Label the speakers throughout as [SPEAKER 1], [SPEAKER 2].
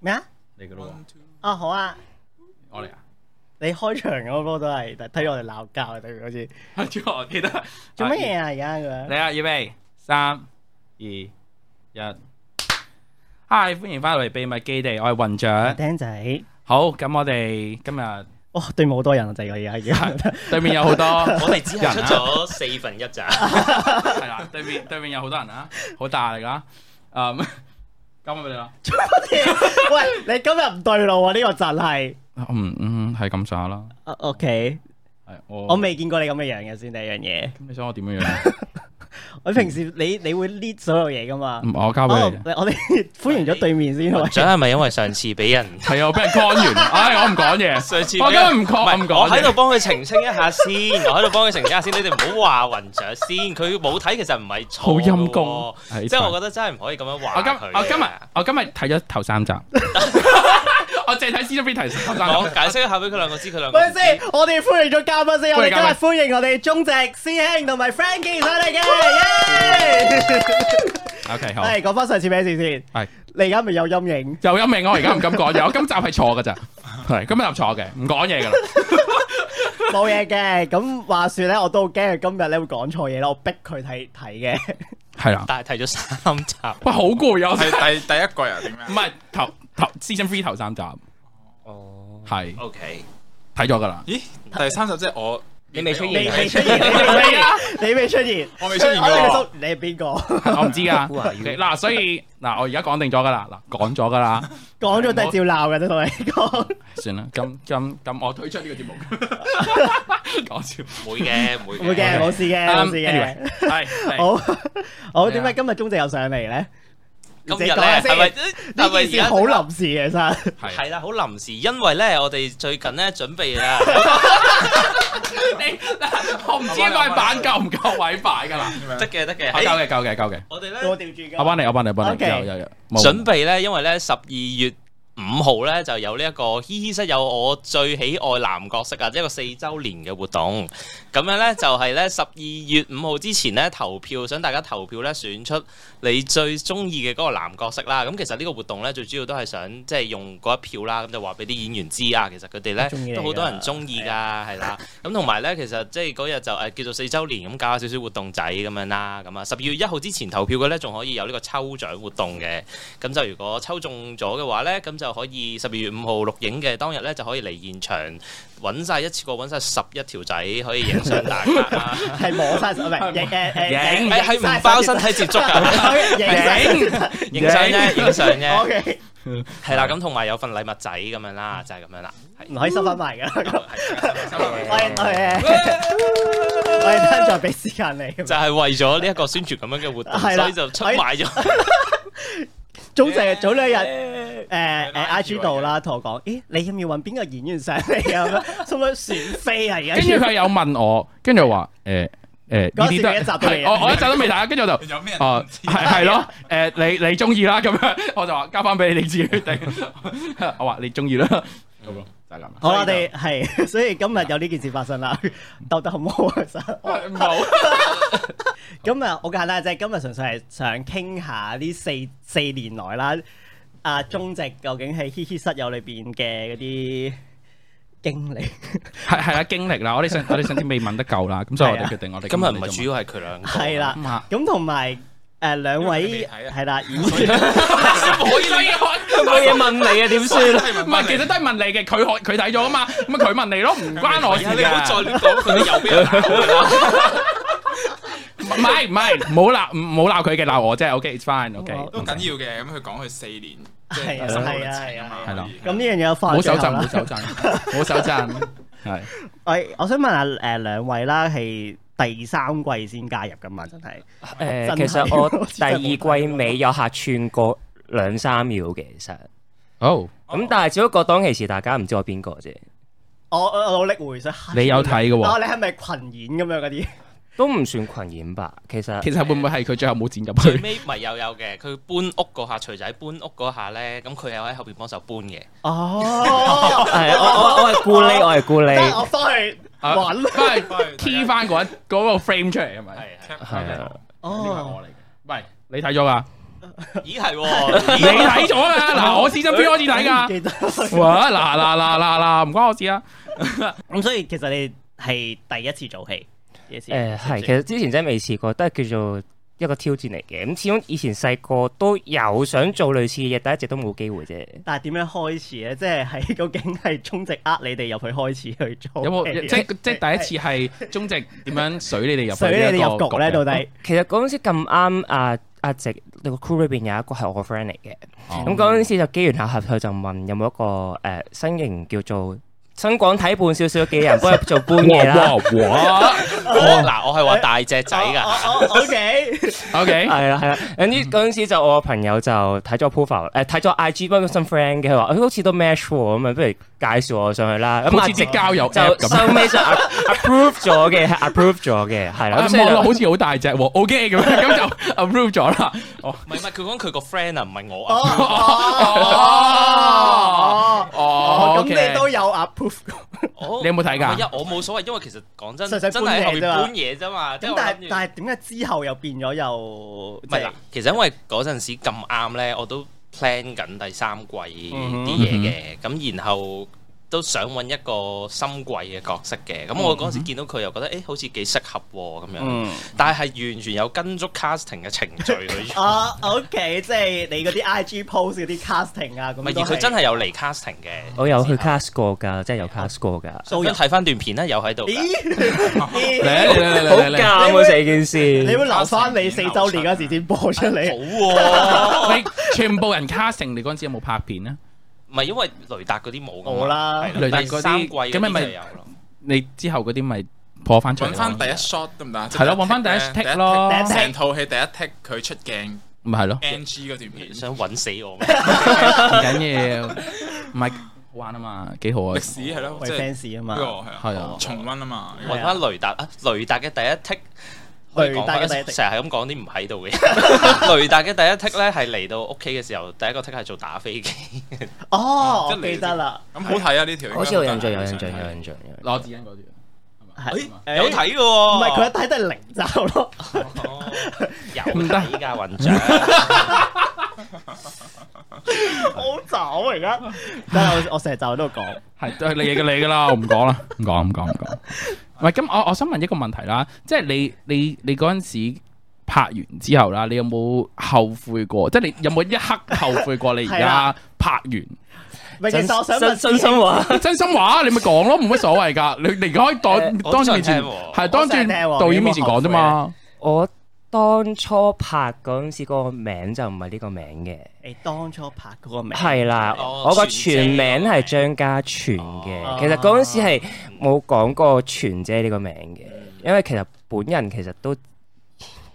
[SPEAKER 1] 咩啊？
[SPEAKER 2] 嚟噶咯
[SPEAKER 1] 啊好啊！
[SPEAKER 2] 喎，我嚟 啊，
[SPEAKER 1] 你開場嗰個都係睇我哋鬧交啊！對面好似
[SPEAKER 2] 我記得
[SPEAKER 1] 做乜嘢啊？而家咁
[SPEAKER 2] 嚟
[SPEAKER 1] 樣
[SPEAKER 2] 啊，預備三二一，Hi，歡迎翻嚟秘密基地，我係雲長。
[SPEAKER 1] 釘仔，
[SPEAKER 2] 好，咁我哋今日
[SPEAKER 1] 哇！對面好多人啊！就係而家 而家，
[SPEAKER 2] 對面有好多
[SPEAKER 3] 我哋只係出
[SPEAKER 2] 人啊
[SPEAKER 3] 咗四分一咋，
[SPEAKER 2] 係啦，對面對面有好多人啊，好大力啊， 嗯，交翻俾你啦。
[SPEAKER 1] 啊喂！你今日唔對路啊！呢個陣係
[SPEAKER 2] 嗯嗯，係咁上下啦。
[SPEAKER 1] 啊 OK，
[SPEAKER 2] 係我
[SPEAKER 1] 我未見過你咁嘅樣嘅先第一樣嘢。
[SPEAKER 2] 咁你想我點樣樣？
[SPEAKER 1] 我平時你你會 lead 所有嘢噶嘛？
[SPEAKER 2] 嗯我交俾
[SPEAKER 1] 哦
[SPEAKER 2] 你。
[SPEAKER 1] 我 哋歡迎咗對面 先，喂
[SPEAKER 3] 獎係咪因為上次俾人？
[SPEAKER 2] 係啊，我俾人 con 完，唉，我唔講嘢。
[SPEAKER 3] 上次
[SPEAKER 2] 我
[SPEAKER 3] 俾人
[SPEAKER 2] 今日唔講，我唔
[SPEAKER 3] 我
[SPEAKER 2] 講
[SPEAKER 3] 喺度
[SPEAKER 2] 嘢。
[SPEAKER 3] 幫佢澄清一下先，我喺度幫佢澄清一下先，你哋唔好話雲長先，佢冇睇其實唔係錯嘅 喎
[SPEAKER 2] 好陰公係
[SPEAKER 3] 即係我覺得真係唔可以咁樣話
[SPEAKER 2] 我今
[SPEAKER 3] 佢嘅
[SPEAKER 2] 我今日我今日睇咗頭三集， 我淨係睇 season three 頭三
[SPEAKER 3] 我
[SPEAKER 2] 集。
[SPEAKER 3] 解釋一下俾佢兩個知，佢兩個
[SPEAKER 1] 喂
[SPEAKER 3] 唔知
[SPEAKER 1] 先，我哋歡迎啊咗嘉賓先，我哋今日歡迎我哋中直師兄同埋 Frankie 上嚟嘅。
[SPEAKER 2] OK，好，
[SPEAKER 1] 係講翻上次咩事先？
[SPEAKER 2] 係
[SPEAKER 1] 你而家咪有陰影？
[SPEAKER 2] 又有命我而家唔敢講嘢，我今集係錯㗎咋，係今集錯嘅，唔講嘢㗎啦。
[SPEAKER 1] 冇嘢嘅。咁話說咧，我都好驚佢今日咧會講錯嘢啦，我逼佢睇睇嘅。
[SPEAKER 2] 係啦，
[SPEAKER 3] 但係睇咗三集，
[SPEAKER 2] 喂，好攰啊！我
[SPEAKER 4] 係
[SPEAKER 2] 真係
[SPEAKER 4] 第第一個又點
[SPEAKER 2] 唔
[SPEAKER 4] 樣？
[SPEAKER 2] 係頭頭 season three 頭三集
[SPEAKER 3] 哦
[SPEAKER 2] 係
[SPEAKER 3] ，OK，
[SPEAKER 2] 睇咗㗎啦，
[SPEAKER 4] 咦，第三集即係我
[SPEAKER 3] 你未出
[SPEAKER 1] 你
[SPEAKER 3] 現
[SPEAKER 1] 未出現，你未出現，你未出現，
[SPEAKER 4] 我未出現過
[SPEAKER 1] 我哋嘅心你係邊個？
[SPEAKER 2] 我唔知㗎。
[SPEAKER 3] Who are you？
[SPEAKER 2] 嗱，所以嗱，我而家講定咗㗎啦，嗱，講咗㗎啦，
[SPEAKER 1] 講咗都係照鬧嘅，都同你講。
[SPEAKER 2] 算啦。咁咁咁，我推出呢個節目， 講笑。
[SPEAKER 3] 會嘅，會
[SPEAKER 1] 冇嘅，冇事嘅，冇事
[SPEAKER 2] Anyway，
[SPEAKER 1] 嘅。
[SPEAKER 2] 係係
[SPEAKER 1] 好好，
[SPEAKER 2] 係啊
[SPEAKER 1] 點解今日中直又上嚟咧？
[SPEAKER 3] 今
[SPEAKER 1] 你
[SPEAKER 3] 日咧
[SPEAKER 1] 講下先
[SPEAKER 3] 係咪
[SPEAKER 1] 呢
[SPEAKER 3] 係咪
[SPEAKER 1] 件事好臨時嘅，其實。
[SPEAKER 2] 係
[SPEAKER 3] 係啦，好臨時，因為咧我哋最近咧準備啦。
[SPEAKER 2] 你嗱我唔知塊板夠唔夠位擺㗎啦。
[SPEAKER 3] 得嘅，得嘅。
[SPEAKER 2] 我夠
[SPEAKER 3] 喺
[SPEAKER 2] 嘅，夠嘅，夠嘅。
[SPEAKER 3] 我哋
[SPEAKER 1] 我
[SPEAKER 3] 咧
[SPEAKER 1] 調轉
[SPEAKER 2] 我
[SPEAKER 1] 㗎。
[SPEAKER 2] 幫你，我幫你，我幫你。
[SPEAKER 1] OK
[SPEAKER 2] 有有有，冇
[SPEAKER 3] 準備咧，因為咧十二月五號咧就有呢一個嘻嘻室有我最喜愛男角色啊，一個四週年嘅活動。咁樣咧就係咧十二月五號之前咧投票，想大家投票咧選出你最中意嘅嗰個男角色啦。咁其實呢個活動咧最主要都係想即係用嗰一票啦，咁就話俾啲演員知啊，其實佢哋
[SPEAKER 1] 中意你㗎啊
[SPEAKER 3] 咧都好多人中意㗎，係啦。咁同埋咧，其實即係嗰日就誒叫做四週年咁搞下少少活動仔咁樣啦。咁啊，十二月一號之前投票嘅咧，仲可以有呢個抽獎活動嘅。咁就如果抽中咗嘅話咧，咁就可以十二月五號錄影嘅當日咧，就可以嚟現場揾晒一次過揾晒十一條仔可以影相打卡啦。
[SPEAKER 1] 係摸晒，唔係 影誒誒
[SPEAKER 2] 影
[SPEAKER 3] 誒係唔包身體接 觸㗎，
[SPEAKER 1] 影晒
[SPEAKER 3] 影相啫，影相 啫，
[SPEAKER 1] ，OK，
[SPEAKER 3] 係啦。咁同埋有份禮物仔咁樣
[SPEAKER 1] 嗯
[SPEAKER 3] 啦，就係咁樣啦。
[SPEAKER 1] 唔可以收翻埋㗎。我
[SPEAKER 3] 係啊
[SPEAKER 1] 哋我哋我哋等陣再俾時間你。
[SPEAKER 3] 就係為咗呢一個宣傳咁樣嘅活動，
[SPEAKER 1] 係啦
[SPEAKER 3] 所以就出賣 咗。
[SPEAKER 1] 早就早兩日誒誒 IG 度啦，同我講，咦，你要唔要揾邊個演員上嚟啊？咁樣，使唔使選飛啊？而家
[SPEAKER 2] 跟住佢有問我，跟住我話誒誒呢
[SPEAKER 1] 嗰時
[SPEAKER 2] 啲都
[SPEAKER 1] 你一集都
[SPEAKER 2] 係
[SPEAKER 1] 未
[SPEAKER 2] 我我一集都未睇，跟住我就。
[SPEAKER 4] 有咩人唔
[SPEAKER 2] 哦，
[SPEAKER 4] 知？
[SPEAKER 2] 係係咯，誒，你你中意啦，咁樣我就話交翻俾你，你自己決定。我話你中意啦，咁咯，就係咁啦。
[SPEAKER 1] 好啦，我哋係， 所以今日有呢件事發生啦， 鬥得好唔好啊？其實
[SPEAKER 2] 冇
[SPEAKER 1] 咁啊，好簡單啫。今日純粹係想傾下呢四四年來啦，啊中直究竟喺嘻嘻室友裏邊嘅嗰啲經歷，
[SPEAKER 2] 係係啦，經歷啦，我哋上我哋上次未問得夠啦，咁所以我哋決定我哋
[SPEAKER 3] 今日唔係主要係佢兩個，
[SPEAKER 1] 係啦。
[SPEAKER 2] 要
[SPEAKER 1] 咁同埋誒兩位
[SPEAKER 4] 因為佢哋未睇啊
[SPEAKER 1] 係啦，演員
[SPEAKER 3] 唔可以
[SPEAKER 2] 所以我
[SPEAKER 3] 冇嘢問你啊，點算啊？
[SPEAKER 2] 唔係，其實都係問你嘅，佢可佢睇咗啊嘛，咁啊佢問你咯，唔
[SPEAKER 4] Dạ.
[SPEAKER 2] 關我事
[SPEAKER 3] 你唔好再
[SPEAKER 2] 嘅。
[SPEAKER 3] 亂講佢有邊
[SPEAKER 2] 唔係唔係，冇鬧冇鬧佢嘅，鬧我啫。OK，it's fine，OK。
[SPEAKER 1] 好
[SPEAKER 4] 都緊要嘅，咁佢講佢四年，即
[SPEAKER 1] 係啊係啊係啊
[SPEAKER 2] 係啊
[SPEAKER 1] 咁呢樣嘢
[SPEAKER 2] 唔
[SPEAKER 1] 放
[SPEAKER 2] 好
[SPEAKER 1] 咗
[SPEAKER 2] 手震，唔好
[SPEAKER 1] 後啦。
[SPEAKER 2] 手震，唔好手震。係
[SPEAKER 1] 我我想問下誒兩位啦，係第三季先加入噶嘛？真係
[SPEAKER 5] 诶、
[SPEAKER 1] 真係
[SPEAKER 5] 其實我
[SPEAKER 1] 我
[SPEAKER 5] 第
[SPEAKER 1] 真係
[SPEAKER 5] 二
[SPEAKER 1] 冇睇過
[SPEAKER 5] 季尾有客串過兩三秒嘅，其實
[SPEAKER 2] 好，
[SPEAKER 3] 哦
[SPEAKER 5] 咁但係只不過當其時大家唔知我邊個啫，
[SPEAKER 1] 我我努力回想。
[SPEAKER 2] 你有睇嘅喎。
[SPEAKER 1] 啊？你係咪群演咁樣嗰啲？
[SPEAKER 5] 都唔算群演吧。其實
[SPEAKER 2] 其實會唔會係佢最後冇剪入
[SPEAKER 3] 最
[SPEAKER 2] 去？
[SPEAKER 3] 尾咪又有嘅，佢搬屋嗰下，徐仔搬屋嗰下咧，咁佢又喺後邊幫手搬嘅。
[SPEAKER 1] 哦，
[SPEAKER 5] 係啊我我我系顾呢，我係顧
[SPEAKER 1] 得
[SPEAKER 5] 呢，
[SPEAKER 1] 我翻去
[SPEAKER 2] 啊
[SPEAKER 1] 揾。
[SPEAKER 2] 翻去
[SPEAKER 4] 係
[SPEAKER 2] key 翻嗰一嗰個 frame 出嚟係咪？
[SPEAKER 3] 係
[SPEAKER 2] 係
[SPEAKER 5] 係
[SPEAKER 2] 啊，
[SPEAKER 5] 啊
[SPEAKER 1] 哦
[SPEAKER 2] 呢個係我嚟嘅。喂，你睇咗㗎？
[SPEAKER 3] 咦係喎，
[SPEAKER 2] 你睇咗啦，嗱，我試真邊開始睇
[SPEAKER 1] 唔
[SPEAKER 2] 㗎。
[SPEAKER 1] 記得
[SPEAKER 2] 哇！嗱嗱嗱嗱嗱，唔關我事啊。
[SPEAKER 1] 咁所以其實你係第一次做戲，啊第一次
[SPEAKER 5] 誒係，其
[SPEAKER 1] 嘅，
[SPEAKER 5] 實之前真係未試過，都係叫做一個挑戰嚟嘅。咁始終以前細個都有想做類似嘅嘢，但一直都冇機會啫。
[SPEAKER 1] 但係點樣開始咧？即係係究竟係中直呃你哋入去開始去做戲嘅？
[SPEAKER 2] 有冇即即第一次係中直點樣水 你哋入去
[SPEAKER 1] 所以
[SPEAKER 2] 呢一
[SPEAKER 1] 你哋
[SPEAKER 2] 個
[SPEAKER 1] 入局咧？到
[SPEAKER 2] 嘅？
[SPEAKER 1] 底
[SPEAKER 5] 其實嗰陣時咁啱啊阿直個 crew 裏邊有一個係我個 friend 嚟嘅，
[SPEAKER 2] 哦
[SPEAKER 5] 咁嗰陣時就機緣巧合，佢就問有冇一個誒、呃新型叫做新廣體半少少嘅人幫佢做搬嘢啦，
[SPEAKER 2] 哇哇
[SPEAKER 1] 哦
[SPEAKER 3] 我嗱我係
[SPEAKER 1] 哎
[SPEAKER 3] 話大隻仔㗎，
[SPEAKER 1] O K，
[SPEAKER 2] 哇！OK，
[SPEAKER 5] 係啦係啦。
[SPEAKER 2] 嗯
[SPEAKER 5] 咁呢嗰陣時就我個朋友就睇咗 profile，誒睇咗 IG 幫 some friend 嘅，佢話佢好似都 match 喎，咁啊不如介紹我上去啦。咁
[SPEAKER 2] 好
[SPEAKER 5] 阿
[SPEAKER 2] 似
[SPEAKER 5] 直
[SPEAKER 2] 隻交友 app
[SPEAKER 5] 就
[SPEAKER 2] 咁。
[SPEAKER 5] 收尾就 approve 咗嘅， 係 approve 咗嘅，係啦。
[SPEAKER 2] 啊
[SPEAKER 5] 咁所以
[SPEAKER 2] 望落
[SPEAKER 5] 就
[SPEAKER 2] 好似好大隻喎，OK 咁樣，咁就 approve 咗啦。哦
[SPEAKER 3] 唔係唔係，佢講佢個 friend 啊，唔係我啊，
[SPEAKER 1] 哦
[SPEAKER 2] 哦
[SPEAKER 1] 哦，咁你都有 approve 過
[SPEAKER 3] 我
[SPEAKER 2] 你有冇睇㗎
[SPEAKER 3] 唔係啊我冇所謂，因為其實講真，
[SPEAKER 1] 實
[SPEAKER 3] 真
[SPEAKER 1] 際搬嘢
[SPEAKER 3] 係
[SPEAKER 1] 啫嘛
[SPEAKER 3] 後面搬嘢啫嘛。即係
[SPEAKER 1] 咁
[SPEAKER 3] 我
[SPEAKER 1] 但
[SPEAKER 3] 諗
[SPEAKER 1] 係
[SPEAKER 3] 住
[SPEAKER 1] 但係點解之後又變咗又
[SPEAKER 3] 唔
[SPEAKER 1] 即
[SPEAKER 3] 係
[SPEAKER 1] 係
[SPEAKER 3] 啦，其實因為嗰陣時咁啱咧，我都 plan 緊第三季
[SPEAKER 1] 嗯
[SPEAKER 3] 啲嘢嘅，咁然後都想揾一個深櫃嘅角色嘅，
[SPEAKER 1] 嗯
[SPEAKER 3] 咁我嗰陣時見到佢又覺得，誒好似幾適合喎咁樣，但係完全有跟足 casting 嘅程序去做，
[SPEAKER 1] 啊？OK，即係你嗰啲 IG post 嗰啲 casting 啊，
[SPEAKER 3] 唔
[SPEAKER 1] 咁
[SPEAKER 3] 係
[SPEAKER 1] 都
[SPEAKER 3] 而佢真係有嚟 casting 嘅，
[SPEAKER 5] 我有
[SPEAKER 2] 啊
[SPEAKER 5] 去 cast 過㗎，真係有 cast 過㗎。
[SPEAKER 1] 都
[SPEAKER 3] 啊都
[SPEAKER 1] 有
[SPEAKER 3] 睇翻段片咧，有喺度㗎，
[SPEAKER 2] 嚟嚟
[SPEAKER 1] 咦？
[SPEAKER 2] 嚟
[SPEAKER 5] 好
[SPEAKER 2] 嚟嚟嚟，
[SPEAKER 5] 尷
[SPEAKER 1] 你會
[SPEAKER 5] 啊！成件事，
[SPEAKER 1] 你會留翻你四周年嗰時先播出
[SPEAKER 3] 好
[SPEAKER 1] 嚟？
[SPEAKER 3] 喎，
[SPEAKER 2] 你全部人 casting 你嗰陣時有冇拍片咧？
[SPEAKER 3] 唔係因為雷達嗰啲冇㗎嘛
[SPEAKER 1] 冇啦
[SPEAKER 3] 係
[SPEAKER 2] 雷達嗰啲
[SPEAKER 3] 第三季嗰
[SPEAKER 2] 咁咪咪
[SPEAKER 3] 啲就有啦。
[SPEAKER 2] 你之後嗰啲咪破翻出嚟
[SPEAKER 4] 揾
[SPEAKER 2] 咯？
[SPEAKER 4] 翻第一 shot 得唔得？
[SPEAKER 2] 係咯，揾翻第一 take 咯，
[SPEAKER 1] 第一 take
[SPEAKER 4] 成套戲第一 take 佢出鏡
[SPEAKER 2] 唔係咯，
[SPEAKER 4] NG 嗰段片，
[SPEAKER 3] 想揾死我咩，
[SPEAKER 1] 啊
[SPEAKER 2] 唔緊要，唔係好玩啊嘛，幾好啊
[SPEAKER 4] 歷！史係咯，
[SPEAKER 1] 為
[SPEAKER 4] 即係
[SPEAKER 1] fans 啊
[SPEAKER 4] 呢個
[SPEAKER 1] 嘛，
[SPEAKER 4] 係
[SPEAKER 2] 係啊
[SPEAKER 4] 重温啊嘛。
[SPEAKER 1] 係
[SPEAKER 3] 揾翻雷達啊！雷達嘅第一剔，
[SPEAKER 1] 雷
[SPEAKER 3] 可以講
[SPEAKER 1] 達嘅
[SPEAKER 3] 返
[SPEAKER 1] 第一剔
[SPEAKER 3] 成日係咁講啲唔喺度嘅。 雷達嘅第一剔咧，係嚟到屋企嘅時候，第一個剔係做打飛機。
[SPEAKER 1] 哦，
[SPEAKER 4] 即
[SPEAKER 1] 我
[SPEAKER 4] 係你
[SPEAKER 1] 記得啦，
[SPEAKER 4] 咁好睇啊！呢條應該
[SPEAKER 5] 好似有印象，有
[SPEAKER 4] 好睇
[SPEAKER 5] 印象，有印象。有印象
[SPEAKER 2] 攞紙巾嗰段。
[SPEAKER 1] 係
[SPEAKER 3] 有睇嘅喎，哦
[SPEAKER 1] 唔
[SPEAKER 3] 唔
[SPEAKER 1] 係佢一睇都係零集咯。
[SPEAKER 3] 有睇㗎 混帳。
[SPEAKER 1] 好走而家，但係我我成日就喺度講，
[SPEAKER 2] 係都係你嘅你噶啦，我唔講啦，唔講唔講唔講。唔係咁，我我想問一個問題啦，即係你你你嗰陣時拍完之後啦，你有冇後悔過？即係你有冇一刻後悔過你而
[SPEAKER 1] 係
[SPEAKER 2] 家
[SPEAKER 1] 啦
[SPEAKER 2] 拍完？
[SPEAKER 1] 唔係其實我想
[SPEAKER 5] 真
[SPEAKER 1] 問
[SPEAKER 5] 真心話，
[SPEAKER 2] 真心話你咪講咯，冇乜所謂㗎。你你而家可以
[SPEAKER 5] 誒
[SPEAKER 2] 當當住面前
[SPEAKER 3] 我都想聽喎
[SPEAKER 2] 係當住
[SPEAKER 1] 我想聽喎
[SPEAKER 2] 導演面前講啫嘛。
[SPEAKER 5] 我當初拍嗰陣時嗰個名就唔係呢個名嘅，
[SPEAKER 1] 你當初拍嗰個名
[SPEAKER 5] 係啦，
[SPEAKER 3] 哦
[SPEAKER 5] 我個
[SPEAKER 3] 全
[SPEAKER 5] 全
[SPEAKER 3] 姐
[SPEAKER 5] 名係張家全
[SPEAKER 1] 哦
[SPEAKER 5] 嘅。其實嗰陣時係冇講過全姐呢個名嘅，因為其實本人其實都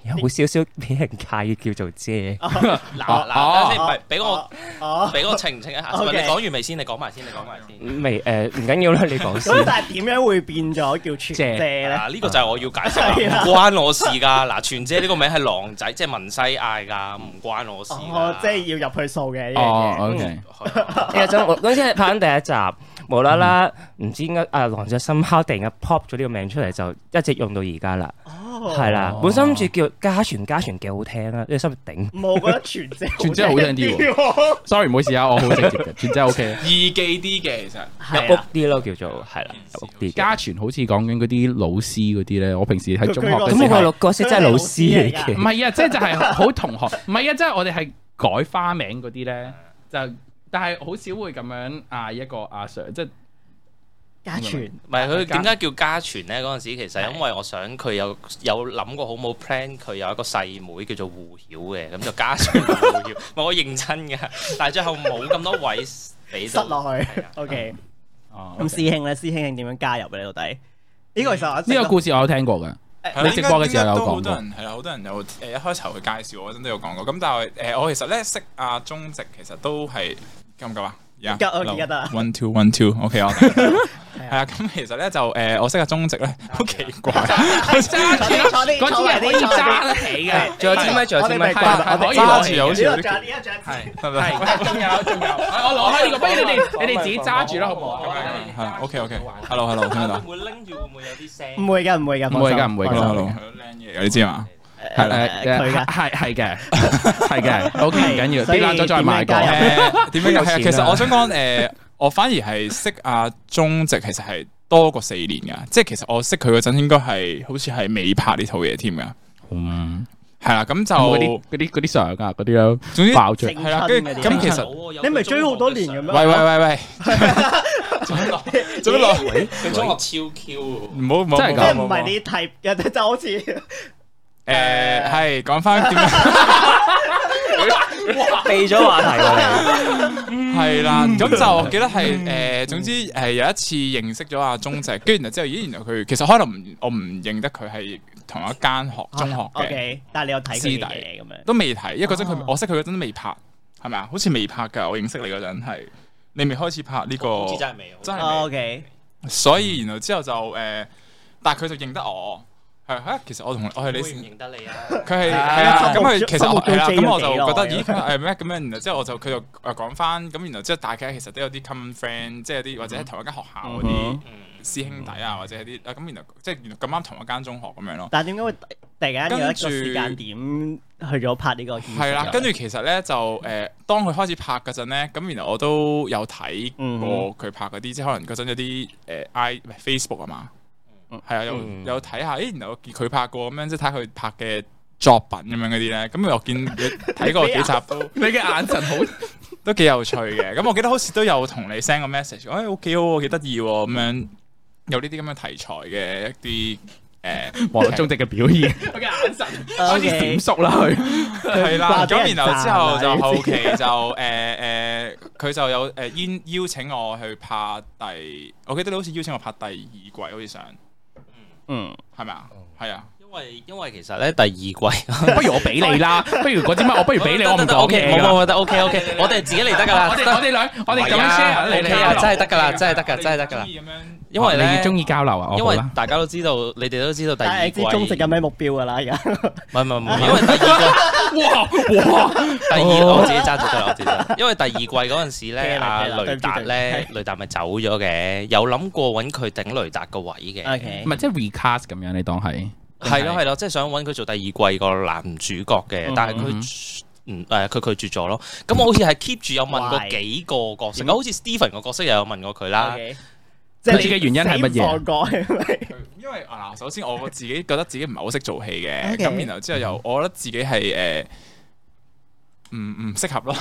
[SPEAKER 5] 有少少俾人介意叫做姐。
[SPEAKER 3] 嗱
[SPEAKER 2] 哦
[SPEAKER 3] 啊嗱，等先，唔係俾我
[SPEAKER 1] 哦 哦，
[SPEAKER 3] 俾我澄清 一下。
[SPEAKER 1] OK
[SPEAKER 3] 喂你講完未先？你講埋先，你講埋先。
[SPEAKER 5] 未誒，唔緊要啦，你講先。
[SPEAKER 1] 咁但係點樣會變咗叫全姐咧？
[SPEAKER 3] 嗱，呢個就係我要解釋啦，
[SPEAKER 1] 係啊
[SPEAKER 3] 唔關我事㗎。嗱，全姐呢個名係狼仔，即係文西嗌㗎，唔關我事㗎。
[SPEAKER 1] 哦，即係嗯要入去數嘅呢
[SPEAKER 2] 哦
[SPEAKER 1] 樣嘢。
[SPEAKER 2] ，OK，
[SPEAKER 3] 係啊
[SPEAKER 5] 呢個真 我嗰陣時係拍緊第一集，無啦啦唔知點解啊狼仔深烤突然間 pop 咗呢個名出嚟，就一直用到而家啦，
[SPEAKER 1] 哦，
[SPEAKER 5] 係啦。本身諗住叫家傳家傳幾好聽啦，你心入頂。
[SPEAKER 1] 冇覺得全姐
[SPEAKER 2] 全姐好聽啲喎
[SPEAKER 1] 喎，
[SPEAKER 2] sorry 唔好意思啊，我好直接嘅，全真係 OK。
[SPEAKER 4] 易記啲嘅其實。
[SPEAKER 5] 入
[SPEAKER 1] 係
[SPEAKER 5] 屋
[SPEAKER 1] 啊，
[SPEAKER 5] 啲咯，叫做係啦，入屋啲嘅。
[SPEAKER 2] 家傳好似講緊嗰啲老師嗰啲咧，我平時喺中學嘅
[SPEAKER 1] 佢佢
[SPEAKER 2] 時
[SPEAKER 5] 咁
[SPEAKER 2] 候
[SPEAKER 5] 我。個六角色真係老師嚟
[SPEAKER 2] 唔
[SPEAKER 5] 嘅，
[SPEAKER 2] 係啊，即係就係好同學，唔係啊，即係我哋係改花名嗰啲咧，就但係好少會咁樣嗌一個阿 Sir，即係
[SPEAKER 1] 家全
[SPEAKER 3] 唔係佢
[SPEAKER 2] 家
[SPEAKER 3] 點解叫家傳咧？嗰陣時其實因為我想佢有有諗過好冇 plan，佢有一個細妹叫做胡曉嘅，咁就家傳胡 曉。唔係我認真嘅，但係最後冇咁多位俾
[SPEAKER 1] 塞
[SPEAKER 3] 到。
[SPEAKER 1] 落去
[SPEAKER 3] 係啊。
[SPEAKER 1] OK，
[SPEAKER 2] 哦
[SPEAKER 1] 咁師兄咧，師兄點樣加入咧？到底呢個其實我一直
[SPEAKER 2] 呢
[SPEAKER 1] 都
[SPEAKER 2] 個故事我有聽過嘅，
[SPEAKER 4] 係
[SPEAKER 2] 你
[SPEAKER 4] 啦
[SPEAKER 2] 直播嘅時候有
[SPEAKER 4] 應該應該都
[SPEAKER 2] 講
[SPEAKER 4] 好多
[SPEAKER 2] 過，
[SPEAKER 4] 人係啦，好多人有誒一開頭去介紹我嗰陣都有講過。咁但係誒，我其實咧識阿鐘直，其實都係夠唔夠啊？而
[SPEAKER 1] 夠我記得啦
[SPEAKER 4] One two one two，OK 我係啊。咁其實咧就誒，我識阿鐘直咧好奇怪，
[SPEAKER 2] 揸
[SPEAKER 1] 坐啲坐啲
[SPEAKER 2] 嗰啲人可以
[SPEAKER 1] 坐啲
[SPEAKER 2] 揸得起嘅，
[SPEAKER 5] 仲有支咪，仲有
[SPEAKER 1] 我
[SPEAKER 5] 支
[SPEAKER 1] 哋
[SPEAKER 5] 咪
[SPEAKER 1] 咪
[SPEAKER 2] 係
[SPEAKER 1] 掛啦
[SPEAKER 2] 係
[SPEAKER 1] 我
[SPEAKER 2] 可
[SPEAKER 1] 哋
[SPEAKER 2] 以
[SPEAKER 4] 揸住
[SPEAKER 2] 攞
[SPEAKER 4] 好
[SPEAKER 2] 起
[SPEAKER 4] 似
[SPEAKER 1] 呢
[SPEAKER 4] 有
[SPEAKER 1] 個
[SPEAKER 4] 啲
[SPEAKER 1] 仲有呢個仲有
[SPEAKER 2] 係
[SPEAKER 4] 得
[SPEAKER 2] 係仲有
[SPEAKER 4] 唔得？
[SPEAKER 2] 仲有，我攞開呢個，不如你哋你哋自己揸住啦，好唔好啊？
[SPEAKER 4] 係 OK OK。Hello hello，聽唔聽
[SPEAKER 3] 會
[SPEAKER 4] 到
[SPEAKER 3] 唔會拎住會唔會有啲聲？
[SPEAKER 1] 唔會㗎，唔會㗎，
[SPEAKER 2] 唔會㗎唔會㗎
[SPEAKER 1] 放心
[SPEAKER 4] ？Hello hello，靚嘢㗎你知嘛？
[SPEAKER 2] 系诶
[SPEAKER 1] 佢㗎
[SPEAKER 2] 系系嘅，系 嘅，OK 唔緊要，
[SPEAKER 1] 所以
[SPEAKER 2] 跌爛咗再買過
[SPEAKER 1] 點樣。加入
[SPEAKER 4] 誒點樣
[SPEAKER 5] 有
[SPEAKER 4] 又
[SPEAKER 5] 錢啊
[SPEAKER 4] 係？其實我想講誒，我反而係識阿鐘植，其實係多過四年噶，即係其實我識佢嗰陣應該係好似係未拍呢套嘢添噶。
[SPEAKER 2] 嗯，
[SPEAKER 4] 係啦，
[SPEAKER 2] 嗰
[SPEAKER 4] 咁就
[SPEAKER 2] 啲嗰啲嗰啲相啊，嗰啲咧
[SPEAKER 4] 總之
[SPEAKER 2] 爆出
[SPEAKER 1] 正
[SPEAKER 4] 係啦，跟
[SPEAKER 1] 青春
[SPEAKER 4] 住
[SPEAKER 1] 嗰啲
[SPEAKER 4] 咁其實。
[SPEAKER 3] 實
[SPEAKER 1] 你咪追好多年咁樣
[SPEAKER 4] 喂喂喂 喂，做乜落？
[SPEAKER 3] 佢中學超 Q 喎。
[SPEAKER 4] 唔好唔好，
[SPEAKER 2] 真係
[SPEAKER 1] 即
[SPEAKER 2] 㗎
[SPEAKER 1] 係唔係你 type 嘅，就好似
[SPEAKER 4] 诶，係講翻 點樣？
[SPEAKER 5] 避咗話題喎
[SPEAKER 4] 係啦，咁就我記得係
[SPEAKER 1] 嗯
[SPEAKER 4] 诶，誒總之诶有一次認識咗阿鐘植，跟住然後之後，咦，原來佢其實可能唔我唔認得佢係同一間學中學嘅。
[SPEAKER 1] 哦 OK，但係你有睇佢嘅嘢咁樣。
[SPEAKER 4] 都未睇，因為嗰陣佢我識佢嗰陣都未拍，係咪啊？好似未拍㗎，我認識你嗰陣係你未開始拍呢個
[SPEAKER 3] 好似，真係未，
[SPEAKER 4] 真係
[SPEAKER 1] 哦 OK，
[SPEAKER 4] 所以然後之後就誒，但係佢就認得我，係啊，其實我同我係
[SPEAKER 3] 你
[SPEAKER 4] 你
[SPEAKER 3] 唔認得你啊！
[SPEAKER 4] 佢係
[SPEAKER 1] 啊
[SPEAKER 4] 係啦，
[SPEAKER 1] 心
[SPEAKER 4] 咁
[SPEAKER 1] 目
[SPEAKER 4] 佢其實我
[SPEAKER 1] 心目中
[SPEAKER 4] 係啦，
[SPEAKER 1] 追咗
[SPEAKER 4] 咁我就
[SPEAKER 1] 幾耐
[SPEAKER 4] 覺得
[SPEAKER 1] 啊
[SPEAKER 4] 咦佢係咩咁樣？然後之後我就佢就誒講翻，咁然後之後大家其實都有啲 common friend，即係有啲或者係同一間學校嗰啲
[SPEAKER 3] 嗯
[SPEAKER 4] 師兄弟啊，或者係啲啊咁，然後即係原來咁啱同一間中學咁樣咯。
[SPEAKER 1] 但係點解會突然間有一個
[SPEAKER 4] 跟住
[SPEAKER 1] 時間點去咗拍呢個？
[SPEAKER 4] 係啦，跟住其實咧就誒、呃，當佢開始拍嗰陣咧，咁然後我都有睇過佢拍嗰啲，即係可能嗰陣有啲誒、呃 I 唔係 Facebook 啊嘛，係啊，有
[SPEAKER 5] 嗯
[SPEAKER 4] 有睇下，誒，然後我見佢拍過咁樣，即係睇佢拍嘅作品咁樣嗰啲咧，咁我 見你睇過幾集都
[SPEAKER 2] 你嘅眼 神好，
[SPEAKER 4] 都幾有趣嘅，咁我記得好似都有同你 send 個 message，誒、哎，好幾好喎，幾得意喎，咁樣有呢啲咁嘅題材嘅一啲。呃誒，
[SPEAKER 2] 黃中直嘅表 現，
[SPEAKER 4] 佢嘅眼神
[SPEAKER 2] 開始
[SPEAKER 1] OK，
[SPEAKER 2] 閃縮啦佢，
[SPEAKER 4] 係啦，
[SPEAKER 1] 掛俾人
[SPEAKER 4] 咁然後之
[SPEAKER 1] 炸
[SPEAKER 4] 後
[SPEAKER 1] 啦
[SPEAKER 4] 就後期就誒誒，佢就有誒邀邀請我去拍第，我記得你好似邀請我拍第二季，好似想
[SPEAKER 1] 嗯，
[SPEAKER 4] 係咪啊？係啊，
[SPEAKER 3] 因為因為其實咧第二季。
[SPEAKER 2] 不如我俾你 啦，不如嗰支乜我不如俾你，我唔
[SPEAKER 3] 得得
[SPEAKER 2] 講
[SPEAKER 3] OK，
[SPEAKER 2] 嘢
[SPEAKER 3] 冇
[SPEAKER 2] 㗎啦
[SPEAKER 3] 冇冇得 OK OK，我哋自己嚟得㗎啦
[SPEAKER 2] 我。哋我哋兩我哋咁
[SPEAKER 3] 係啊
[SPEAKER 2] share 你
[SPEAKER 3] OK 啊，真係得㗎啦，真係得
[SPEAKER 4] 我
[SPEAKER 3] 㗎，
[SPEAKER 4] 哋
[SPEAKER 3] 真係得㗎啦
[SPEAKER 4] 中。意咁樣
[SPEAKER 3] 因為
[SPEAKER 2] 你
[SPEAKER 3] 咧，
[SPEAKER 2] 中意交流啊，
[SPEAKER 3] 因
[SPEAKER 2] 為
[SPEAKER 3] 為大家都知道，你哋都知道第
[SPEAKER 1] 但係
[SPEAKER 3] 二
[SPEAKER 1] 你
[SPEAKER 3] 季
[SPEAKER 1] 知中直有咩目標㗎啦？而家
[SPEAKER 3] 唔係唔係唔係，因為第二
[SPEAKER 2] 哇哇，
[SPEAKER 3] 季第
[SPEAKER 1] 哦
[SPEAKER 3] 二我自己揸咗㗎啦，我自己揸。因為第二季嗰陣時 咧，
[SPEAKER 1] 聽啦
[SPEAKER 3] 阿
[SPEAKER 1] 聽啦對唔
[SPEAKER 3] 雷
[SPEAKER 1] 住
[SPEAKER 3] 達
[SPEAKER 1] 對唔
[SPEAKER 3] 咧，雷達咪走咗嘅，有諗過揾佢頂雷達個位嘅。
[SPEAKER 1] OK，
[SPEAKER 2] 唔係即係 recast 咁樣，你當係
[SPEAKER 3] 係咯係咯，即係想揾佢做第二季個男主角嘅
[SPEAKER 1] 嗯，
[SPEAKER 3] 但係
[SPEAKER 2] 嗯
[SPEAKER 3] 佢。嗯誒，佢拒絕咗咯。咁我好似係 keep 住有問 過
[SPEAKER 1] Why？
[SPEAKER 3] 幾個角色，好似 Steven 個角色又有問過佢
[SPEAKER 1] 嗯
[SPEAKER 3] 啦。
[SPEAKER 1] OK，即
[SPEAKER 2] 佢
[SPEAKER 1] 係
[SPEAKER 2] 自己嘅原因係乜
[SPEAKER 1] 你死唔放
[SPEAKER 2] 嘢？
[SPEAKER 1] 過係咪？
[SPEAKER 4] 佢因為啊，首先我自己覺得自己唔係好識做戲嘅，
[SPEAKER 1] OK
[SPEAKER 4] 咁然後之後又我覺得自己係誒唔唔適合咯，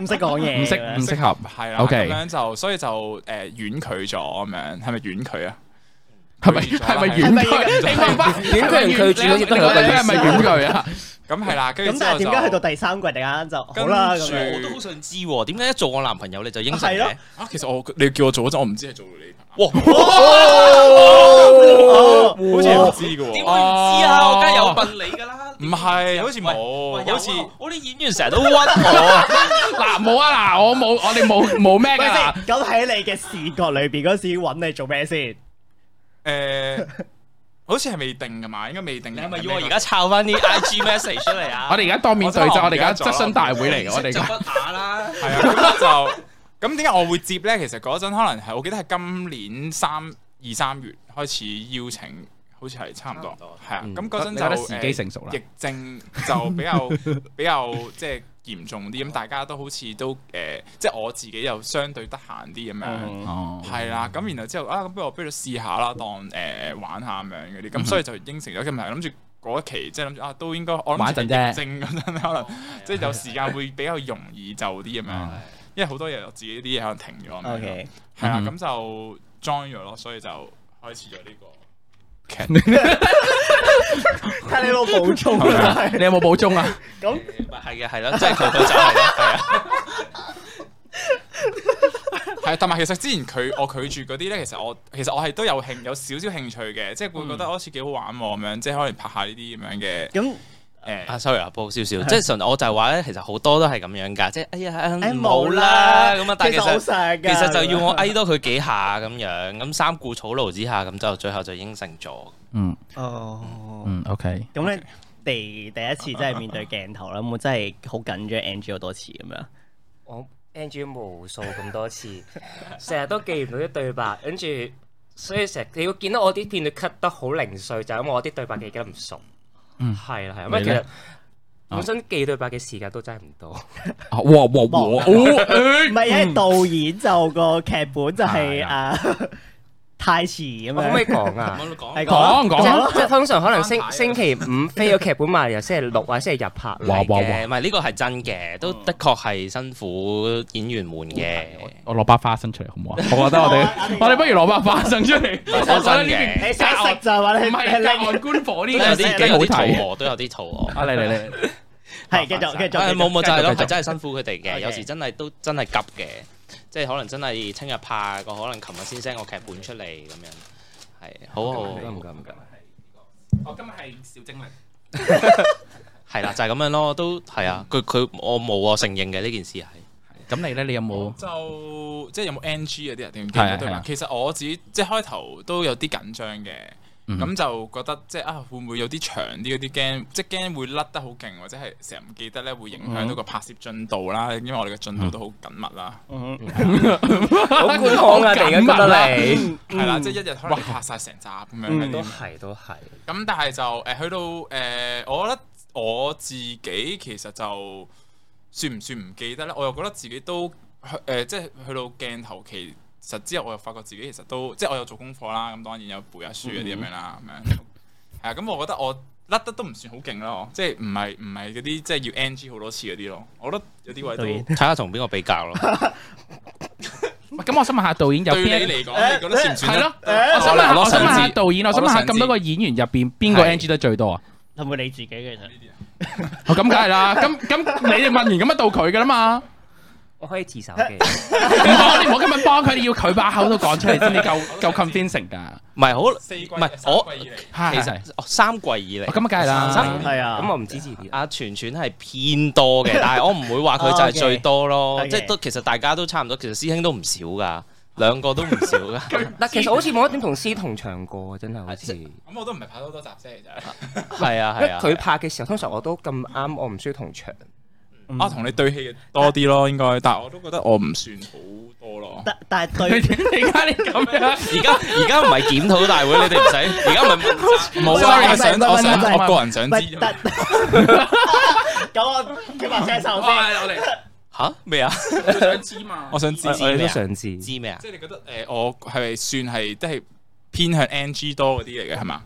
[SPEAKER 1] 唔識講嘢，
[SPEAKER 2] 唔識唔適合
[SPEAKER 4] 係啦，
[SPEAKER 2] OK
[SPEAKER 4] 咁樣就所以就誒婉拒咗咁樣，係咪婉拒啊？
[SPEAKER 2] 係 咪
[SPEAKER 4] 拒絕咗
[SPEAKER 2] 係咪
[SPEAKER 4] 係
[SPEAKER 2] 婉拒？你明白
[SPEAKER 5] 婉拒同拒絕好似都有個意思
[SPEAKER 2] 你係咪婉拒啊？
[SPEAKER 4] 咁係啦，跟住
[SPEAKER 1] 咁
[SPEAKER 4] 之
[SPEAKER 1] 但
[SPEAKER 4] 後
[SPEAKER 1] 係點
[SPEAKER 4] 就
[SPEAKER 1] 解去到第三季突然間就好啦咁樣？
[SPEAKER 3] 我都好想知喎，點解一做我男朋友你就應承
[SPEAKER 1] 係咯
[SPEAKER 3] 嘅？
[SPEAKER 4] 啊，其實我你叫我做嗰陣，我唔知係做你。
[SPEAKER 1] 哦
[SPEAKER 4] 好似唔知嘅
[SPEAKER 3] 點
[SPEAKER 4] 喎，
[SPEAKER 3] 會唔知啊？我梗係有問你㗎啦。
[SPEAKER 4] 唔係，好似
[SPEAKER 3] 喂
[SPEAKER 4] 冇，
[SPEAKER 3] 有
[SPEAKER 4] 好
[SPEAKER 3] 啊
[SPEAKER 4] 似
[SPEAKER 3] 我啲演員成日都屈我啊！
[SPEAKER 2] 嗱冇啊嗱，我冇我哋冇冇咩㗎
[SPEAKER 1] 喂
[SPEAKER 2] 啦。
[SPEAKER 1] 先咁喺你嘅視覺裏邊嗰時揾你做咩先？
[SPEAKER 4] 誒，好似係未定㗎嘛，應該未定。
[SPEAKER 3] 你係咪要我而家抄翻啲 IG message 出嚟啊？
[SPEAKER 2] 我哋而家當面對質，我哋
[SPEAKER 4] 我真係
[SPEAKER 2] 而家
[SPEAKER 4] 唔記得
[SPEAKER 2] 質
[SPEAKER 4] 咗
[SPEAKER 2] 詢大會 嚟嘅，我哋而
[SPEAKER 3] 就
[SPEAKER 2] 家
[SPEAKER 3] 不雅啦。
[SPEAKER 4] 係啊，咁就咁點解我會接咧？其實嗰陣可能係我記得係今年三二三月開始邀請，好似係差唔
[SPEAKER 3] 差唔
[SPEAKER 4] 多
[SPEAKER 3] 多，
[SPEAKER 4] 係啊。
[SPEAKER 5] 嗯
[SPEAKER 4] 咁嗰
[SPEAKER 2] 嗰
[SPEAKER 4] 陣
[SPEAKER 2] 陣覺得
[SPEAKER 4] 就
[SPEAKER 2] 時機
[SPEAKER 4] 誒
[SPEAKER 2] 成熟啦。
[SPEAKER 4] 疫症就比較 比較即係嚴重啲，咁大家都好似都誒，即係我自己又相對得閒啲咁樣。
[SPEAKER 2] 哦，
[SPEAKER 4] 係啦，咁然後之後啊，咁不如我不如試下啦，當誒、呃玩下咁樣嗰
[SPEAKER 2] 嗯
[SPEAKER 4] 啲，咁所以就應承咗，咁係諗住嗰一期即係諗住啊，都應該我
[SPEAKER 2] 玩
[SPEAKER 4] 諗
[SPEAKER 2] 一陣
[SPEAKER 4] 陣
[SPEAKER 2] 啫
[SPEAKER 4] 正嗰 陣可能即係有時間會比較容易就啲咁樣，因為好多嘢我自己啲嘢可能停咗咁樣
[SPEAKER 1] OK，
[SPEAKER 4] 係啦，
[SPEAKER 2] 嗯
[SPEAKER 4] 咁就 join 咗咯，所以就開始咗呢個
[SPEAKER 1] 睇你攞補充啊！
[SPEAKER 2] 你有冇補充啊？
[SPEAKER 1] 咁
[SPEAKER 3] 咪係啊嘅，係咯，即係佢佢就係咯，係啊。
[SPEAKER 4] 係，同埋其實之前佢我拒絕嗰啲咧，其實我其實我係都有興有少少興趣嘅，即係會
[SPEAKER 2] 嗯
[SPEAKER 4] 覺得好似幾好玩喎咁樣，即係可能拍下呢啲咁樣嘅
[SPEAKER 1] 咁
[SPEAKER 4] 誒。
[SPEAKER 3] 啊，sorry 啊，報少少，即係純我就係話咧，其實好多都係咁樣㗎，即係哎呀
[SPEAKER 1] 誒
[SPEAKER 3] 冇啦咁啊，
[SPEAKER 1] 其
[SPEAKER 3] 但係其
[SPEAKER 1] 實好
[SPEAKER 3] 實。
[SPEAKER 1] 想㗎
[SPEAKER 3] 其實就要我哀多佢幾下咁樣，咁三顧草廬之下，咁就最後就應承咗。
[SPEAKER 2] 嗯
[SPEAKER 1] 哦，
[SPEAKER 2] 嗯，OK。
[SPEAKER 1] 咁咧第第一次真係面對鏡頭啦，咁我真係好緊張 NG 好多次咁樣。
[SPEAKER 5] 我 NG 無數咁多次， 成日都記唔到啲對白，跟住所以成日你會見到我啲片段 cut 得好零碎，就係因為我啲對白記得唔熟。係啦係啦，咁
[SPEAKER 2] 你
[SPEAKER 5] 其
[SPEAKER 2] 咧
[SPEAKER 5] 實本身記對白嘅時間都真係唔多，
[SPEAKER 2] 啊哇哇哇！
[SPEAKER 1] 哇
[SPEAKER 2] 哦哎
[SPEAKER 1] 唔係，因為導演就個劇本就
[SPEAKER 2] 係
[SPEAKER 1] 係 誒太遲咁
[SPEAKER 5] 我可唔可以
[SPEAKER 1] 樣。
[SPEAKER 5] 講啊？
[SPEAKER 3] 咁講
[SPEAKER 1] 係講
[SPEAKER 2] 講
[SPEAKER 5] 即
[SPEAKER 2] 講，
[SPEAKER 5] 係即係通常可能星
[SPEAKER 4] 翻牌
[SPEAKER 5] 星期五飛咗劇本埋，由星期六或者星期日拍
[SPEAKER 2] 哇
[SPEAKER 5] 嚟
[SPEAKER 2] 哇
[SPEAKER 5] 嘅。
[SPEAKER 2] 哇
[SPEAKER 3] 誒，唔係呢個係真嘅，都的確係辛苦演員們嘅。
[SPEAKER 2] 我攞把花生出嚟好唔好 啊？我覺得我哋
[SPEAKER 1] 好啊 我哋
[SPEAKER 2] 我哋不如攞把花生出 嚟，我
[SPEAKER 3] 真
[SPEAKER 2] 覺得呢
[SPEAKER 3] 嘅
[SPEAKER 2] 邊
[SPEAKER 1] 你想食就係話 你
[SPEAKER 2] 唔係
[SPEAKER 1] 你
[SPEAKER 2] 隔
[SPEAKER 1] 拎
[SPEAKER 2] 岸觀火呢
[SPEAKER 3] 都有
[SPEAKER 2] 個
[SPEAKER 3] 啲都
[SPEAKER 2] 幾
[SPEAKER 3] 有
[SPEAKER 2] 好
[SPEAKER 3] 啲
[SPEAKER 2] 睇
[SPEAKER 3] 肚
[SPEAKER 2] 啊！
[SPEAKER 3] 餓，都有啲肚餓。
[SPEAKER 2] 啊嚟嚟嚟嚟，
[SPEAKER 1] 係繼續繼續繼
[SPEAKER 3] 啊
[SPEAKER 1] 續。
[SPEAKER 3] 冇冇就係咯，
[SPEAKER 2] 繼續
[SPEAKER 3] 係真係辛苦佢哋嘅，
[SPEAKER 1] OK
[SPEAKER 3] 有時真係都真係急嘅，即係可能真係聽日拍個，可能琴日先 send 個劇本出嚟咁樣，係好好
[SPEAKER 5] 唔該唔該唔該。
[SPEAKER 2] 我今日係小精靈。
[SPEAKER 3] 係啦，就係咁樣咯，都係啊，
[SPEAKER 1] 嗯
[SPEAKER 3] 佢佢我冇我承認嘅呢件事係。
[SPEAKER 2] 咁你咧，你有 冇？
[SPEAKER 4] 就即係有冇 NG 嗰啲人定唔記
[SPEAKER 2] 係啊
[SPEAKER 4] 得對
[SPEAKER 2] 係
[SPEAKER 4] 白
[SPEAKER 2] 啊？
[SPEAKER 4] 其實我自己即係開頭都有啲緊張嘅，咁、
[SPEAKER 2] 嗯
[SPEAKER 4] 就覺得即係啊，會唔會有啲長啲嗰啲驚，即係驚會甩得好勁，或者係成日唔記得咧，會影響到
[SPEAKER 2] 嗯
[SPEAKER 4] 個拍攝進度啦。因為我哋嘅進度都好緊密啦，
[SPEAKER 1] 嗯
[SPEAKER 5] 好官腔啊！突然間覺得你
[SPEAKER 1] 嗯
[SPEAKER 4] 係啦、即係一日可能拍晒成集咁樣嗰
[SPEAKER 1] 嗯
[SPEAKER 4] 啲
[SPEAKER 5] 都係都係，
[SPEAKER 4] 咁但係就誒、呃去到誒、呃我覺得我自己其實就算唔算唔記得咧？我又覺得自己都誒、呃即係去到鏡頭其實之後，我又發覺自己其實都即係我有做功課啦。咁當然有背下書啊嗰啲咁樣啦，咁樣係啊。咁我覺得我甩得都唔算好勁咯，即係唔係唔係嗰啲即係要 NG 好多次嗰啲咯。我覺得有啲位都
[SPEAKER 1] 導演
[SPEAKER 3] 睇下同邊個比較咯，
[SPEAKER 2] 喂咁我想問下導演有
[SPEAKER 4] 對
[SPEAKER 2] 邊
[SPEAKER 4] 你
[SPEAKER 2] 一？
[SPEAKER 4] 嚟講，你覺得算唔算
[SPEAKER 2] 係
[SPEAKER 4] 咧
[SPEAKER 2] 咯，？我想問
[SPEAKER 4] 我
[SPEAKER 2] 下，
[SPEAKER 4] 攞
[SPEAKER 2] 我想問
[SPEAKER 4] 手
[SPEAKER 2] 下
[SPEAKER 4] 指
[SPEAKER 2] 導演，我想問
[SPEAKER 4] 我
[SPEAKER 2] 下
[SPEAKER 4] 攞手指
[SPEAKER 2] 咁多個演員入邊，邊個
[SPEAKER 3] 係
[SPEAKER 2] NG 得最多啊？
[SPEAKER 1] 係咪你自己嘅啫？
[SPEAKER 2] 哦咁梗係啦，咁咁你哋問完咁樣到佢噶啦嘛？
[SPEAKER 5] 我可以自首嘅。
[SPEAKER 2] 唔好，你唔好咁樣幫佢，你要佢把口都講出嚟先，你夠夠 convincing 㗎。
[SPEAKER 3] 唔係 好
[SPEAKER 4] 四季
[SPEAKER 3] 唔係我
[SPEAKER 4] 三季以嚟
[SPEAKER 2] 係
[SPEAKER 3] 其實哦三季以
[SPEAKER 2] 哦咁。
[SPEAKER 3] 嚟
[SPEAKER 2] 啊，梗係啦。
[SPEAKER 1] 係啊。
[SPEAKER 5] 咁我唔支持啲。
[SPEAKER 3] 阿全全係偏 多嘅，但係我唔會話佢就係最多咯，
[SPEAKER 1] 哦 OK
[SPEAKER 3] 即係都其實大家都差唔多，其實師兄都唔少噶，兩個都唔少 噶。
[SPEAKER 5] 嗱，其實我好似冇一點同司同唱過，真係好似。因
[SPEAKER 4] 咁我都唔係拍咗好多集啫，其實。
[SPEAKER 3] 係啊
[SPEAKER 5] 為
[SPEAKER 3] 係啊，
[SPEAKER 5] 佢拍嘅時候，通常我都咁啱，我唔需要同場。
[SPEAKER 4] 啊，同你對戲嘅多啲咯，應該，但係我都覺得我唔算好多咯。
[SPEAKER 1] 但但 係
[SPEAKER 2] 你
[SPEAKER 1] 對
[SPEAKER 2] 點解你咁樣？
[SPEAKER 3] 而家而家唔係檢討大會，你哋唔使，而家唔 係
[SPEAKER 4] 冇
[SPEAKER 1] 喂喂
[SPEAKER 4] 啊，我想
[SPEAKER 1] 喂喂
[SPEAKER 4] 我想
[SPEAKER 1] 喂
[SPEAKER 4] 我個人想
[SPEAKER 1] 喂
[SPEAKER 4] 知。
[SPEAKER 1] 但咁我叫埋聲手先。
[SPEAKER 2] 我哋
[SPEAKER 3] 吓咩啊？
[SPEAKER 2] 想知嘛
[SPEAKER 4] 我想知
[SPEAKER 5] 我
[SPEAKER 3] 咩啊
[SPEAKER 5] 哋都想知。
[SPEAKER 3] 知咩啊？
[SPEAKER 4] 即係你覺得誒，我係咪算係都係偏向 NG 多嗰啲嚟嘅係嘛？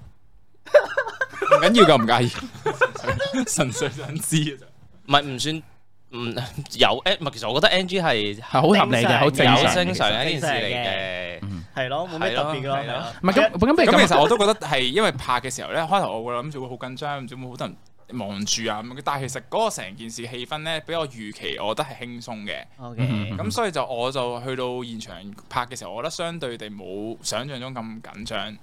[SPEAKER 4] 唔緊要㗎，唔介意，純粹想知嘅啫。
[SPEAKER 3] 唔係唔算唔有 N，唔係其實我覺得 NG 係
[SPEAKER 2] 係好合理嘅，好正
[SPEAKER 1] 常
[SPEAKER 3] 有
[SPEAKER 2] 常。
[SPEAKER 3] 正常嘅一件事
[SPEAKER 1] 正
[SPEAKER 3] 嚟
[SPEAKER 2] 嗯
[SPEAKER 3] 嘅。
[SPEAKER 1] 係咯，冇咩特別咯。
[SPEAKER 3] 係咯係咯
[SPEAKER 2] 唔係咁，咁不如
[SPEAKER 4] 咁
[SPEAKER 2] 咁啊
[SPEAKER 4] 其實我都覺得係因為拍嘅時候咧，開頭我會諗住會好緊張，唔知會好多人望住啊咁。但係其實嗰個成件事氣氛咧，比我預期，我覺得係輕鬆嘅。
[SPEAKER 1] O
[SPEAKER 2] 嗯
[SPEAKER 1] K，
[SPEAKER 4] 咁所以就我就去到現場拍嘅時候，我覺得相對地冇想象中咁緊
[SPEAKER 2] 嗯
[SPEAKER 4] 張。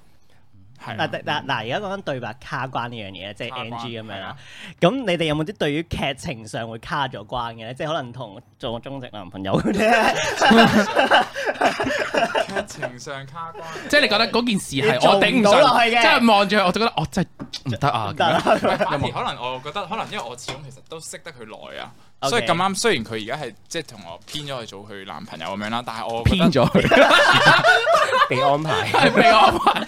[SPEAKER 4] 係
[SPEAKER 1] 嗱
[SPEAKER 4] 啊
[SPEAKER 1] 嗱嗱嗱，而家講緊對白卡關呢樣嘢，即係
[SPEAKER 4] 卡關
[SPEAKER 1] NG 咁樣
[SPEAKER 4] 係
[SPEAKER 1] 啦
[SPEAKER 4] 啊。
[SPEAKER 1] 咁你哋有冇啲對於劇情上會卡咗關嘅咧？即係可能同做中直男朋友 嗰啲咧，
[SPEAKER 4] 劇情上卡關，
[SPEAKER 2] 即係你覺得嗰件事
[SPEAKER 1] 你
[SPEAKER 2] 係
[SPEAKER 1] 做唔
[SPEAKER 2] 我頂唔
[SPEAKER 1] 到落去
[SPEAKER 2] 順，
[SPEAKER 1] 嘅
[SPEAKER 2] 即係望住佢，我就覺得我真係唔得啊！
[SPEAKER 1] 得啦。
[SPEAKER 4] 反而可能我覺得可能因為我始終其實都識得佢耐啊，
[SPEAKER 1] OK
[SPEAKER 4] 所以咁啱雖然佢而家係即係同我編咗去做佢男朋友咁樣啦，但係我覺
[SPEAKER 2] 偏
[SPEAKER 4] 得
[SPEAKER 2] 咗佢。
[SPEAKER 5] 被安排。
[SPEAKER 2] 係俾我問，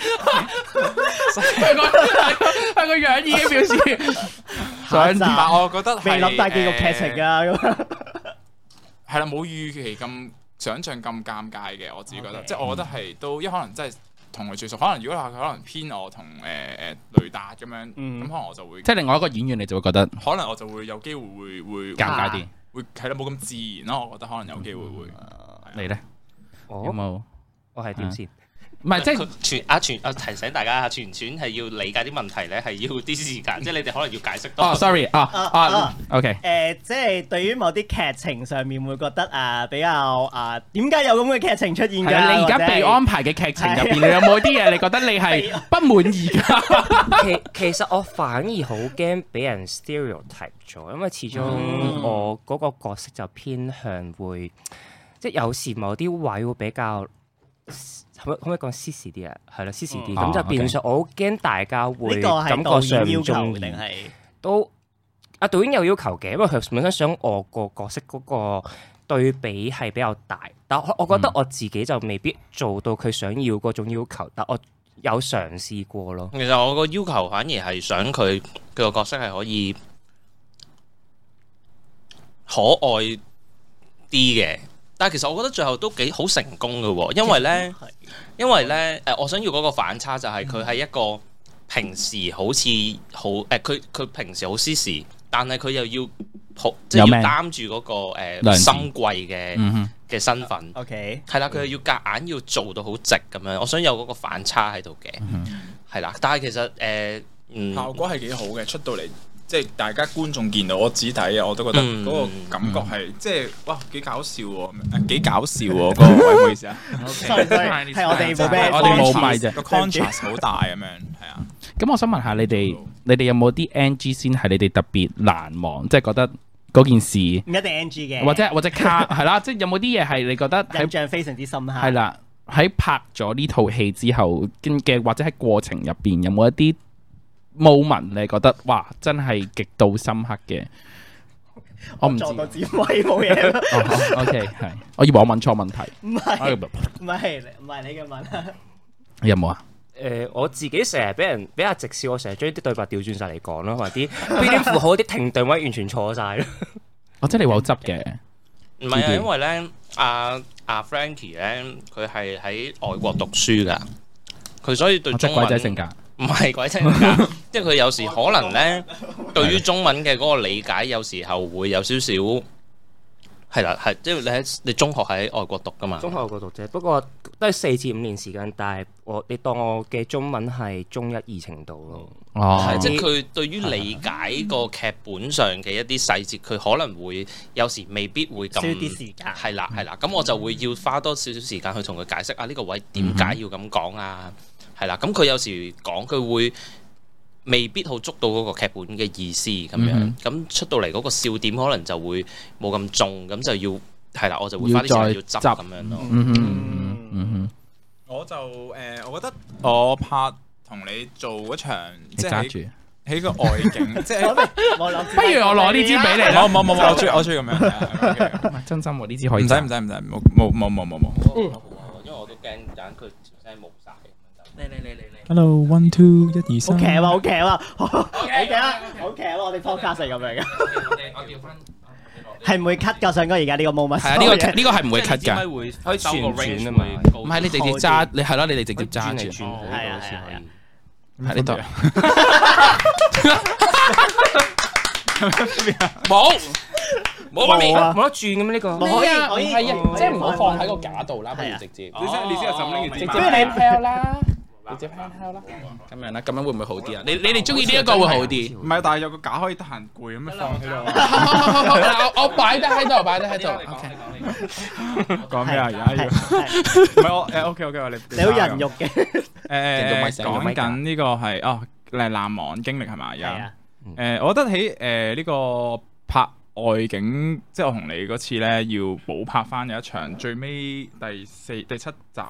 [SPEAKER 2] 佢個佢個樣已經表示
[SPEAKER 1] 下一集
[SPEAKER 4] 但係我覺得係
[SPEAKER 1] 未諗大結局劇情，
[SPEAKER 4] 誒
[SPEAKER 1] 啊咁樣。
[SPEAKER 4] 係啦，冇預期咁想像咁尷尬嘅，我自己覺得，
[SPEAKER 1] OK
[SPEAKER 4] 即係我覺得係都因為可能真係。同佢最熟，可能如果話佢可能編我同誒誒雷達咁樣，咁、
[SPEAKER 1] 嗯
[SPEAKER 4] 可能我就會
[SPEAKER 2] 即係另外一個演員，你就會覺得
[SPEAKER 4] 可能我就會有機會會會
[SPEAKER 2] 尷尬啲。
[SPEAKER 4] 會係啦，冇咁自然咯。我覺得可能有機會會。
[SPEAKER 2] 你咧有
[SPEAKER 5] 我
[SPEAKER 2] 冇？
[SPEAKER 5] 哦我係點先？
[SPEAKER 3] 嗯
[SPEAKER 2] 唔係即係
[SPEAKER 3] 佢全阿全啊提醒大家啊，全全係要理解啲問題咧，係要啲時間，即係你哋可能要解釋
[SPEAKER 2] 哦
[SPEAKER 3] 多。
[SPEAKER 2] ，sorry 啊
[SPEAKER 1] 啊
[SPEAKER 2] 啊
[SPEAKER 1] 啊
[SPEAKER 2] ，OK，
[SPEAKER 1] 誒、即係對於某啲劇情上面會覺得啊、比較啊，點、解有咁嘅劇情出現
[SPEAKER 2] 係
[SPEAKER 1] 㗎
[SPEAKER 2] 啦，
[SPEAKER 1] 啊？
[SPEAKER 2] 你而家
[SPEAKER 1] 或者係
[SPEAKER 2] 被安排嘅劇情入邊，
[SPEAKER 1] 係
[SPEAKER 2] 你有冇啲嘢你覺得你係不滿意㗎？
[SPEAKER 5] 其其實我反而好驚俾人 stereotype 咗，因為始終
[SPEAKER 3] 嗯
[SPEAKER 5] 我嗰個角色就偏向會，即係有時某啲位會比較，可唔可可唔可以講 s i s 啲啊？係啦 s i s 啲，
[SPEAKER 1] 嗯
[SPEAKER 5] 咁
[SPEAKER 2] 哦
[SPEAKER 5] 就
[SPEAKER 2] OK
[SPEAKER 5] 變相我好驚大家會
[SPEAKER 1] 呢個係
[SPEAKER 5] 感覺
[SPEAKER 1] 導
[SPEAKER 5] 上
[SPEAKER 1] 演要
[SPEAKER 5] 唔
[SPEAKER 1] 求
[SPEAKER 5] 中
[SPEAKER 1] 定
[SPEAKER 5] 意。
[SPEAKER 1] 係
[SPEAKER 5] 都阿導演有要求嘅，因為佢本身想我個角色嗰個對比嗯係比較大，但我我覺得我自己就未必做到佢想要嗰種要求，但我有嘗試過咯。
[SPEAKER 3] 其實我個要求反而係想佢佢個角色係可以可愛啲嘅，但係其實我覺得最後都幾好成功嘅喎，因為呢，
[SPEAKER 1] 係
[SPEAKER 3] 因為呢，誒、我想要嗰個反差就係佢係一個平時好似好誒，佢、佢平時好私事，但係佢又要好即係
[SPEAKER 2] 有命
[SPEAKER 3] 要擔住嗰個誒、
[SPEAKER 2] 良知
[SPEAKER 3] 深貴嘅
[SPEAKER 2] 嗯哼
[SPEAKER 3] 嘅身份。
[SPEAKER 1] ，OK，
[SPEAKER 3] 係啦，佢又要夾硬要做到好直咁樣，我想有嗰個反差喺度嘅，
[SPEAKER 2] 嗯
[SPEAKER 3] 係啦、但係其實誒、呃嗯，
[SPEAKER 4] 效果係幾好嘅，出到嚟即係大家觀眾見到我只睇啊，我都覺得
[SPEAKER 3] 嗯
[SPEAKER 4] 嗰個感覺係即係哇幾搞笑喎，誒幾搞笑喎嗰 個位，唔好意思啊，
[SPEAKER 1] sorry sorry，係我哋冇咩，
[SPEAKER 2] 我哋冇
[SPEAKER 1] 咪
[SPEAKER 2] 咪啫
[SPEAKER 4] 個 contrast 好大咁樣，係啊，
[SPEAKER 2] 咁我想問下你哋，你哋有冇啲 NG 先係你哋特別難忘，即係覺得嗰件事
[SPEAKER 1] 唔一定 NG 嘅，
[SPEAKER 2] 或者或者卡係啦，即係有冇啲嘢係你覺得
[SPEAKER 1] 印
[SPEAKER 2] 喺
[SPEAKER 1] 象非常之深刻。
[SPEAKER 2] 係啦喺拍咗呢套戲之後跟嘅，或者喺過程入邊有冇一啲 moment 你覺得哇真係極度深刻嘅？我唔知。
[SPEAKER 1] 撞到紫薇冇嘢啦，
[SPEAKER 2] O K 係，我以為我問錯問題，
[SPEAKER 1] 唔係
[SPEAKER 2] 哎
[SPEAKER 1] 唔係唔係你嘅問，
[SPEAKER 2] 有冇啊？
[SPEAKER 5] 誒、我自己成日俾人俾阿直笑，我成日將啲對白調轉晒嚟講咯，或者啲標點符號啲停頓位完全錯晒咯。
[SPEAKER 2] 我即係你話我執嘅，
[SPEAKER 3] 唔係啊，
[SPEAKER 2] 呢啲
[SPEAKER 3] 因為咧，阿阿 Frankie 咧，佢係喺外國讀書噶，佢所以對
[SPEAKER 2] 我哦即
[SPEAKER 3] 中
[SPEAKER 2] 係鬼
[SPEAKER 3] 文
[SPEAKER 2] 仔性格。
[SPEAKER 3] 唔係鬼仔性格， 即係佢有時可能咧，對於中文嘅嗰個理解，有時候會有少少係啦，係即係你喺你中學喺外國讀噶嘛，
[SPEAKER 5] 中學嗰度啫，不過都係四至五年時間，但係我你當我嘅中文係中一二程度咯。
[SPEAKER 2] 哦
[SPEAKER 3] 係，即係佢對於理解個劇本上嘅一啲細節，佢可能會有時未必會咁
[SPEAKER 1] 需要啲時間
[SPEAKER 3] 係啦係啦，咁我就會要花多少少時間去同佢解釋啊呢個位點解要咁講啊，係啦，咁佢有時講佢會未必好捉到嗰個劇本嘅意思咁樣
[SPEAKER 2] 嗯，
[SPEAKER 3] 咁出到嚟嗰個笑點可能就會冇咁重，咁就要係啦，我就會
[SPEAKER 2] 要
[SPEAKER 3] 花啲時間
[SPEAKER 2] 再
[SPEAKER 3] 要執
[SPEAKER 2] 執
[SPEAKER 3] 咁樣咯。
[SPEAKER 2] 嗯哼嗯哼嗯
[SPEAKER 4] 我就誒、我覺得我拍同你做嗰場，
[SPEAKER 2] 哼，
[SPEAKER 4] 即
[SPEAKER 2] 揸住
[SPEAKER 4] 係。喺個外景，即 係
[SPEAKER 1] 我諗
[SPEAKER 2] 不如我攞呢支俾你啦
[SPEAKER 4] 冇冇冇冇，我中意我中意咁樣係，OK，
[SPEAKER 2] 唔係真心喎，呢支可
[SPEAKER 4] 唔
[SPEAKER 2] 以
[SPEAKER 4] 使
[SPEAKER 2] 揸。
[SPEAKER 4] 唔使唔使，冇冇冇冇冇冇。
[SPEAKER 3] 因為我都驚揀佢條聲冇晒。
[SPEAKER 4] Hello one two 一二
[SPEAKER 1] 好劇 啊，好劇啊，好劇啊，好劇啊！我哋 podcast 係咁樣嘅， 係唔會 cut 噶。上哥而家呢個 moment，
[SPEAKER 2] 係啊，呢個呢個係唔會 cut
[SPEAKER 3] 㗎，
[SPEAKER 2] 㗎。
[SPEAKER 3] 會
[SPEAKER 5] 可以
[SPEAKER 3] 收個
[SPEAKER 5] 旋轉啊
[SPEAKER 3] range
[SPEAKER 5] 嘛
[SPEAKER 3] 會高
[SPEAKER 2] 唔係你直接揸，你係咯，你哋直接揸
[SPEAKER 5] 轉嚟
[SPEAKER 2] 住。
[SPEAKER 5] 轉去
[SPEAKER 1] 係啊
[SPEAKER 5] 嗰度先
[SPEAKER 1] 係啊
[SPEAKER 5] 可
[SPEAKER 1] 係啊
[SPEAKER 5] 以。
[SPEAKER 2] 喺呢度。
[SPEAKER 4] 哦
[SPEAKER 3] 冇冇畫面
[SPEAKER 1] 冇啊
[SPEAKER 5] 冇得轉嘅咩呢個？
[SPEAKER 1] 冇可以可以
[SPEAKER 2] 係
[SPEAKER 1] 可以
[SPEAKER 2] 啊，即係唔好放喺個架度啦，不
[SPEAKER 1] 係
[SPEAKER 2] 如
[SPEAKER 1] 啊
[SPEAKER 2] 直接
[SPEAKER 4] 你哦先你先就拎
[SPEAKER 2] 直
[SPEAKER 4] 完
[SPEAKER 2] 接
[SPEAKER 4] 支
[SPEAKER 2] PayPal 啦，直接 PayPal 啦，咁樣啦，咁樣會唔會好啲啊？你你哋中意呢一個會好啲。
[SPEAKER 4] 唔係，但係有個架可以得閒攰咁樣放喺
[SPEAKER 2] 好好好好嗱我我擺得喺度，擺得喺度。OK，
[SPEAKER 4] 度。講咩啊？而家要
[SPEAKER 1] 係係
[SPEAKER 4] 唔係我誒？OK OK，我你
[SPEAKER 1] 你好人肉嘅，
[SPEAKER 4] 誒講緊呢個係哦，誒難忘經歷係咪？而
[SPEAKER 1] 係
[SPEAKER 4] 家
[SPEAKER 1] 啊，
[SPEAKER 4] 誒，我覺得喺誒呢個拍外景，即係我同你嗰次咧，要補拍翻有一場最尾第四、第七集，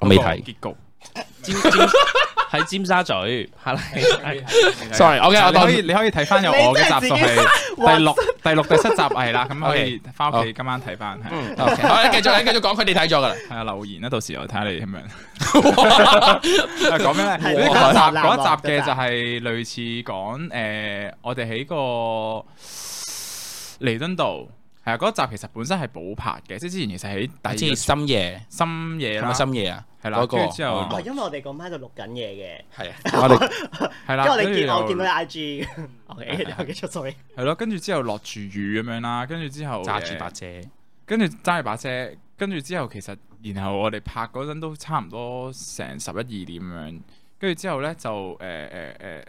[SPEAKER 2] 我未睇
[SPEAKER 4] 結 局。
[SPEAKER 3] 尖尖喺尖沙咀，係啦，
[SPEAKER 2] Sorry，OK，我
[SPEAKER 4] 你
[SPEAKER 2] 當
[SPEAKER 4] 可以你可以睇翻有我嘅集數係第六、第六、第七集係啦，咁可以翻屋企今晚睇翻，係
[SPEAKER 2] OK，好，你繼續，你繼續講，佢哋睇咗㗎啦。
[SPEAKER 4] 係啊留言啦，到時我睇下你咁樣。啊講咩咧？
[SPEAKER 1] 係
[SPEAKER 4] 嗰一集
[SPEAKER 1] 哇
[SPEAKER 4] 嗰一集嘅就係類似講誒，我哋喺個彌敦道係啊，嗰一集其實本身係補拍嘅，即係之前其實喺
[SPEAKER 2] 即
[SPEAKER 4] 第二
[SPEAKER 2] 係深夜，
[SPEAKER 4] 深夜
[SPEAKER 2] 係
[SPEAKER 4] 啦
[SPEAKER 2] 咪，深夜啊？
[SPEAKER 4] 係啦
[SPEAKER 2] 嗰個
[SPEAKER 4] 跟住之後
[SPEAKER 1] 哦
[SPEAKER 2] 哦
[SPEAKER 1] 因為我哋嗰晚喺度錄緊嘢嘅，
[SPEAKER 2] 係啊。
[SPEAKER 4] 我哋係啦，
[SPEAKER 1] 因為
[SPEAKER 4] 跟
[SPEAKER 1] 你
[SPEAKER 4] 住
[SPEAKER 1] 見我
[SPEAKER 4] 又
[SPEAKER 1] 見到 I G，OK，有幾出 sorry，
[SPEAKER 4] 係咯，跟住之後落住雨咁樣啦，跟住之後呃
[SPEAKER 2] 揸住
[SPEAKER 4] 誒
[SPEAKER 2] 把遮，係
[SPEAKER 4] 跟住揸住把遮，跟住之後其實，然後我哋拍嗰陣都差唔多成十一二點咁樣，跟住之後咧就誒誒誒，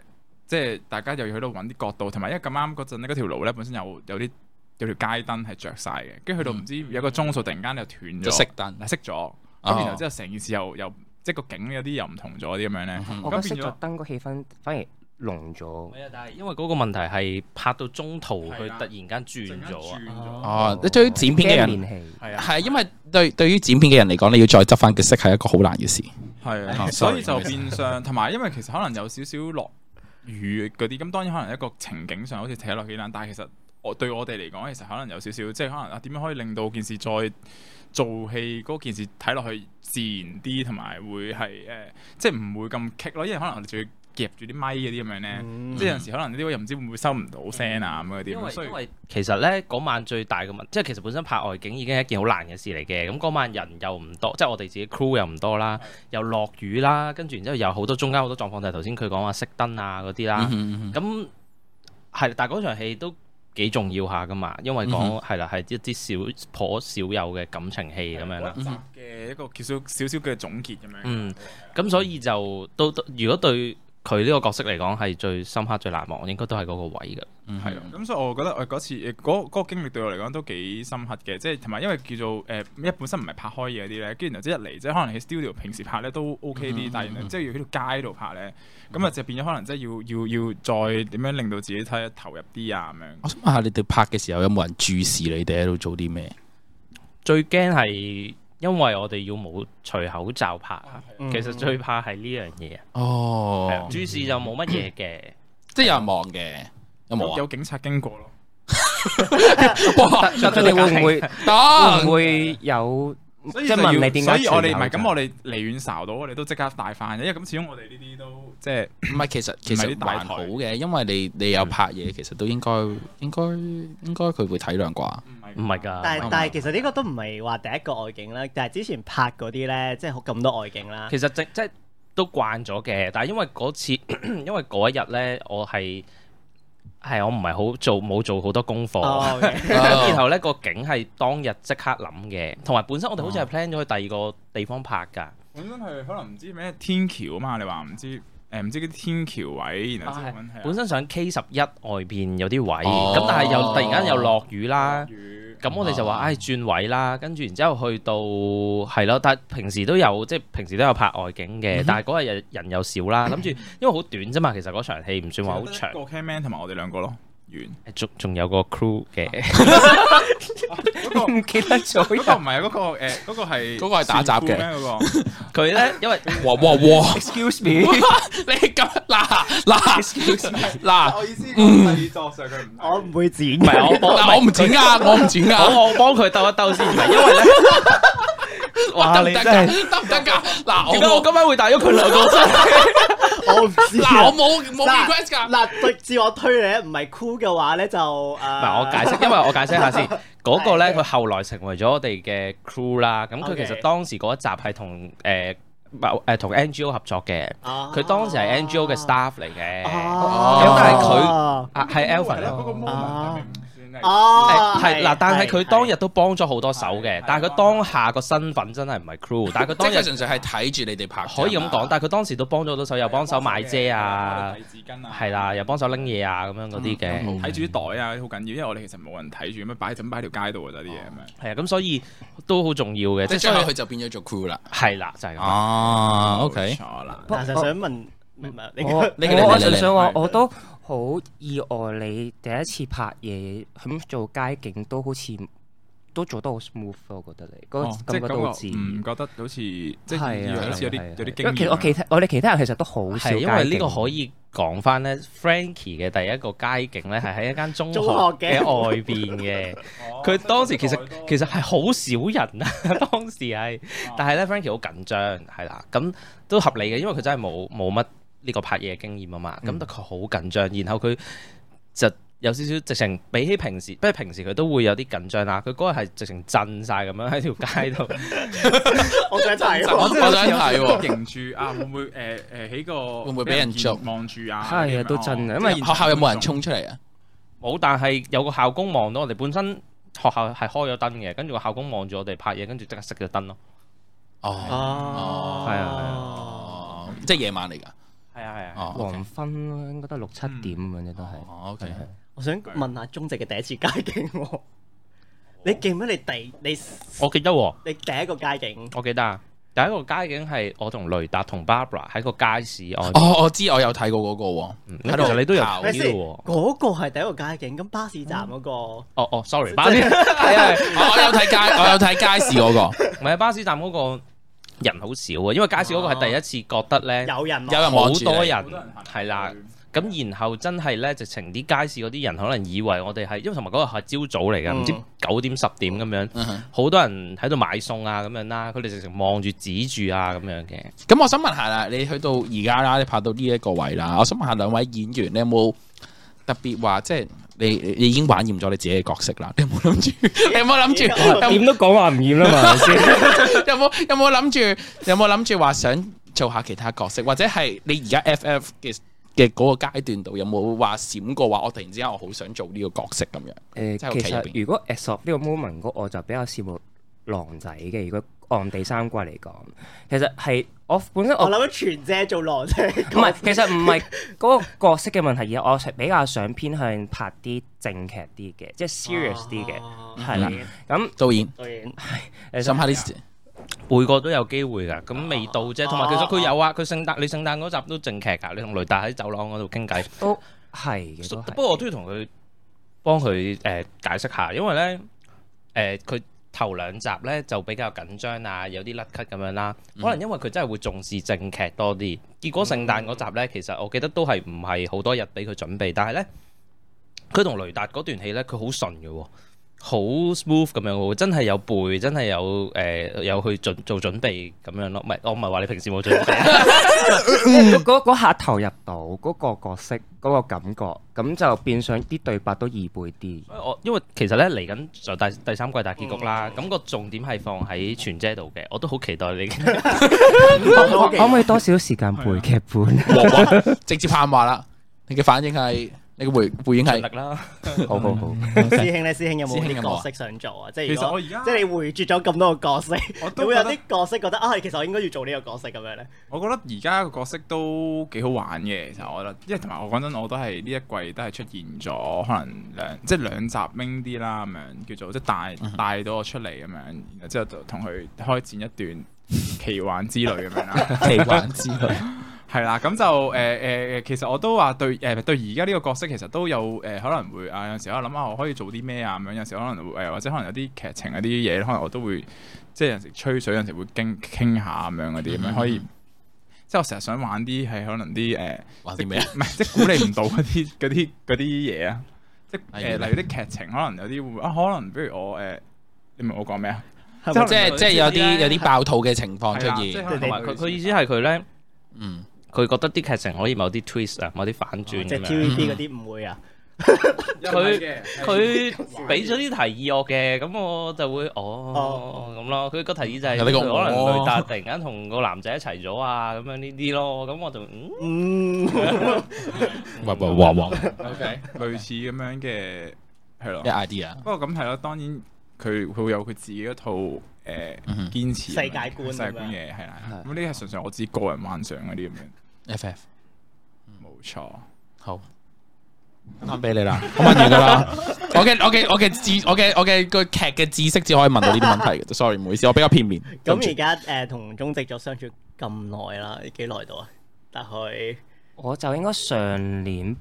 [SPEAKER 4] 即係大家又要去到揾啲角度，同埋因為咁啱嗰陣咧，嗰條路咧本身有有啲有條街燈係着晒嘅，跟住去到唔知有個鐘數突然間又斷
[SPEAKER 2] 就
[SPEAKER 4] 咗，
[SPEAKER 2] 熄燈
[SPEAKER 4] 嗱熄咗，
[SPEAKER 2] 哦
[SPEAKER 4] 咁然後之後成件事又又即係個景有啲又唔同咗啲咁樣咧，
[SPEAKER 5] 我覺得
[SPEAKER 4] 咁
[SPEAKER 5] 熄
[SPEAKER 4] 變咗
[SPEAKER 5] 咗燈個氣氛反而濃咗。
[SPEAKER 3] 但係因為嗰個問題係拍到中途，佢
[SPEAKER 4] 係啦啊
[SPEAKER 3] 突然間轉
[SPEAKER 4] 陣間
[SPEAKER 3] 咗啊。
[SPEAKER 4] 轉
[SPEAKER 2] 哦你對於剪片嘅人
[SPEAKER 5] 驚面氣
[SPEAKER 4] 係啊，
[SPEAKER 2] 啊，因為對對於剪片嘅人嚟講，你要再執翻佢色係一個好難嘅事。
[SPEAKER 4] 係啊，
[SPEAKER 2] 啊
[SPEAKER 4] 所
[SPEAKER 2] sorry，
[SPEAKER 4] 以
[SPEAKER 2] 唔
[SPEAKER 4] 就
[SPEAKER 2] 好意思
[SPEAKER 4] 變相同埋，因為其實可能有少少落雨嗰啲，咁當然可能一個情景上好似扯落幾難，但係其實我對我哋嚟講，其實可能有少少即係可能啊點樣可以令到件事再做戲嗰件事睇落去自然啲，同埋會係誒、呃即係唔會咁棘咯，因為可能我哋仲要夾住啲咪嗰啲咁樣咧，
[SPEAKER 2] 嗯
[SPEAKER 4] 即係有陣時可能呢啲又唔知會唔會收唔到聲啊咁嗰啲
[SPEAKER 3] 因
[SPEAKER 4] 咁，
[SPEAKER 3] 為
[SPEAKER 4] 所以
[SPEAKER 3] 因為其實咧嗰晚最大嘅問，即係其實本身拍外景已經係一件好難嘅事嚟嘅。咁嗰晚人又唔多，即係我哋自己 crew 又唔多啦，又落雨啦，跟住然之後又好多中間好多狀況，就係頭先佢講話熄燈啊嗰啲啦。
[SPEAKER 2] 嗯
[SPEAKER 3] 咁係，但係嗰場戲都幾重要下噶嘛，因為
[SPEAKER 2] 嗯
[SPEAKER 3] 講係啦，係一啲少頗少有嘅感情戲咁樣
[SPEAKER 2] 啊
[SPEAKER 3] 啦。
[SPEAKER 4] 嗰一集嘅一個少少少少嘅總結咁樣。
[SPEAKER 3] 嗯，咁所以就都都如果對佢呢個角色嚟講係最深刻、最難忘，應該都係嗰個位嘅。
[SPEAKER 2] 嗯
[SPEAKER 4] 係啊，咁所以我覺得我嗰次誒嗰嗰個經歷對我嚟講都幾深刻嘅，即係同埋因為叫做誒、呃因為本身唔係拍開嘢嗰啲咧，跟住然後即係一嚟即係可能喺 studio 平時拍咧都 OK
[SPEAKER 5] 嗯
[SPEAKER 4] 啲，但係原來即係要喺條街度拍咧，咁啊就變咗可能即係要要要再點樣令到自己睇得投入啲啊咁樣。
[SPEAKER 2] 我想問下你哋拍嘅時候有冇人注視你哋喺度做啲咩？
[SPEAKER 3] 最驚係因為我哋要冇除口罩拍，啊
[SPEAKER 1] 嗯
[SPEAKER 3] 其實最怕係呢樣嘢。係啊
[SPEAKER 2] 哦，
[SPEAKER 3] 注視就冇乜嘢嘅，
[SPEAKER 2] 即係有人望嘅，有冇啊
[SPEAKER 4] 有？警察經過咯，
[SPEAKER 2] 哇
[SPEAKER 5] 咁佢哋會唔會會唔
[SPEAKER 2] 得
[SPEAKER 5] 會有
[SPEAKER 4] 所以
[SPEAKER 5] 嗯即係
[SPEAKER 4] 就
[SPEAKER 5] 問
[SPEAKER 4] 要
[SPEAKER 5] 你點解
[SPEAKER 4] 所以我哋
[SPEAKER 5] 除
[SPEAKER 4] 唔
[SPEAKER 5] 口
[SPEAKER 4] 係
[SPEAKER 5] 罩
[SPEAKER 4] 咁，我哋離遠睄到，我哋都即刻戴翻嘅，因為咁始終我哋呢啲都即係
[SPEAKER 2] 唔係，其實其
[SPEAKER 4] 唔係
[SPEAKER 2] 實
[SPEAKER 4] 啲大
[SPEAKER 2] 還
[SPEAKER 4] 台
[SPEAKER 2] 好嘅，因為你你有拍嘢，其實都應該應該應該佢會體諒啩。
[SPEAKER 4] 唔嗯
[SPEAKER 3] 唔係㗎。
[SPEAKER 1] 但係
[SPEAKER 2] 啱
[SPEAKER 1] 但係其實呢個都唔係話第一個外景啦，但係之前拍嗰啲咧，即係好咁多外景啦。
[SPEAKER 3] 其實即即都慣咗嘅，但係因為嗰次，因為嗰一日咧，我係係我唔係好做冇做好多功課。
[SPEAKER 1] 哦，OK
[SPEAKER 3] 咁然後咧個景係當日即刻諗嘅，同埋本身我哋好似係 plan 咗去第二個地方拍㗎。
[SPEAKER 4] 本身係可能唔知咩天橋啊嘛，你話唔知誒唔知啲天橋位，然後之後揾係
[SPEAKER 3] 啊
[SPEAKER 4] 啊
[SPEAKER 3] 本身想 K 十一外邊有啲位，
[SPEAKER 2] 哦
[SPEAKER 3] 咁但係又突然間又落雨啦。
[SPEAKER 4] 雨
[SPEAKER 3] 咁我哋就話
[SPEAKER 2] 哦
[SPEAKER 3] 唉轉位啦，跟住然之後去到係咯，但係平時都有即係平時都有拍外景嘅，但係嗰日人又少啦，諗住因為好短啫嘛，其實嗰場戲唔算話好長
[SPEAKER 4] 個，cameraman 同埋我哋兩個咯，完。
[SPEAKER 3] 仲仲有個 crew 嘅，
[SPEAKER 4] 嗰個
[SPEAKER 5] 唔記得 咗
[SPEAKER 4] 嗰個唔係嗰個誒，嗰個係
[SPEAKER 2] 嗰個係打雜嘅
[SPEAKER 4] 咩嗰 個？
[SPEAKER 3] 佢咧因為
[SPEAKER 2] 哇哇哇！
[SPEAKER 5] ？Excuse me，
[SPEAKER 2] 你咁嗱嗱嗱，
[SPEAKER 4] 我意思製作上佢唔
[SPEAKER 1] 我唔會剪
[SPEAKER 3] 唔係
[SPEAKER 1] 嘅。
[SPEAKER 3] 我我
[SPEAKER 2] 嗱我唔剪啊，我唔剪啊，
[SPEAKER 3] 我我幫佢兜一兜先，唔係因為咧， 哇
[SPEAKER 2] 得唔
[SPEAKER 3] 你
[SPEAKER 2] 得
[SPEAKER 3] 真
[SPEAKER 2] 噶？
[SPEAKER 3] 係
[SPEAKER 2] 得唔得噶？嗱
[SPEAKER 3] 點解我
[SPEAKER 2] 我冇
[SPEAKER 3] 今晚會帶咗佢兩個 身？
[SPEAKER 1] 我唔 知
[SPEAKER 2] 嗱我
[SPEAKER 1] 啊。
[SPEAKER 2] 冇冇 request 噶。
[SPEAKER 1] 嗱，對照我推你，唔係 cool 嘅話咧就誒。
[SPEAKER 3] 唔係我解釋，因為我解釋 下先，嗰個咧佢後來成為咗我哋嘅 crew 啦。咁佢
[SPEAKER 1] OK
[SPEAKER 3] 其實當時嗰一集係同誒某誒同 NGO 合作嘅，
[SPEAKER 1] 啊
[SPEAKER 3] 佢當時係 NGO 嘅 staff 嚟嘅，
[SPEAKER 1] 哦
[SPEAKER 2] 咁但係
[SPEAKER 3] 佢啊係 Alvin
[SPEAKER 4] 嗰個
[SPEAKER 3] 咯。
[SPEAKER 4] moment 係咪唔算係
[SPEAKER 1] 哦，
[SPEAKER 3] 誒係嗱，但係佢當日都幫咗好多手
[SPEAKER 4] 係
[SPEAKER 3] 嘅
[SPEAKER 4] 係，
[SPEAKER 3] 但係佢當下個身份真係唔係 crew，但係佢
[SPEAKER 2] 即係
[SPEAKER 3] 當
[SPEAKER 2] 佢
[SPEAKER 3] 日
[SPEAKER 2] 純粹係睇住你哋拍，
[SPEAKER 3] 可以咁講，。但係佢當時都幫咗好多手，又幫手買遮啊，
[SPEAKER 4] 幫手嘅，幫手睇紙巾啊，
[SPEAKER 3] 係啦，又幫手拎嘢啊咁樣嗰啲嘅。
[SPEAKER 4] 睇住啲袋啊，好緊要，因為我哋其實冇人睇住，咁樣擺就咁擺喺條街度啊，啲嘢咁樣。
[SPEAKER 3] 係啊，咁所以都好重要嘅，
[SPEAKER 2] 即
[SPEAKER 3] 即
[SPEAKER 2] 係最
[SPEAKER 3] 係啊所
[SPEAKER 2] 後
[SPEAKER 3] 以
[SPEAKER 2] 佢就變咗做 crew 啦。
[SPEAKER 3] 係啦，就係咁。
[SPEAKER 2] 哦
[SPEAKER 4] 冇錯啦。
[SPEAKER 1] 但係想問，唔係你
[SPEAKER 5] 我
[SPEAKER 2] 你你
[SPEAKER 5] 我我
[SPEAKER 2] 你
[SPEAKER 5] 純
[SPEAKER 2] 你
[SPEAKER 5] 粹話
[SPEAKER 4] 係
[SPEAKER 5] 我都好意外，你第一次拍嘢咁做街景都好似都做得好 smooth 咯，我覺得你嗰
[SPEAKER 4] 哦
[SPEAKER 5] 個感覺都好自然。
[SPEAKER 4] 唔覺得好似即係
[SPEAKER 5] 係
[SPEAKER 4] 以為
[SPEAKER 5] 啊
[SPEAKER 4] 好似有
[SPEAKER 5] 係
[SPEAKER 4] 啲
[SPEAKER 5] 啊
[SPEAKER 4] 有啲
[SPEAKER 5] 因為
[SPEAKER 4] 經
[SPEAKER 5] 其
[SPEAKER 4] 驗
[SPEAKER 5] 我
[SPEAKER 4] 啊。
[SPEAKER 5] 其他我哋其他人其實都好少
[SPEAKER 3] 係因為
[SPEAKER 5] 街
[SPEAKER 3] 呢個
[SPEAKER 5] 景
[SPEAKER 3] 可以講翻咧，Frankie 嘅第一個街景咧係喺一間中學
[SPEAKER 1] 中學嘅
[SPEAKER 3] 嘅外邊嘅。
[SPEAKER 4] 哦
[SPEAKER 3] 佢當時其實其實哦係好少人啊， 當時係，但係咧 Frankie 好緊張係啦，咁都合理嘅，因為佢真係冇冇乜呢個拍嘢經驗啊嘛，咁但佢好緊張，然後佢就有少少直情比起平時，不過平時佢都會有啲緊張啦，佢嗰日係直情震晒咁樣喺條街度，
[SPEAKER 1] 我想睇
[SPEAKER 2] 我
[SPEAKER 1] 喎，
[SPEAKER 2] 想睇喎，
[SPEAKER 4] 認住啊，會唔會誒誒喺個
[SPEAKER 2] 會唔會俾人捉
[SPEAKER 4] 望住啊？
[SPEAKER 5] 係啊都真啊
[SPEAKER 4] 哦
[SPEAKER 5] 因為
[SPEAKER 4] 即係
[SPEAKER 2] 學校有冇人衝出嚟啊？
[SPEAKER 3] 冇，但係有個校工望到我哋本身。學校係開咗燈嘅，跟住個校工望住我哋拍嘢，跟住即刻熄咗燈咯。
[SPEAKER 2] 哦，
[SPEAKER 1] 哦，
[SPEAKER 5] 係啊
[SPEAKER 2] 哦，即係夜晚嚟㗎。
[SPEAKER 3] 係啊係啊
[SPEAKER 2] 哦，OK，
[SPEAKER 5] 黃昏咯，應該都六七點咁樣啫，都係。
[SPEAKER 2] 哦，OK，
[SPEAKER 1] 我想問下中直嘅第一次街景喎，你記唔記得你第你
[SPEAKER 3] 我記得喎，
[SPEAKER 1] 你第一個街景？
[SPEAKER 3] 我記得啊。第一個街景係我同雷達同 Barbara 喺個街市外面。
[SPEAKER 2] 哦，我知，我有睇過嗰個喎。
[SPEAKER 3] 嗯
[SPEAKER 2] 喺
[SPEAKER 3] 咁
[SPEAKER 2] 度
[SPEAKER 3] 其實你都有
[SPEAKER 2] 跑
[SPEAKER 3] 睇
[SPEAKER 1] 咪先，
[SPEAKER 3] 嘅喎。
[SPEAKER 1] 嗰個係第一個街景，咁巴士站嗰個
[SPEAKER 3] 哦哦，sorry，巴士係啊，係
[SPEAKER 2] 我有睇街， 我有睇街市嗰個，
[SPEAKER 3] 唔係巴士站嗰個人好少啊，因為街市嗰個係第一次覺得咧
[SPEAKER 1] 有人
[SPEAKER 2] 有人
[SPEAKER 3] 好
[SPEAKER 2] 望住你
[SPEAKER 3] 多人
[SPEAKER 4] 好多人行
[SPEAKER 3] 係啦
[SPEAKER 4] 去。
[SPEAKER 3] 咁然後真係咧，直情啲街市嗰啲人可能以為我哋係，因為同埋嗰個係朝早嚟㗎，唔、知
[SPEAKER 1] 嗯
[SPEAKER 3] 九點十點咁樣，好、多人喺度買餸啊咁樣啦，佢哋直情望住指住啊咁樣嘅。
[SPEAKER 2] 咁我想問下啦，你去到而家啦，你拍到呢一個位啦，我想問下兩位演員，你有冇特別話，即係你你你已經玩厭咗你自己嘅角色啦？你有冇諗住？ 你有冇諗住？有
[SPEAKER 5] 點都講話唔厭 啦嘛，係咪先？
[SPEAKER 2] 有冇有冇諗住？有冇諗住話想做下其他角色，或者係你而家 FF 嘅嘅嗰個階段度，有冇話閃過話我突然之間我好想做呢個角色咁樣？
[SPEAKER 5] 誒，
[SPEAKER 2] 即係
[SPEAKER 5] 其
[SPEAKER 2] 屋企入邊
[SPEAKER 5] 實如果 as of 呢個 moment，嗰我就比較羨慕狼仔嘅。如果按第三季嚟講，其實係我本身我
[SPEAKER 1] 我諗全姐做狼啫，
[SPEAKER 5] 唔係，其實唔係嗰個角色嘅問題，而係我係比較想偏向拍啲正劇啲嘅，即係 serious 啲
[SPEAKER 2] 哦
[SPEAKER 5] 嘅，係啦。咁
[SPEAKER 2] 導演，
[SPEAKER 1] 導演
[SPEAKER 5] 誒
[SPEAKER 2] 想下啲
[SPEAKER 3] 每個都有機會㗎，咁未到啫。同埋其實佢有啊，佢聖誕你聖誕嗰集都正劇㗎，你同雷達喺走廊嗰度傾偈。
[SPEAKER 5] 都係嘅，都係
[SPEAKER 3] 不過我都要同佢幫佢誒解釋下，因為咧誒佢頭兩集咧就比較緊張啊，有啲甩咳咁樣啦。
[SPEAKER 5] 嗯
[SPEAKER 3] 可能因為佢真係會重視正劇多啲，結果聖誕嗰集咧，其實我記得都係唔係好多日俾佢準備，但係咧佢同雷達嗰段戲咧，佢好順嘅喎。好 smooth 咁樣喎，真係有背，真係有誒、呃有去準做準備咁樣咯。唔係，我唔係話你平時冇準備，
[SPEAKER 5] 嗰嗰嗰下投入到嗰個角色嗰個感覺，咁就變相啲對白都易背啲。
[SPEAKER 3] 我因為其實咧嚟緊就第第三季大結局啦，咁、個重點係放喺全姐度嘅，我都好期待你。
[SPEAKER 5] 可可唔可以多少時間背劇本？
[SPEAKER 4] 啊
[SPEAKER 2] 直接喊話啦！你嘅反應係，你嘅回回應
[SPEAKER 3] 盡
[SPEAKER 2] 係
[SPEAKER 3] 力。啦，
[SPEAKER 5] 好好好，
[SPEAKER 1] 師兄咧，師兄有冇
[SPEAKER 2] 師兄有
[SPEAKER 1] 啲
[SPEAKER 2] 冇啊
[SPEAKER 1] 角色想做啊？即係
[SPEAKER 4] 其
[SPEAKER 1] 如
[SPEAKER 4] 實我
[SPEAKER 1] 果
[SPEAKER 4] 而家
[SPEAKER 1] 即係你回絕咗咁多個角色，
[SPEAKER 4] 我
[SPEAKER 1] 有
[SPEAKER 4] 都
[SPEAKER 1] 冇有
[SPEAKER 4] 覺得
[SPEAKER 1] 啲角色覺得啊，其實我應該要做呢個角色咁樣咧？
[SPEAKER 4] 呃我覺得而家個角色都幾好玩嘅，其實我覺得，因為同埋我講真，我都係呢一季都係出現咗可能兩嗯即係兩集拎啲啦，咁樣叫做即係帶帶到我出嚟咁樣，然後之後就同佢開展一段奇幻之旅咁樣啦。
[SPEAKER 2] 奇幻之旅，
[SPEAKER 4] 係啦，咁就誒誒誒，其實我都話對誒、呃、對而家呢個角色其實都有誒、呃可能會啊有時我諗下我可以做啲咩啊咁樣，有時可能誒、呃或者可能有啲劇情嗰啲嘢，可能我都會即係有時吹水，有時會傾傾下咁樣嗰啲咁
[SPEAKER 2] 嗯
[SPEAKER 4] 樣可以。即係我成日想玩啲係可能啲誒，呃
[SPEAKER 2] 玩啲咩啊？
[SPEAKER 4] 唔係即係估你唔到嗰啲 嗰啲嗰啲嘢啊！即係
[SPEAKER 2] 例
[SPEAKER 4] 誒，
[SPEAKER 2] 如呢
[SPEAKER 4] 例如啲劇情可能有啲會啊，可能比如我誒，你明我講咩啊？
[SPEAKER 1] 係
[SPEAKER 2] 即
[SPEAKER 1] 咪
[SPEAKER 2] 係即係有啲有啲爆肚嘅情況
[SPEAKER 4] 係啦啊
[SPEAKER 2] 出
[SPEAKER 4] 即係
[SPEAKER 2] 現。
[SPEAKER 4] 可能
[SPEAKER 3] 同埋佢
[SPEAKER 4] 類似
[SPEAKER 1] 啊
[SPEAKER 4] 啊
[SPEAKER 3] 佢意思係佢咧，
[SPEAKER 2] 嗯，
[SPEAKER 3] 佢覺得啲劇情可以某啲 twist 啊，某啲反轉
[SPEAKER 1] 哦即
[SPEAKER 3] 咁
[SPEAKER 1] 係
[SPEAKER 3] 樣。
[SPEAKER 1] TVB 嗰啲唔會啊？
[SPEAKER 3] 佢佢俾咗啲提議我嘅，咁我就會哦咁咯。佢個提議就係
[SPEAKER 2] 有呢個
[SPEAKER 3] 佢可
[SPEAKER 2] 哦
[SPEAKER 3] 能雷達突然間同個男仔一齊咗啊，咁樣呢啲咯。咁我就嗯
[SPEAKER 1] 嗯，
[SPEAKER 2] 哇哇哇哇，
[SPEAKER 4] OK 類似咁樣嘅係咯
[SPEAKER 2] 一。idea。
[SPEAKER 4] 不過咁係咯，當然佢佢會有佢自己一套誒、呃、
[SPEAKER 2] 嗯
[SPEAKER 4] 堅持
[SPEAKER 1] 世界觀
[SPEAKER 4] 世界觀嘅係啦。咁呢啲係純粹我自己個人幻想嗰啲咁樣，
[SPEAKER 2] FF
[SPEAKER 4] 冇錯。
[SPEAKER 2] 好，翻俾你啦，我問完噶啦。 我嘅我嘅我嘅知我嘅我嘅個劇嘅知識只可以問到呢啲問題嘅，sorry，唔好意思，我比較片面。對唔住
[SPEAKER 1] 咁而家誒同鍾植咗相處咁耐啦，幾耐到啊？大概
[SPEAKER 5] 我就應該上年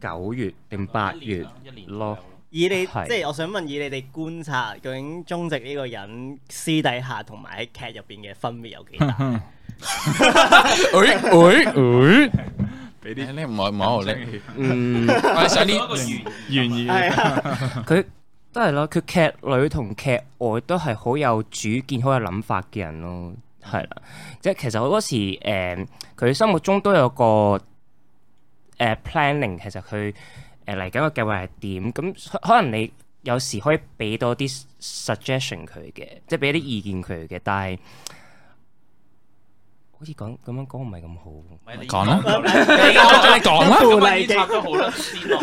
[SPEAKER 5] 九月定八月
[SPEAKER 3] 一年
[SPEAKER 5] 咯。
[SPEAKER 1] 以你即
[SPEAKER 5] 係
[SPEAKER 1] 係我想問，以你哋觀察，究竟鍾植呢個人私底下同埋喺劇入邊嘅分別有幾 大？
[SPEAKER 2] 誒誒誒，
[SPEAKER 4] 俾啲
[SPEAKER 2] 你唔好唔好你，
[SPEAKER 4] 緊張嘅氣氛
[SPEAKER 5] 嗯，
[SPEAKER 2] 哎我係想呢
[SPEAKER 4] 願意
[SPEAKER 1] 係啊，
[SPEAKER 5] 佢都係咯，佢劇裏同劇外都係好有主見、好有諗法嘅人咯，係啦。即係其實好多時誒，佢、心目中都有個誒、呃 planning，其實佢誒嚟緊個計劃係點，咁可可能你有時可以俾多啲 suggestion 佢嘅，即係俾啲意見佢嘅，但係好似講咁樣講唔係咁好。
[SPEAKER 2] 講啦，你講啦，
[SPEAKER 1] 狐
[SPEAKER 3] 嚟
[SPEAKER 1] 狸
[SPEAKER 3] 插
[SPEAKER 1] 嘅
[SPEAKER 3] 咗好啦，先咯，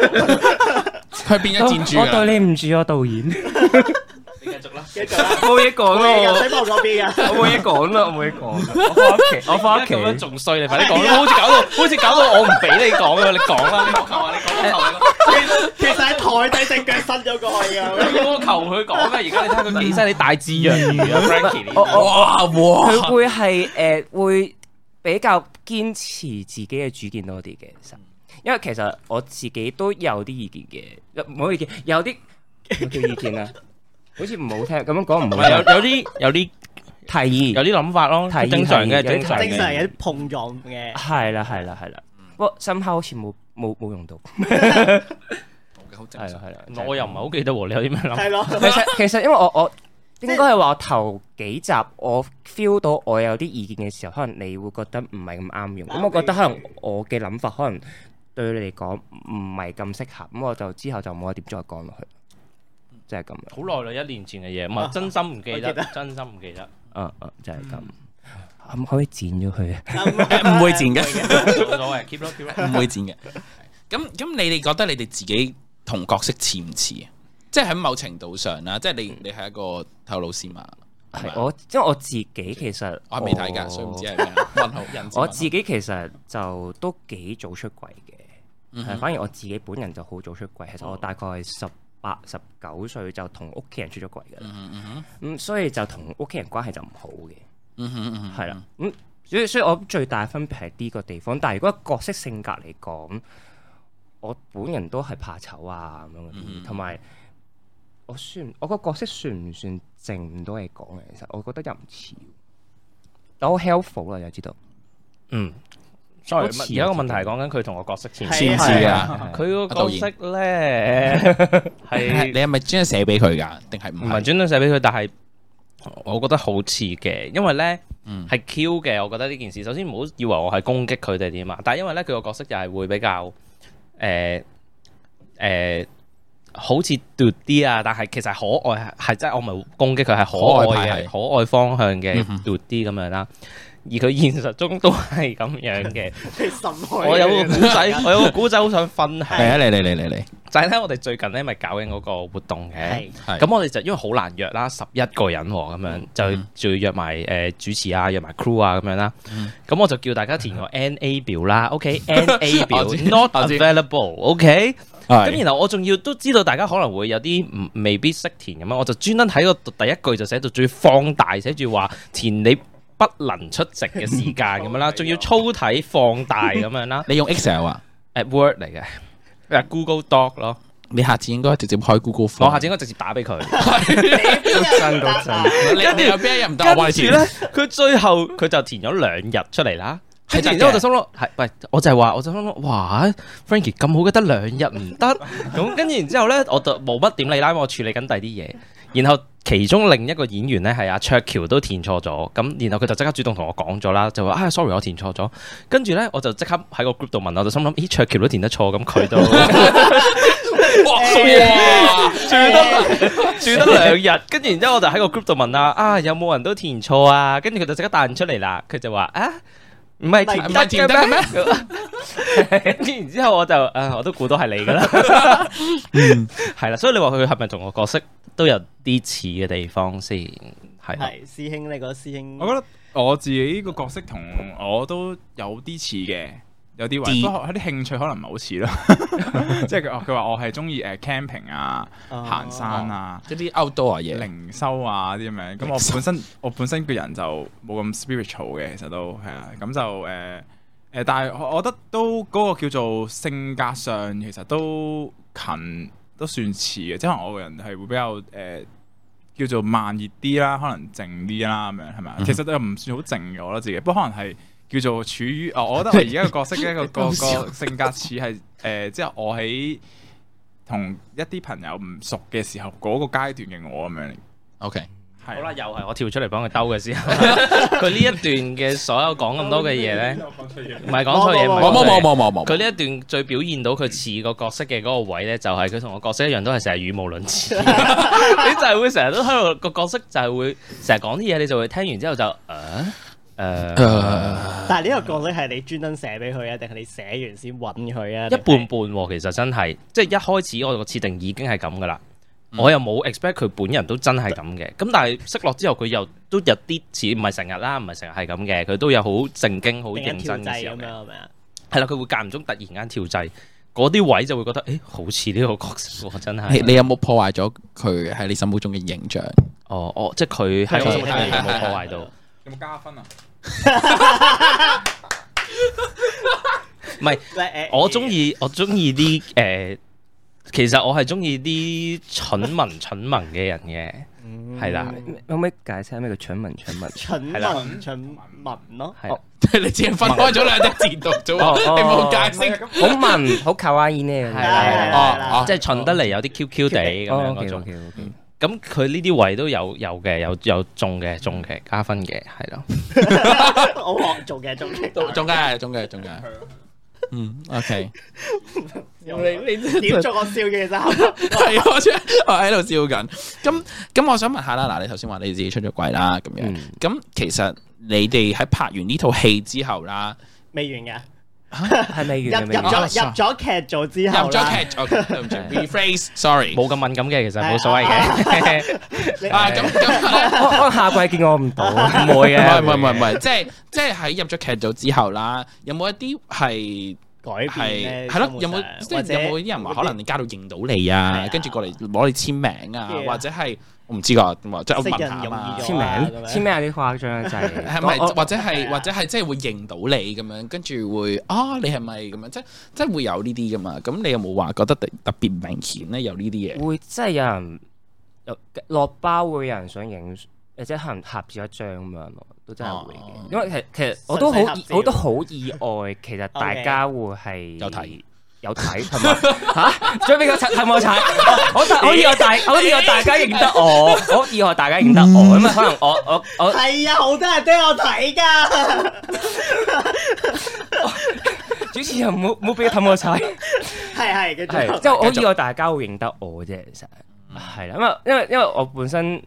[SPEAKER 2] 佢變咗箭豬
[SPEAKER 5] 我
[SPEAKER 2] 啊！
[SPEAKER 5] 對你唔住啊，導演。
[SPEAKER 3] 你繼續啦。
[SPEAKER 1] 繼續啦，
[SPEAKER 5] 冇嘢講
[SPEAKER 1] 我哋又使望嗰邊啊。
[SPEAKER 5] 我冇嘢講啦，我冇嘢講。我翻屋企，我翻屋企
[SPEAKER 3] 咁樣仲衰，你快啲講啦！好似搞到，好似搞到我唔俾你講啊！你講啦，你求啊，你講求
[SPEAKER 1] 其實喺台底隻腳伸咗過去㗎。
[SPEAKER 3] 你我求佢講啊！而家你睇佢幾犀利，大智若愚啊，Frankie 呢啲
[SPEAKER 5] 我我
[SPEAKER 2] 哇
[SPEAKER 3] 哦
[SPEAKER 2] 哇，
[SPEAKER 5] 佢會係誒、呃、會比較堅持自己嘅主見多啲嘅，其實，因為其實我自己都有啲意見嘅，唔好意見，有啲有叫意 見啊，好似唔好聽，咁樣講唔
[SPEAKER 3] 唔係有
[SPEAKER 5] 好聽，
[SPEAKER 3] 有啲有啲
[SPEAKER 5] 提議
[SPEAKER 3] 有啲諗法咯，
[SPEAKER 5] 提議
[SPEAKER 3] 正常嘅，
[SPEAKER 5] 提議
[SPEAKER 3] 正常
[SPEAKER 1] 精神
[SPEAKER 3] 嘅。
[SPEAKER 1] 有啲碰撞嘅，
[SPEAKER 5] 係啦係啦係啦，不過深刻好似冇冇冇用到，
[SPEAKER 4] 好正
[SPEAKER 2] 啊
[SPEAKER 5] 係啦
[SPEAKER 4] 常。
[SPEAKER 5] 係啦。
[SPEAKER 3] 我又唔係好記得喎，你有啲咩諗？
[SPEAKER 1] 係 咯，
[SPEAKER 5] 其實其實因為我我應該係話我頭幾集我 feel 到我有啲意見嘅時候，可能你會覺得唔係咁啱用。咁我覺得可能我嘅諗法可能對你嚟講唔係咁適合，咁我就之後就冇點再講落去，即係咁樣。
[SPEAKER 3] 好耐啦，一年前嘅嘢，唔係真心唔記
[SPEAKER 1] 我記
[SPEAKER 3] 得
[SPEAKER 1] 得，
[SPEAKER 3] 真心 唔記得。
[SPEAKER 5] 啊啊，就係咁。可唔可以剪咗佢啊？
[SPEAKER 2] 唔會剪嘅，
[SPEAKER 3] 冇所謂，keep 咯 keep 咯。
[SPEAKER 2] 唔會剪嘅。咁咁，你哋覺得你哋自己同角色似唔似啊？即係喺某程度上啊啦，即係你你係一個透露師嘛？係咪
[SPEAKER 5] 係我，因為我自己其實
[SPEAKER 2] 我啊係未睇㗎，所以唔知係咩啦。問號人
[SPEAKER 5] 我自己其實就都幾早出櫃嘅，
[SPEAKER 2] 嗯
[SPEAKER 5] 係反而我自己本人就好早出櫃。
[SPEAKER 2] 哦
[SPEAKER 5] 其實我大概十八、十九歲就同屋企人出咗櫃嘅啦。咁所以就同屋企人關係就唔好嘅，
[SPEAKER 2] 嗯哼嗯
[SPEAKER 5] 係啦。咁所以所以我諗最大分別係呢個地方。但係如果角色性格嚟講，我本人都係怕醜啊咁樣嗰
[SPEAKER 2] 嗯
[SPEAKER 5] 啲，同埋我算我個角色算唔算靜唔多嘢講嘅？其實我覺得又唔似，但我 helpful 啦，又知道。嗯。
[SPEAKER 3] sorry，
[SPEAKER 5] 好似
[SPEAKER 3] 而家個問題係講緊佢同我角色似唔似？
[SPEAKER 2] 似唔似啊？
[SPEAKER 3] 佢個角色咧
[SPEAKER 2] 你
[SPEAKER 3] 係
[SPEAKER 2] 係咪專登寫俾佢㗎？定係唔
[SPEAKER 3] 唔係
[SPEAKER 2] 係？
[SPEAKER 3] 專登寫俾佢，但係我覺得好似嘅，因為咧
[SPEAKER 2] 嗯
[SPEAKER 3] 係 Q 嘅。我覺得呢件事，首先唔好以為我係攻擊佢哋點啊，但係因為咧佢個角色又係會比較誒誒。好似嘟啲啊，但係其實可愛係係真係我唔係攻擊佢係可
[SPEAKER 2] 可愛
[SPEAKER 3] 愛
[SPEAKER 2] 派嗯
[SPEAKER 3] 嘅
[SPEAKER 2] 係
[SPEAKER 3] 可愛方向嘅嘟啲咁樣啦，而佢現實中都係咁樣 嘅，
[SPEAKER 1] 你心虛
[SPEAKER 3] 我有個古仔，我有個古仔好想分享，
[SPEAKER 2] 嚟啊嚟嚟嚟嚟嚟，
[SPEAKER 3] 就係咧，我哋最近咧咪搞緊嗰個活動嘅。
[SPEAKER 1] 係
[SPEAKER 2] 係嗯
[SPEAKER 3] 咁我哋就因為好難約啦，十一個人喎咁樣，就仲要約埋誒主持啊，約埋 crew 啊咁樣啦。
[SPEAKER 2] 嗯
[SPEAKER 3] 咁我就叫大家填 個 NA 表啦，OK，NA 表
[SPEAKER 2] 我知
[SPEAKER 3] not
[SPEAKER 2] 我知
[SPEAKER 3] available，OK。咁
[SPEAKER 2] 係
[SPEAKER 3] 然後我仲要都知道大家可能會有啲唔未必識填咁樣，啊我就專登喺個第一句就寫到最放大，寫住話填你不能出席嘅時間咁 樣啦，仲要粗體放大咁樣啦。
[SPEAKER 2] 你用 Excel 啊？
[SPEAKER 3] at Word 嚟嘅，誒 Google Doc
[SPEAKER 2] 哦
[SPEAKER 3] 咯。
[SPEAKER 2] 你下次應該直接開 Google Form。
[SPEAKER 3] 我下 次應該直接打俾佢。
[SPEAKER 1] 真到真，
[SPEAKER 2] 你你有邊一日唔得啊？我
[SPEAKER 3] 跟
[SPEAKER 2] 哋
[SPEAKER 3] 住
[SPEAKER 2] 填
[SPEAKER 3] 咧，佢最後佢就填咗兩日出嚟啦。跟
[SPEAKER 2] 係得嘅
[SPEAKER 3] 住然之後我就心諗，係喂，我就係話，我就心諗，哇，Frankie 咁好嘅得兩日唔 得，咁跟住然之後咧，我就冇乜點理啦，因為我處理緊第啲嘢。然後其中另一個演員咧係阿啊卓橋都填錯咗，咁然後佢就即刻主動同我講咗啦，就話啊，sorry 我填錯咗。跟住咧我就即刻喺個 group 度問，我就心諗，咦，卓橋都填得錯，咁佢都。
[SPEAKER 2] 哇！
[SPEAKER 3] 住得住得兩日，跟住然之後我就喺個 group 度問啦，啊有冇人都填錯啊？跟住佢就即刻彈出嚟啦，佢就話啊唔係填
[SPEAKER 2] 唔係填得
[SPEAKER 3] 嘅咩？ 跟住然之後我就啊我都估到係你噶啦，係啦，所以你話佢係咪同我角色都有啲似嘅地方先？係啦
[SPEAKER 1] 係師兄，你覺得師兄？
[SPEAKER 4] 我覺得我自己個角色同我都有啲似嘅，有啲位，
[SPEAKER 2] 啲
[SPEAKER 4] 不過有啲興趣可能唔係好似咯。 即係佢哦佢話我係中意誒 camping 啊、
[SPEAKER 1] 哦
[SPEAKER 4] 行山啊、
[SPEAKER 2] 即係啲 outdoor 嘢，
[SPEAKER 4] 靈修啊啲咁樣。咁我本身我本身個人就冇咁 spiritual 嘅，其實都係啊。咁就誒誒、但係我我覺得都嗰、個叫做性格上其實都近都算似嘅，即係可能我個人係會比較誒。叫做慢熱啲啦，可能靜啲啦咁樣，係咪啊？其實都唔算好靜嘅，我覺得自己，不過可能係叫做處於，哦，我覺得我而家嘅角色咧個個個性格似係誒，即係我喺同一啲朋友唔熟嘅時候嗰個階段嘅我咁樣，
[SPEAKER 2] OK，
[SPEAKER 4] 係
[SPEAKER 3] 好啦，又係我跳出嚟幫佢兜嘅時候，佢呢一段嘅所有講咁多嘅 嘢咧，唔係講錯嘢，唔係
[SPEAKER 2] 我
[SPEAKER 3] 講錯
[SPEAKER 2] 冇
[SPEAKER 3] 嘢
[SPEAKER 2] 冇冇冇冇，
[SPEAKER 3] 佢呢一段最表現到佢似個角色嘅嗰個位咧，就係佢同我角色一樣，都係成日語無 倫次。 你就係會成日都喺度個角色就係會成日講啲嘢，你就會聽完之後就誒呃誒
[SPEAKER 2] 誒
[SPEAKER 1] 但係呢個角色係你專登寫俾佢啊，定係你寫完先揾佢啊？
[SPEAKER 3] 一半半喎，其實真係即係一開始我個設定已經係咁噶啦，我又冇 expect 佢本人都真係咁嘅。咁但係識落之後，佢又都有啲似唔係成日啦，唔係成日係咁嘅，佢都有好正經、好
[SPEAKER 1] 好
[SPEAKER 3] 認真嘅時候
[SPEAKER 1] 咁樣係
[SPEAKER 3] 嘅。
[SPEAKER 1] 咪啊？
[SPEAKER 3] 係啦，佢會間唔中突然間跳掣，嗰啲位就會覺得誒、欸好似呢個角色喎，真
[SPEAKER 2] 你
[SPEAKER 3] 係。
[SPEAKER 2] 你有冇破壞咗佢喺你心目中嘅形象？
[SPEAKER 3] 哦哦，即係佢喺我心目中冇破壞到，唔
[SPEAKER 4] 有冇加分啊？
[SPEAKER 3] 係
[SPEAKER 1] 喂誒
[SPEAKER 3] 我中意我中意呃啲誒，其實我係中意啲蠢萌蠢萌嘅人嘅，
[SPEAKER 2] 係啦，
[SPEAKER 5] 可唔可以解釋下咩叫蠢文蠢文？
[SPEAKER 1] 蠢文蠢文咯，
[SPEAKER 5] 係啊
[SPEAKER 2] 即係你只係分開咗兩隻字讀啫
[SPEAKER 5] 哦
[SPEAKER 2] 喎，
[SPEAKER 5] 哦
[SPEAKER 2] 你冇解釋。
[SPEAKER 5] 好文好卡哇伊呢？
[SPEAKER 1] 係啦係
[SPEAKER 5] 係
[SPEAKER 1] 啦係 啦
[SPEAKER 4] 哦哦
[SPEAKER 6] 即係蠢得嚟有啲 QQ 地咁樣
[SPEAKER 5] 哦
[SPEAKER 6] 嗰
[SPEAKER 5] ，OK
[SPEAKER 6] 種。
[SPEAKER 5] OK OK，
[SPEAKER 6] 咁佢呢啲位都有有嘅，有有中嘅，中嘅加分嘅，係咯。
[SPEAKER 1] 我學做嘅做嘅。
[SPEAKER 2] 中嘅，中嘅，中嘅。嗯，OK，你你
[SPEAKER 1] 點咗我笑嘅其實，
[SPEAKER 2] 係啊 我真係我喺度笑緊。咁咁，我想問下啦，嗱，你頭先話你自己出咗櫃啦，咁樣
[SPEAKER 5] 嗯，
[SPEAKER 2] 咁其實你哋喺拍完呢套戲之後啦，
[SPEAKER 1] 未完嘅。
[SPEAKER 5] 係咪
[SPEAKER 1] 入
[SPEAKER 5] 完
[SPEAKER 1] 入
[SPEAKER 5] 未
[SPEAKER 1] 咗
[SPEAKER 5] 完？
[SPEAKER 2] 哦
[SPEAKER 1] 入咗劇組之
[SPEAKER 2] 入
[SPEAKER 1] 後
[SPEAKER 2] 咗
[SPEAKER 1] 啦，
[SPEAKER 2] 劇，OK，對唔哦 住，rephrase，sorry。
[SPEAKER 6] 冇咁敏感嘅，其實冇所謂嘅。
[SPEAKER 1] 你
[SPEAKER 2] 啊，咁咁咧。
[SPEAKER 5] 我我哦下季見我唔到，啊唔
[SPEAKER 6] 唔會
[SPEAKER 2] 唔係
[SPEAKER 6] 嘅，
[SPEAKER 2] 唔係唔係唔係，即係即係喺入咗劇組之後啦，有冇一啲係
[SPEAKER 1] 改變
[SPEAKER 2] 係
[SPEAKER 1] 咧，
[SPEAKER 2] 係咯
[SPEAKER 1] 生？活
[SPEAKER 2] 有冇
[SPEAKER 1] 上
[SPEAKER 2] 即
[SPEAKER 1] 或
[SPEAKER 2] 係
[SPEAKER 1] 者
[SPEAKER 2] 有冇啲人話可能家度認到你啊
[SPEAKER 1] 係啊，
[SPEAKER 2] 跟住過嚟攞你簽名啊
[SPEAKER 1] Yeah，
[SPEAKER 2] 或者係我唔知㗎，即係我問
[SPEAKER 1] 識人
[SPEAKER 2] 下
[SPEAKER 1] 容
[SPEAKER 2] 嘛
[SPEAKER 1] 易咗
[SPEAKER 5] 簽名簽名啊有啲誇張，就哦係
[SPEAKER 2] 係咪
[SPEAKER 5] 我我
[SPEAKER 2] 或者
[SPEAKER 1] 係
[SPEAKER 2] 係
[SPEAKER 1] 啊
[SPEAKER 2] 或者係即係會認到你咁樣，跟住會啊你係咪咁樣？即係即係會有呢啲㗎嘛？咁你有冇話覺得特特別明顯咧？有呢啲嘢
[SPEAKER 5] 會真係有人有落包會有人想影，或者可能合照一張咁樣咯，都真係會嘅。
[SPEAKER 2] 哦
[SPEAKER 5] 因為其其實我都好
[SPEAKER 1] 純粹
[SPEAKER 5] 意
[SPEAKER 1] 合照
[SPEAKER 5] 我都好意外，其 實大家會係
[SPEAKER 2] 有睇
[SPEAKER 5] 有睇同埋 嚇，最俾個氹氹我踩， 我我我以為大我以為大家認得我，我以為大家認得
[SPEAKER 2] 嗯
[SPEAKER 5] 我，因為可能我我我
[SPEAKER 1] 係啊，好多人都有睇㗎，
[SPEAKER 5] 主持人冇冇俾佢氹我踩。
[SPEAKER 1] 係係跟
[SPEAKER 5] 係，
[SPEAKER 1] 住
[SPEAKER 5] 即係我以為大家會認得我啫，其實
[SPEAKER 2] 嗯
[SPEAKER 5] 係啦，啊因為因為因為我本身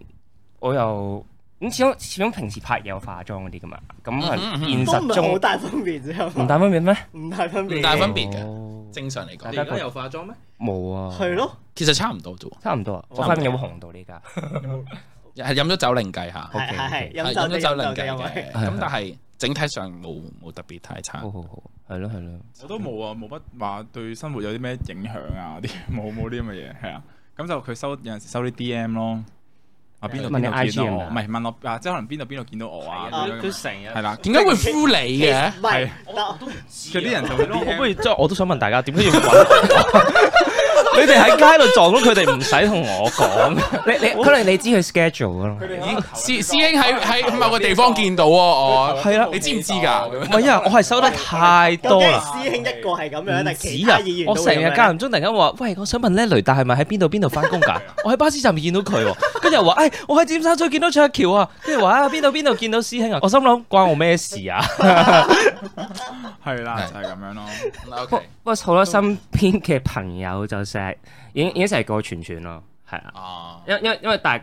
[SPEAKER 5] 我又咁始終始終平時拍嘢有化妝嗰啲噶嘛，咁可
[SPEAKER 2] 嗯嗯
[SPEAKER 5] 能
[SPEAKER 2] 嗯
[SPEAKER 5] 現
[SPEAKER 1] 都唔
[SPEAKER 5] 實
[SPEAKER 1] 係好
[SPEAKER 5] 中
[SPEAKER 1] 大分別啫，
[SPEAKER 5] 唔大分別咩？
[SPEAKER 1] 唔大分別，
[SPEAKER 2] 唔大分別嘅
[SPEAKER 5] 哦
[SPEAKER 2] 正常嚟講，
[SPEAKER 5] 你而家有
[SPEAKER 2] 化妝咩？
[SPEAKER 5] 冇啊，
[SPEAKER 1] 係，咯，
[SPEAKER 2] 其實差唔多啫喎，
[SPEAKER 5] 差唔多啊，我
[SPEAKER 2] 差唔多
[SPEAKER 5] 塊面有冇紅到呢家？
[SPEAKER 2] 係飲咗酒另計下。
[SPEAKER 1] 係係係，
[SPEAKER 2] 係
[SPEAKER 1] 飲
[SPEAKER 2] 飲
[SPEAKER 1] 酒
[SPEAKER 2] 咗
[SPEAKER 1] 就
[SPEAKER 2] 酒
[SPEAKER 1] 飲
[SPEAKER 2] 量
[SPEAKER 1] 酒
[SPEAKER 2] 計
[SPEAKER 1] 就因
[SPEAKER 2] 嘅，
[SPEAKER 1] 為
[SPEAKER 2] 咁但係整體上冇冇特別太差
[SPEAKER 5] 好。好好，係咯係咯，
[SPEAKER 4] 我 都冇啊，冇乜話對生活有啲咩影響啊啲， 冇冇啲咁嘅嘢，係啊。咁就佢收有陣時收啲 D M 咯，啊邊度
[SPEAKER 5] 問你
[SPEAKER 4] 邊度見
[SPEAKER 5] IG
[SPEAKER 4] 到我，
[SPEAKER 5] 係
[SPEAKER 4] 唔
[SPEAKER 5] 咪
[SPEAKER 4] 係問我啊，即係可能邊度邊度見到我啊，咁樣咁樣
[SPEAKER 3] 佢成日
[SPEAKER 4] 係啦。
[SPEAKER 2] 點解會 f 你嘅？
[SPEAKER 1] 唔係，但
[SPEAKER 4] 佢啲人就會
[SPEAKER 3] 咯，我
[SPEAKER 4] DM
[SPEAKER 3] 不如即係我都想問大家點解要揾我？你哋喺街度撞到佢哋唔使同我講，
[SPEAKER 5] 你你可能你知佢 schedule 噶啦，
[SPEAKER 2] 師師兄喺喺某個地方見到喎，我
[SPEAKER 3] 係啦
[SPEAKER 2] 你知唔知㗎？咁
[SPEAKER 3] 唔
[SPEAKER 2] 樣
[SPEAKER 3] 係啊，我係收得太
[SPEAKER 1] 究
[SPEAKER 3] 多
[SPEAKER 1] 竟
[SPEAKER 3] 啦。
[SPEAKER 1] 師兄一個係咁樣，
[SPEAKER 3] 唔
[SPEAKER 1] 定其
[SPEAKER 3] 止
[SPEAKER 1] 他
[SPEAKER 3] 啊
[SPEAKER 1] 議！員
[SPEAKER 3] 我
[SPEAKER 1] 都
[SPEAKER 3] 成
[SPEAKER 1] 會咁
[SPEAKER 3] 日
[SPEAKER 1] 樣
[SPEAKER 3] 間唔中突然間話：喂，我想問咧，雷達係咪喺邊度邊度翻工 㗎？我喺巴士站見到佢喎，跟住又話：誒，哎我喺尖沙咀見到卓橋啊，跟住話啊邊度邊度見到師兄啊，我心諗關我咩事啊？
[SPEAKER 4] 係啦，
[SPEAKER 2] 係
[SPEAKER 4] 就係咁樣咯。
[SPEAKER 5] 不
[SPEAKER 2] OK
[SPEAKER 5] 不過好多身邊嘅朋友就成日已經已經成日過全全咯，係啊。
[SPEAKER 2] 啊，
[SPEAKER 5] 因因因為大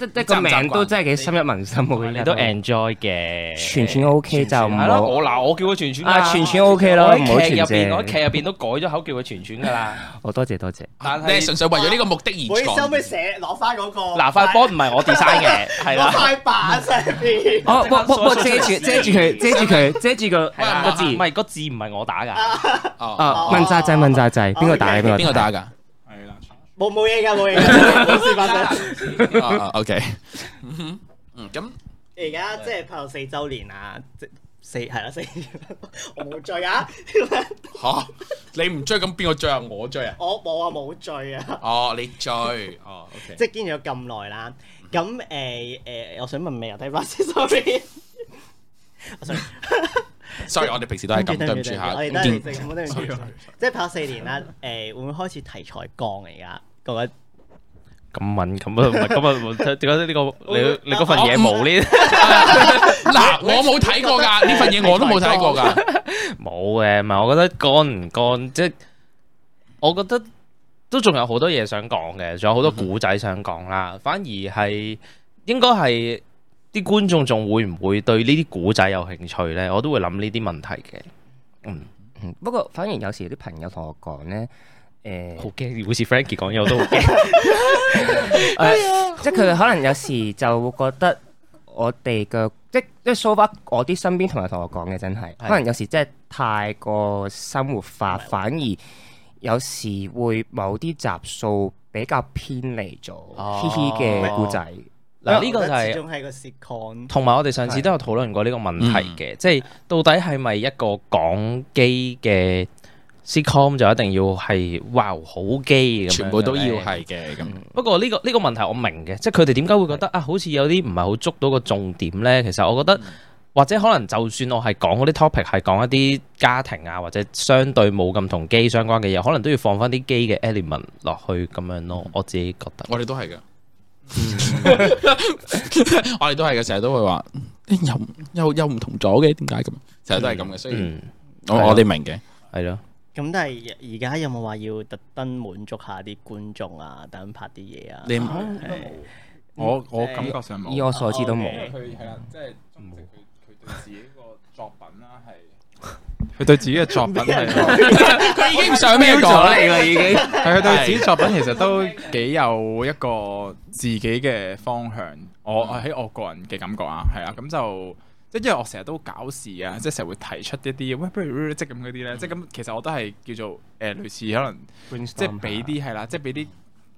[SPEAKER 5] 即即個名都真係幾深入民心 喎，
[SPEAKER 6] 你都 enjoy 嘅。
[SPEAKER 5] 全全 OK 就唔
[SPEAKER 3] 係咯，
[SPEAKER 5] 好
[SPEAKER 3] 我嗱我叫佢全全
[SPEAKER 5] 啊，
[SPEAKER 3] 㗎
[SPEAKER 5] 全全 OK 咯，
[SPEAKER 3] 我
[SPEAKER 5] 唔好
[SPEAKER 3] 喺劇入
[SPEAKER 5] 全
[SPEAKER 3] 邊，我喺
[SPEAKER 5] 正。
[SPEAKER 3] 劇入邊都改咗口叫佢全全 㗎啦。
[SPEAKER 5] 我多謝多謝，
[SPEAKER 3] 但
[SPEAKER 2] 你係
[SPEAKER 3] 係
[SPEAKER 2] 純粹為咗呢個目的
[SPEAKER 1] 唔好
[SPEAKER 2] 而
[SPEAKER 1] 意思，可唔可以
[SPEAKER 2] 講。
[SPEAKER 1] 寫攞翻嗰個
[SPEAKER 3] 嗱塊波唔係我 design 嘅，係
[SPEAKER 1] 嗰
[SPEAKER 3] 啦。
[SPEAKER 1] 塊板上邊？
[SPEAKER 5] 我我我我遮住遮住佢遮住佢遮住個
[SPEAKER 3] 係啦，
[SPEAKER 5] 個
[SPEAKER 3] 個
[SPEAKER 5] 字
[SPEAKER 3] 字唔係個字唔係我打㗎。
[SPEAKER 2] 哦，
[SPEAKER 5] 啊問責制問責制，邊個打嘅邊個？
[SPEAKER 2] 邊個？打㗎
[SPEAKER 4] 係啦，
[SPEAKER 1] 冇冇嘢㗎，冇嘢㗎， 冇事發 生。
[SPEAKER 2] 啊啊？OK，嗯哼嗯咁
[SPEAKER 1] 而家即係拍到四週年啊，即四 係啦四，我冇醉 啊，
[SPEAKER 2] 吓你唔追咁邊個追啊？我追啊？
[SPEAKER 1] 我冇啊冇醉啊。
[SPEAKER 2] 哦，你追哦，OK。Ờ,
[SPEAKER 1] 即係堅持咗咁耐啦。咁誒誒，我想問未啊？睇翻先，sorry。我 sorry，
[SPEAKER 2] sorry，我哋平時都係咁，對唔住嚇。
[SPEAKER 1] 我哋 都係理
[SPEAKER 2] 見
[SPEAKER 1] 性，冇得唔住。即係拍咗四年啦，呃誒會唔會開始題材降而家？覺得
[SPEAKER 3] 咁敏感啊，唔係 咁啊，點解呢個你你嗰份嘢冇呢？
[SPEAKER 2] 嗱，我冇睇過㗎，呢份嘢我都冇睇過㗎。
[SPEAKER 3] 冇嘅，唔係我覺得乾唔乾，即係我覺得都仲有好多嘢想講嘅，仲有好多古仔想講啦。反而係應該係啲觀眾仲會唔會對呢啲古仔有興趣咧？我都會諗呢啲問題嘅。
[SPEAKER 5] 嗯不過反而有時啲朋友同我講咧，誒
[SPEAKER 3] 好驚，好似 Frankie 講嘢我都好驚。哎
[SPEAKER 5] 呃誒，即係佢哋可能有時就會覺得我哋嘅即即 so far 我啲身邊同人同我講嘅真係，
[SPEAKER 3] 係
[SPEAKER 5] 可能有時真係太過生活化，反而有時會某啲集數比較偏離咗
[SPEAKER 3] 哦
[SPEAKER 5] 嘻嘻嘅故仔。
[SPEAKER 3] 嗱，呢個就係
[SPEAKER 1] 始終係個 sitcom。
[SPEAKER 3] 同埋我哋上次都有嗯討論過呢個問題嘅，即係到底係咪一個港機嘅 sitcom 就一定要係哇好基咁樣嘅
[SPEAKER 2] 全部都要
[SPEAKER 3] 咧
[SPEAKER 2] 係嘅咁。
[SPEAKER 3] 不過呢、個呢、個問題我明嘅，即係佢嗯哋點解會覺得啊，好似有啲唔係好捉到個重點呢？其實我覺得，或者可能就算我係講嗰啲 topic 係講一啲家庭啊，或者相對冇咁同機相關嘅嘢，可能都要放翻啲機嘅 element 落去咁樣咯。我自己覺得。
[SPEAKER 2] 我哋都係嘅。Ừ. 我哋都係嘅，成日都會話欸又又又唔同咗嘅，點解咁？成日都係咁嘅，所以
[SPEAKER 3] 嗯，
[SPEAKER 2] 我
[SPEAKER 3] 係咯
[SPEAKER 2] 我哋明嘅。
[SPEAKER 3] 係咯。
[SPEAKER 1] 咁但係而家有冇話要特登滿足下啲觀眾啊，特登拍啲嘢啊？
[SPEAKER 2] 你
[SPEAKER 4] 我我感覺上
[SPEAKER 5] 以
[SPEAKER 4] 冇，
[SPEAKER 5] 我所知都
[SPEAKER 3] 哦
[SPEAKER 5] 冇。
[SPEAKER 4] 佢係啦，即係中直佢佢對自己個作品啦係， 佢對自己嘅作品係。
[SPEAKER 2] 佢已經想咩講啦？
[SPEAKER 4] 你啦，已經係佢對自己作品其實都幾有一個自己嘅方向。我
[SPEAKER 2] 嗯
[SPEAKER 4] 我喺我個人嘅感覺啊，係啊，咁就即係因為我成日都搞事啊，即係成日會提出一啲喂，不如即係咁嗰啲
[SPEAKER 2] 嗯
[SPEAKER 4] 咧，即係咁其實我都係叫做誒、呃、類似可能即係俾
[SPEAKER 2] 哦
[SPEAKER 4] 啲係啦，即係俾啲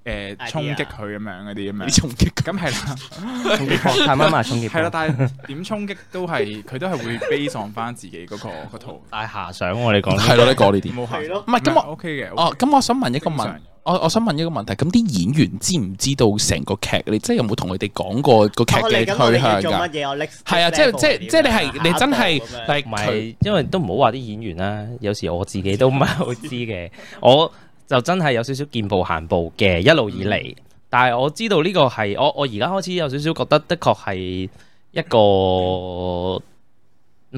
[SPEAKER 4] 誒
[SPEAKER 1] Idea
[SPEAKER 4] 衝擊佢咁樣嗰啲咁
[SPEAKER 2] 你
[SPEAKER 4] 樣。
[SPEAKER 2] 衝擊佢
[SPEAKER 4] 咁係啦，
[SPEAKER 5] 太媽媽衝擊波。
[SPEAKER 4] 係啦，但係點衝擊都係 佢都係會悲壯翻自己嗰、個嗰套，
[SPEAKER 3] 大遐想喎、你講
[SPEAKER 2] 係咯，你講呢啲。
[SPEAKER 4] 冇係
[SPEAKER 1] 咯
[SPEAKER 2] 唔係咁我
[SPEAKER 4] OK 嘅，
[SPEAKER 2] 哦，咁我想問一個
[SPEAKER 4] 正常
[SPEAKER 2] 問，我我想問一個問題，咁啲演員知唔知道成個劇？你即係有冇同佢哋講過個劇
[SPEAKER 1] 哦我嚟
[SPEAKER 2] 嘅
[SPEAKER 1] 緊我哋
[SPEAKER 2] 去
[SPEAKER 1] 要
[SPEAKER 2] 向
[SPEAKER 1] 做乜
[SPEAKER 2] 㗎？
[SPEAKER 1] 嘢？我 next
[SPEAKER 2] 係啊，即係即係即係你係你真係，
[SPEAKER 1] 係
[SPEAKER 2] 但
[SPEAKER 3] 唔
[SPEAKER 2] 係
[SPEAKER 3] 係，因為都唔好話啲演員啦，有時我自己都唔係好知嘅，我就真係有少少見步行步嘅，一路以嚟。但係我知道呢個係我我而家開始有少少覺得，的確係一個唔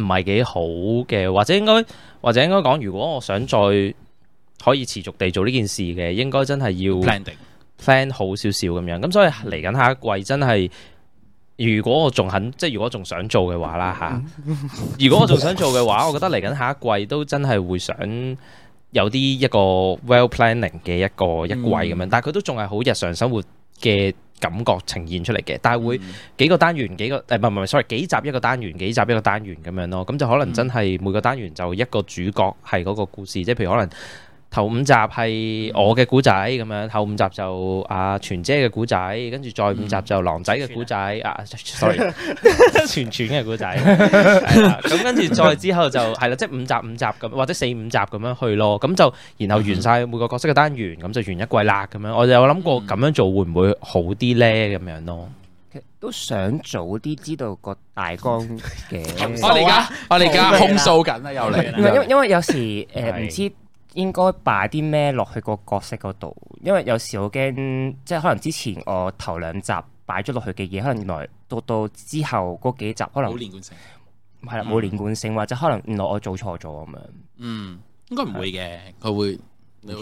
[SPEAKER 3] 係幾好嘅，或者應該或者應該講，如果我想再可以持續地做呢件事嘅，應該真係要。
[SPEAKER 2] 佢 landing
[SPEAKER 3] plan 好少少咁樣，咁所以嚟緊下一季真係，如果我仲肯，即係如果仲想做嘅話啦吓，如果我仲想做嘅話，我覺得嚟緊下一季都真係會想有啲一個 well planning 嘅一個一季咁樣，但係佢都仲係好日常生活嘅感覺呈現出嚟嘅，但係會幾個單元幾個呃誒唔係唔係，sorry 幾集一個單元，幾集一個單元咁樣咯，咁就可能真係每個單元就一個主角係嗰個故事，即係譬如可能。頭五集係我嘅古仔咁樣，後五集就阿全姐嘅古仔，跟住再五集就狼仔嘅古仔，啊，sorry，全 全嘅古仔，係啦咁跟住再之後就係啦，即係五集五集咁，或者四五集咁樣去咯，咁就然後完晒每個角色嘅單元，咁就完一季啦咁樣。我就有諗過咁樣做會唔會好啲咧咁樣咯。
[SPEAKER 5] 其實都想早啲知道個大綱 嘅。
[SPEAKER 2] 我哋而
[SPEAKER 1] 啊
[SPEAKER 2] 家我哋而家控訴緊啦，又
[SPEAKER 5] 唔係因為
[SPEAKER 2] 嚟。
[SPEAKER 5] 因為有時誒
[SPEAKER 3] 係
[SPEAKER 5] 唔知應該擺啲咩落去個角色嗰度，因為有時我驚即係可能之前我頭兩集擺咗落去嘅嘢，可能原來到到之後嗰幾集可能
[SPEAKER 2] 連貫性，
[SPEAKER 5] 係啦
[SPEAKER 3] 嗯
[SPEAKER 5] 冇連貫性，或者可能原來我做錯咗咁樣。
[SPEAKER 2] 嗯，應該唔會嘅，佢會你會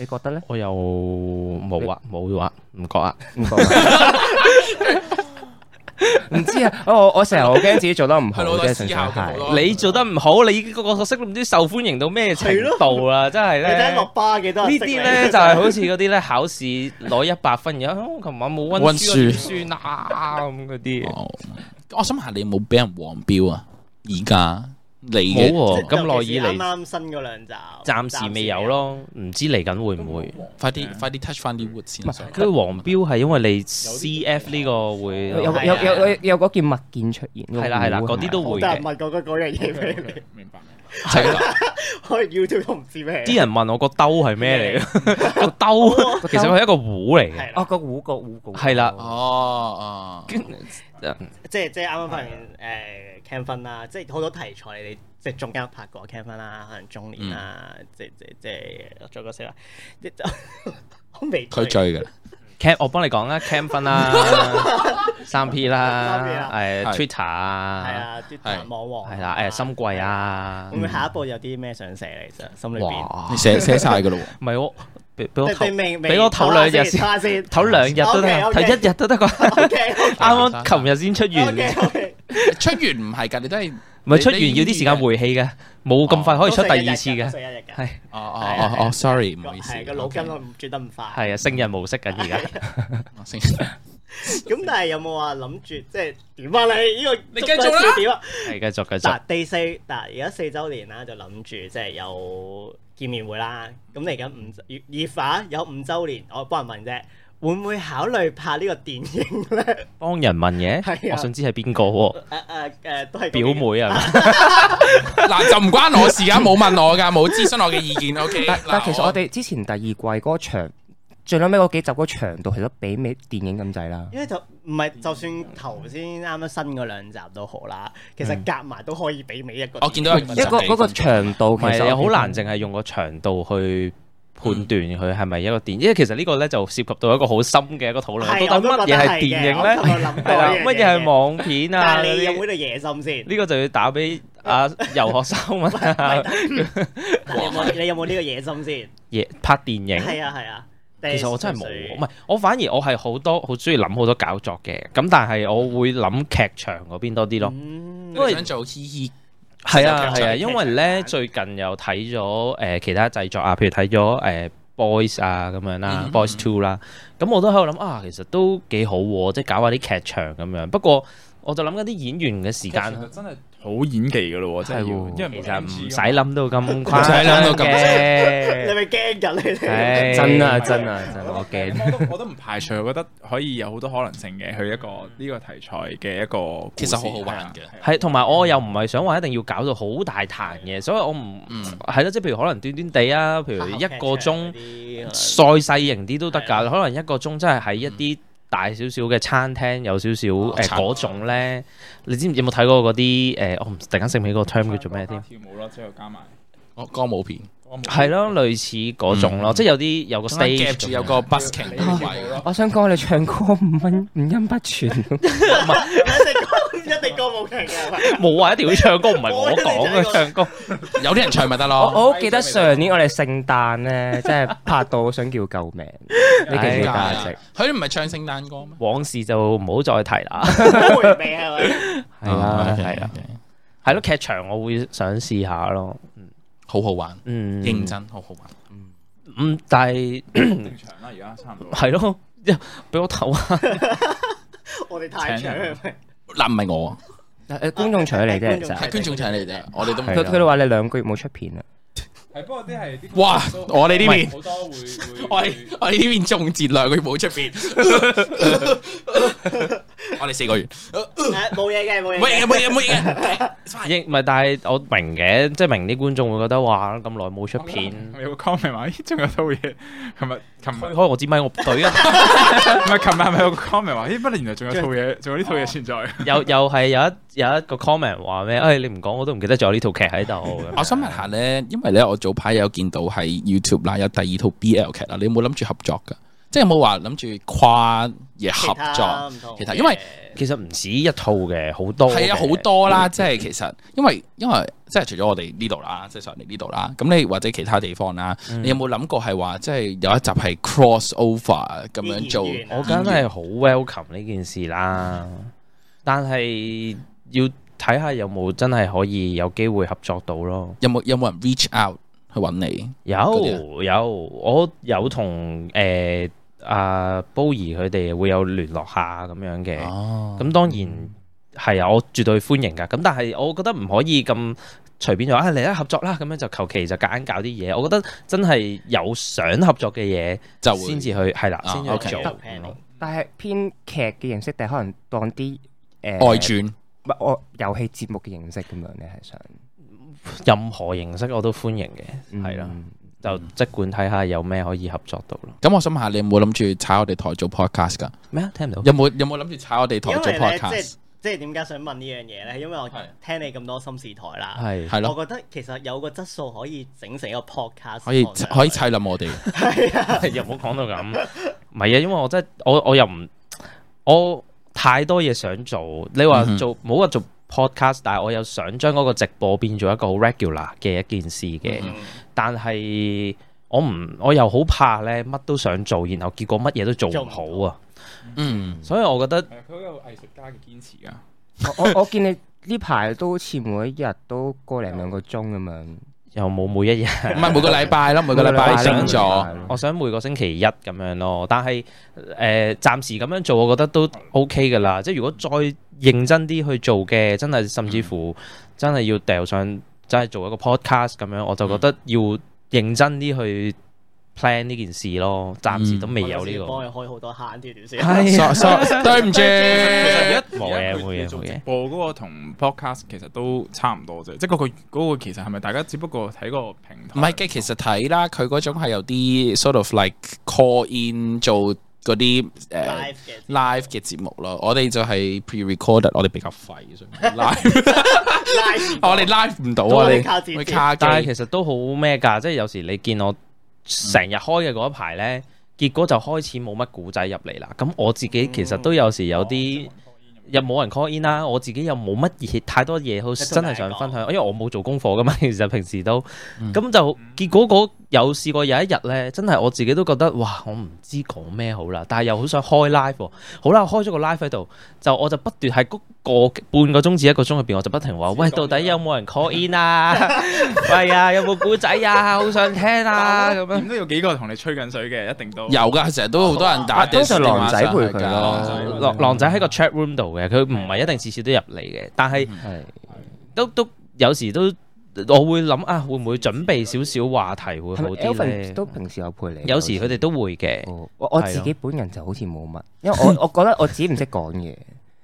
[SPEAKER 5] 你 覺得咧？
[SPEAKER 3] 我又冇啊，冇啊，唔覺啊。
[SPEAKER 5] 唔覺啊 唔知啊，我我成日好驚自己做得唔好
[SPEAKER 2] 係咯我都
[SPEAKER 5] 啫，
[SPEAKER 2] 思
[SPEAKER 5] 純粹
[SPEAKER 2] 考緊好
[SPEAKER 5] 係
[SPEAKER 2] 多。
[SPEAKER 3] 你做得唔好，你個個角色都唔知受歡迎到咩程度啦，真係
[SPEAKER 1] 你睇
[SPEAKER 3] 咧。
[SPEAKER 1] 落巴幾多人
[SPEAKER 3] 呢
[SPEAKER 1] 識
[SPEAKER 3] 啲
[SPEAKER 1] 你？啊
[SPEAKER 3] 咧就係好似嗰啲咧考試攞一百分，而家哦琴晚冇温
[SPEAKER 2] 溫
[SPEAKER 3] 書
[SPEAKER 2] 書
[SPEAKER 3] 啊點算啊咁嗰啲。
[SPEAKER 2] 哦我想問下你有冇俾人黃標啊？而家你嘅
[SPEAKER 3] 冇喎，咁耐以
[SPEAKER 1] 尤其是
[SPEAKER 3] 嚟
[SPEAKER 1] 啱啱新嗰兩集，
[SPEAKER 3] 暫時未有。咯，唔知嚟緊會唔會？
[SPEAKER 2] 快啲快啲 touch 翻啲 wood 先啊。想
[SPEAKER 3] 佢黃標係因為你 CF 呢個會
[SPEAKER 5] 有有有有有有嗰件物件出現，
[SPEAKER 3] 啊係啦係啦，嗰啲都
[SPEAKER 1] 好
[SPEAKER 3] 會
[SPEAKER 1] 多人
[SPEAKER 3] 嘅。
[SPEAKER 1] 問過嗰嗰樣嘢俾你，
[SPEAKER 4] 明白。
[SPEAKER 2] 係啊啦，
[SPEAKER 1] 可能 YouTube 都唔知咩。
[SPEAKER 3] 啲人問我個兜係咩嚟嘅？個兜其實佢係一個壺嚟嘅。
[SPEAKER 1] 係啦
[SPEAKER 5] 哦，個糊個糊個
[SPEAKER 3] 係啦
[SPEAKER 2] 哦哦，
[SPEAKER 1] 即係即係啱啱發現誒 Cam 分啦，即係好多題材你哋即係中間拍過 Cam 分啦，可能中年啦，
[SPEAKER 3] 嗯
[SPEAKER 1] 即係即係即係再過四啦，即 我未啊
[SPEAKER 2] 佢追嘅。
[SPEAKER 3] Cam，我幫你講啦，Cam 分啦，三 P
[SPEAKER 1] 三 P 啦
[SPEAKER 3] 啦，誒
[SPEAKER 2] 係
[SPEAKER 3] Twitter
[SPEAKER 1] 係
[SPEAKER 3] 啊，
[SPEAKER 1] 啊，啲
[SPEAKER 2] 係
[SPEAKER 1] 網王
[SPEAKER 3] 係啦，誒深櫃。啊
[SPEAKER 1] 會，唔會下一步有啲咩想寫咧？其實心裏邊，
[SPEAKER 3] 哇
[SPEAKER 2] 你，寫寫曬㗎咯喎。
[SPEAKER 3] 唔係我俾俾我
[SPEAKER 1] 即係
[SPEAKER 3] 唞
[SPEAKER 1] 未未
[SPEAKER 3] 俾我唞兩日
[SPEAKER 1] 唞
[SPEAKER 3] 先，
[SPEAKER 1] 下先。
[SPEAKER 3] 唞兩日都得，
[SPEAKER 1] OK，OK
[SPEAKER 3] 唞一日 都得啩，
[SPEAKER 1] O K
[SPEAKER 3] 啱啱琴日先出
[SPEAKER 1] O
[SPEAKER 3] 完，
[SPEAKER 1] K O K，
[SPEAKER 2] 出完唔係㗎，你都係
[SPEAKER 3] 唔係出完要啲時間回氣嘅，冇咁快可以出
[SPEAKER 1] 哦
[SPEAKER 3] 第二次嘅，
[SPEAKER 1] 一日嘅。
[SPEAKER 3] 係
[SPEAKER 2] 哦哦
[SPEAKER 4] 啊
[SPEAKER 2] 哦哦，sorry，唔好意思，
[SPEAKER 1] 係個腦筋唔轉得咁快。
[SPEAKER 3] 係啊，聖人模式緊而家，哦
[SPEAKER 2] 我先
[SPEAKER 1] 咁但係有冇話諗住即係點啊？你呢個你
[SPEAKER 2] 繼續啦
[SPEAKER 1] 點啊？
[SPEAKER 3] 係繼續繼續
[SPEAKER 1] 嗱，第四嗱，而家四週年啦，就諗住即係有見面會啦。咁嚟緊五以以反有五週年，我幫人問啫。會唔會考慮拍呢個電影咧？
[SPEAKER 3] 幫人問
[SPEAKER 1] 係
[SPEAKER 3] 嘢，
[SPEAKER 1] 啊
[SPEAKER 3] 我想知係邊個喎？
[SPEAKER 1] 誒誒誒，都係
[SPEAKER 3] 表妹啊？
[SPEAKER 2] 嗱，就唔關我事噶，冇問我噶，冇諮詢我嘅意見。O K，
[SPEAKER 5] 但但其實我哋之前第二季嗰個長，最撚尾嗰幾集嗰個長度其實都媲美電影咁滯啦。
[SPEAKER 1] 因為就唔係，就算頭先啱啱新嗰兩集都好啦，其實夾埋都可以媲美一個電影。
[SPEAKER 2] 我見到有
[SPEAKER 5] 一個嗰個長度
[SPEAKER 3] 唔
[SPEAKER 5] 其實
[SPEAKER 3] 係，好難
[SPEAKER 5] 整。
[SPEAKER 3] 淨係用個長度去判斷佢係咪一個電影，因為其實呢個咧就涉及到一個好深嘅一個討論，
[SPEAKER 1] 係，
[SPEAKER 3] 到底乜嘢係電影咧？係
[SPEAKER 1] 係
[SPEAKER 3] 啦，乜嘢係？網片啊？
[SPEAKER 1] 但係
[SPEAKER 3] 嗰
[SPEAKER 1] 你有
[SPEAKER 3] 啲
[SPEAKER 1] 冇呢度野心先？
[SPEAKER 3] 呢個就要打俾 阿游學生問下，
[SPEAKER 1] 但係你有冇你有冇呢個野心先？
[SPEAKER 3] 嘢拍電影。
[SPEAKER 1] 係啊係啊。
[SPEAKER 3] 其實我真
[SPEAKER 1] 定純
[SPEAKER 3] 係冇喎，唔
[SPEAKER 1] 粹
[SPEAKER 3] 係我反而我係好多好中意諗好多搞作嘅，咁但係我會諗劇場嗰邊多啲咯。
[SPEAKER 1] 嗯
[SPEAKER 3] 因為
[SPEAKER 4] 想做嘻嘻，
[SPEAKER 3] 係啊
[SPEAKER 1] 劇場
[SPEAKER 3] 係啊，
[SPEAKER 1] 劇
[SPEAKER 3] 因
[SPEAKER 1] 場
[SPEAKER 3] 為咧
[SPEAKER 1] 版
[SPEAKER 3] 最近又睇咗誒其他製作啊，譬如睇咗誒 Boys 啊咁樣啦
[SPEAKER 4] 嗯
[SPEAKER 3] ，Boys Two 啦，咁我都喺度諗啊，其實都幾好喎，即係搞下啲劇場咁樣。不過我就諗緊啲演員嘅時
[SPEAKER 4] 其
[SPEAKER 3] 間
[SPEAKER 5] 啊
[SPEAKER 4] 實。真係好演技噶咯喎，真係要，
[SPEAKER 5] 係喎
[SPEAKER 4] 因為
[SPEAKER 3] 其
[SPEAKER 4] 冇
[SPEAKER 3] 實
[SPEAKER 4] NG 㗎嘛
[SPEAKER 3] 唔使諗到咁誇
[SPEAKER 2] 唔使諗到
[SPEAKER 3] 張
[SPEAKER 2] 咁
[SPEAKER 1] 你
[SPEAKER 3] 嘅，
[SPEAKER 1] 咪驚緊你哋？
[SPEAKER 3] 唉
[SPEAKER 5] 真啊真啊真啊！
[SPEAKER 3] 我驚。
[SPEAKER 4] 我都我都唔排除，我覺得可以有好多可能性嘅。佢一個呢個題材嘅一個故
[SPEAKER 6] 其
[SPEAKER 4] 事，
[SPEAKER 6] 實好好玩嘅
[SPEAKER 4] 係啊。
[SPEAKER 3] 係，同埋我又唔係想話一定要搞到好大壇嘅，所以我唔
[SPEAKER 4] 嗯
[SPEAKER 3] 係咯，即係譬如可能短短地啊，譬如一個鐘
[SPEAKER 1] 鐘
[SPEAKER 3] 再細型啲都得
[SPEAKER 1] 係
[SPEAKER 3] 㗎，可能一個鐘真係喺一啲大少少嘅餐廳有少少誒
[SPEAKER 6] 餐
[SPEAKER 3] 嗰種咧，你知唔知有冇睇過嗰啲誒？我唔突然間醒唔起嗰個 term 叫做咩添？
[SPEAKER 4] 跳舞咯，之後加埋
[SPEAKER 2] 我歌舞片，
[SPEAKER 3] 係咯，類似嗰種咯，
[SPEAKER 2] 嗯
[SPEAKER 3] 即係有啲有個
[SPEAKER 2] 中間
[SPEAKER 3] stage
[SPEAKER 2] 夾住有
[SPEAKER 3] 咁樣啊
[SPEAKER 2] 個 busking
[SPEAKER 4] 跳
[SPEAKER 2] 嘅位。
[SPEAKER 4] 舞咯。
[SPEAKER 5] 我想講你唱歌五音五音不全，
[SPEAKER 1] 一定歌一定歌舞劇嘅，
[SPEAKER 3] 冇話一定要唱歌，唔係我講嘅唱歌。
[SPEAKER 2] 有啲人唱咪得
[SPEAKER 5] 我
[SPEAKER 2] 咯。
[SPEAKER 5] 我好記得上年我哋聖誕咧，真係拍到想叫救命，你記唔記得啊？
[SPEAKER 2] 哎
[SPEAKER 5] 直
[SPEAKER 2] 佢唔係唱聖誕歌咩？
[SPEAKER 3] 往事就唔好再提啦，
[SPEAKER 1] 回味 係咪？
[SPEAKER 3] 係啦，
[SPEAKER 2] 哦 OK，
[SPEAKER 3] 係啦，啊
[SPEAKER 2] OK，
[SPEAKER 3] 係咯，劇場我會想試下咯，
[SPEAKER 2] 好好玩，
[SPEAKER 3] 嗯，
[SPEAKER 2] 認真好好玩。
[SPEAKER 3] 嗯，但係
[SPEAKER 4] 正常啦，而家差唔多。
[SPEAKER 3] 係咯， 一俾我唞下，
[SPEAKER 1] 我哋太長係咪？
[SPEAKER 2] 嗱，唔係我，
[SPEAKER 5] 誒呃觀眾搶你啫，其實
[SPEAKER 2] 係觀眾請你啫，我哋都唔
[SPEAKER 5] 佢佢哋話你兩個月冇出片啊啦，
[SPEAKER 4] 係不過啲係啲
[SPEAKER 2] 哇！我哋呢邊。
[SPEAKER 4] 好多會
[SPEAKER 2] 我
[SPEAKER 4] 會
[SPEAKER 2] 哋我哋呢邊中節量，佢冇出邊。我哋四個月，
[SPEAKER 1] 誒冇嘢嘅冇嘢
[SPEAKER 2] 冇嘢嘅
[SPEAKER 1] 嘅。
[SPEAKER 2] 冇嘢嘅冇嘢嘅。
[SPEAKER 3] 亦唔係，但係我明嘅，即係明啲觀眾會覺得哇，咁耐冇出片，
[SPEAKER 4] 有個 comment 話，咦，仲有套嘢，琴日琴日
[SPEAKER 3] 推開我支咪，我 隊啊，
[SPEAKER 4] 唔係琴日係咪有個 comment 話，咦，乜原來仲有套嘢，仲有呢套嘢存在？
[SPEAKER 3] 又又係有一有一個 comment 話咩？哎誒，你唔講我都唔記得仲有呢套劇喺度咁
[SPEAKER 2] 我
[SPEAKER 3] 樣。
[SPEAKER 2] 想問下咧，因為咧我早排有見到喺 YouTube 啦，有第二套 BL 劇啦，你有冇諗住合作噶？即係有冇話諗住跨嘢合作？
[SPEAKER 1] 作
[SPEAKER 2] 其他因為
[SPEAKER 3] 其實唔止一套嘅，好多
[SPEAKER 2] 係啊，
[SPEAKER 3] 嘅
[SPEAKER 2] 好多啦，即係其實因為因為即係除咗我哋呢度啦，即係上嚟呢度啦，咁你或者其他地方啦，你有冇諗過係話即係有一集係 cross over 咁樣做？
[SPEAKER 1] 啲演員啊
[SPEAKER 3] 我梗係好 welcome 呢件事啦，但係要睇下有冇真係可以有機會合作到咯。
[SPEAKER 2] 有冇有冇人 reach out 去揾你？啊
[SPEAKER 3] 有有，我有同誒阿 b o 佢哋會有聯絡下咁樣嘅。
[SPEAKER 2] 哦
[SPEAKER 3] 咁當然係啊，我絕對歡迎㗎。咁但係我覺得唔可以咁隨便就話啊嚟啦合作啦，咁樣就求其就夾硬搞啲嘢。我覺得真係有想合作嘅嘢
[SPEAKER 2] 就會
[SPEAKER 3] 先至去係啦，
[SPEAKER 2] 啊
[SPEAKER 3] 先
[SPEAKER 1] 有
[SPEAKER 2] OK
[SPEAKER 3] 至去做。
[SPEAKER 1] 做 planning
[SPEAKER 5] 但係編劇嘅形式定係可能當啲誒
[SPEAKER 2] 外傳。
[SPEAKER 5] 唔係我遊戲節目嘅形式咁樣，你係想
[SPEAKER 3] 任何形式我都歡迎嘅，係啦，
[SPEAKER 5] 嗯
[SPEAKER 3] 就即管睇下有咩可以合作到咯。
[SPEAKER 2] 咁我想問下，你有冇諗住炒我哋台做 podcast 噶？
[SPEAKER 3] 咩啊？聽唔到？
[SPEAKER 2] 有冇有冇諗住炒我哋台
[SPEAKER 1] 因
[SPEAKER 2] 做
[SPEAKER 1] 為咧，即
[SPEAKER 2] podcast？
[SPEAKER 1] 係即係點解想問呢樣嘢咧？因為我
[SPEAKER 2] 係
[SPEAKER 1] 聽你咁多心事台啦，
[SPEAKER 3] 係
[SPEAKER 2] 係咯，
[SPEAKER 1] 我覺得其實有個質素可以整成一個 podcast，
[SPEAKER 2] 可以
[SPEAKER 1] 放上去
[SPEAKER 2] 可以砌冧我哋。
[SPEAKER 3] 又冇講到咁，唔係啊，因為我真係我我又唔我太多嘢想做。你話
[SPEAKER 2] 嗯哼
[SPEAKER 3] 做冇話做 podcast，但係我又想將嗰個直播變做一個好 regular 嘅一件事
[SPEAKER 1] 嗯
[SPEAKER 3] 嘅。但係我唔我又好怕咧，乜都想做，然後結果乜嘢都做唔好啊。
[SPEAKER 2] 嗯，
[SPEAKER 3] 所以我覺得
[SPEAKER 4] 係啊，佢好有藝術家嘅堅持啊！
[SPEAKER 5] 我我我見你呢排都好似每一日都個零兩個鐘咁樣，
[SPEAKER 3] 又冇每一日，
[SPEAKER 2] 唔係每個禮拜咯，每個禮拜整 咗。
[SPEAKER 3] 我想每個星期一咁樣咯。但係誒、呃，暫時咁樣做，我覺得都 OK 噶啦。即係如果再認真啲去做嘅，真係甚至乎真係要掉上，真係做一個 podcast 咁樣，我就覺得要認真啲去 plan 呢件事咯，暫時都未有呢、個。
[SPEAKER 1] 幫佢開好多坑添，點先？
[SPEAKER 3] 係啊
[SPEAKER 2] So- so- 對唔住，
[SPEAKER 3] 冇嘢
[SPEAKER 4] 而家佢
[SPEAKER 3] 冇嘢
[SPEAKER 4] 哋做
[SPEAKER 3] 冇嘢
[SPEAKER 4] 直播嗰個同 podcast 其實都差唔多啫，即係嗰個嗰個其實係咪大家只不過睇個平
[SPEAKER 2] 唔
[SPEAKER 4] 台？
[SPEAKER 2] 係嘅，其實睇啦，佢嗰種係有啲 sort of like call in 做嗰啲誒
[SPEAKER 1] live 嘅
[SPEAKER 2] live 嘅節目咯。我哋就係 pre-recorded，我哋比較廢，所以 冇 live
[SPEAKER 1] live，
[SPEAKER 2] 我哋 live 唔到
[SPEAKER 1] 都
[SPEAKER 2] 啊，
[SPEAKER 1] 係
[SPEAKER 2] 你
[SPEAKER 1] 靠剪接
[SPEAKER 2] 會卡機。
[SPEAKER 3] 但係其實都好咩㗎，即係有時你見我成日開嘅嗰一排咧，結果就開始冇乜古仔入嚟啦。咁我自己其實都有時
[SPEAKER 4] 哦
[SPEAKER 3] 有啲。又冇人 call in 啦，我自己又冇乜嘢太多嘢好真係想分享，因為我冇做功課噶嘛， 其實平時都咁、就結果嗰有試過有一日咧，真係我自己都覺得哇，我唔知講咩好啦，但係又好想開 live 喎。好啦，我開咗個 live 喺度，就我就不斷喺嗰個半個鐘至一個鐘入邊，我就不停話喂，到底有冇人 call in 啊？ 喂啊，有冇古仔啊？好想聽 啊！咁樣
[SPEAKER 4] 點都有幾個同你吹緊水嘅，一定都
[SPEAKER 2] 有㗎，成日都好多人打
[SPEAKER 5] 啊通常狼仔陪佢咯
[SPEAKER 2] 㗎
[SPEAKER 3] 狼狼仔喺個 chat room 度嘅，佢唔係一定次次都入嚟嘅，但係。
[SPEAKER 5] 係
[SPEAKER 3] 都都有時都我會諗啊，會唔會準備少少話題會好
[SPEAKER 5] 係咪
[SPEAKER 3] 啲
[SPEAKER 5] Elvin
[SPEAKER 3] 咧？
[SPEAKER 5] 都平時有陪你？
[SPEAKER 3] 有時佢哋都會嘅，
[SPEAKER 5] 哦我我
[SPEAKER 3] 係啊
[SPEAKER 5] 自己本人就好似冇乜，因為我我覺得我自己唔識講嘢，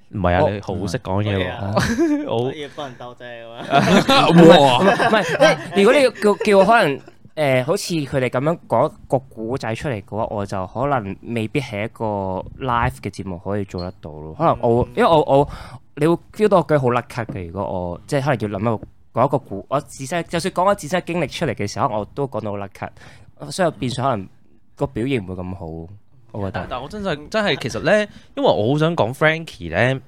[SPEAKER 3] 唔係啊，
[SPEAKER 5] 我
[SPEAKER 3] 你好識講嘢
[SPEAKER 1] 係啊
[SPEAKER 3] 喎， 好
[SPEAKER 1] 要幫人鬥啫咁樣。
[SPEAKER 2] 哇！
[SPEAKER 5] 唔係即係如果你叫叫我可能誒，好似佢哋咁樣講一個古仔出嚟嘅話，我就可能未必係一個 live 嘅節目可以做得到咯。可能我會因為我我你會 feel 到我句好甩咳嘅，如果我即係可能要諗一個講一個古，我自身就算講我自身經歷出嚟嘅時候，我都講到好甩咳，所以變相可能個表現唔會咁好，我覺
[SPEAKER 3] 啊但
[SPEAKER 5] 得。
[SPEAKER 3] 但我真係真係其實咧，因為我好想講 Frankie 咧，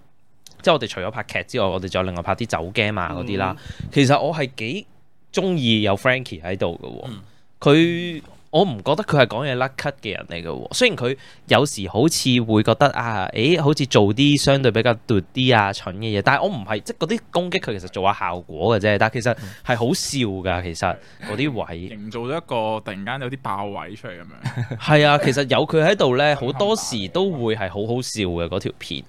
[SPEAKER 3] 即係我哋除咗拍劇之外，我哋仲有另外拍啲酒 game 啊嗰啲啦。其實我係幾中意有 Frankie 喺度嘅喎，佢。我唔覺得佢係講嘢甩咳嘅人嚟嘅喎，雖然佢有時好似會覺得啊，誒好似做啲相對比較嘟啲啊蠢嘅嘢，但係我唔係即係嗰啲攻擊佢其實做下效果嘅啫，但係其實係好笑㗎，其實嗰啲位。
[SPEAKER 4] 營造咗一個突然間有啲爆位出嚟咁樣，
[SPEAKER 3] 係啊，其實有佢喺度咧，好多時都會係好好笑嘅嗰條片。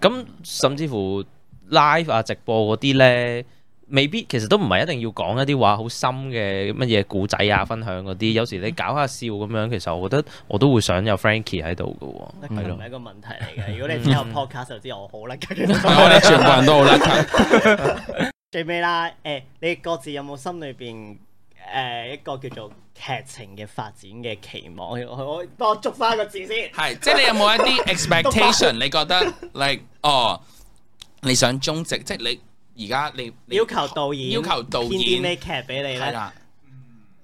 [SPEAKER 3] 咁甚至乎 live 啊直播嗰啲咧，未必其實都唔係一定要講一啲話好深嘅乜嘢古仔啊分享嗰啲。有時你搞下笑咁樣，其實我覺得我都會想有 Frankie 喺度
[SPEAKER 2] 嗯
[SPEAKER 3] 嘅喎。
[SPEAKER 1] 佢
[SPEAKER 3] 係
[SPEAKER 1] 唔
[SPEAKER 3] 咯
[SPEAKER 1] 係一個問題
[SPEAKER 2] 啊
[SPEAKER 1] 嚟嘅。如果你聽我 podcast 就知我好甩咳嘅。
[SPEAKER 2] 我哋全部人都好叻。
[SPEAKER 1] 啊 最尾啦，誒、你各自有冇心裏邊誒一個叫做劇情嘅發展嘅期望？我我我幫我捉翻個字先。
[SPEAKER 2] 係，即係你有冇一啲 expectation？你覺得 like 哦，你想中直，即係你而家你你
[SPEAKER 1] 要求導演，
[SPEAKER 2] 要求導
[SPEAKER 1] 編啲咩
[SPEAKER 2] 演
[SPEAKER 1] 劇俾你
[SPEAKER 2] 係
[SPEAKER 1] 咧？
[SPEAKER 2] 啦，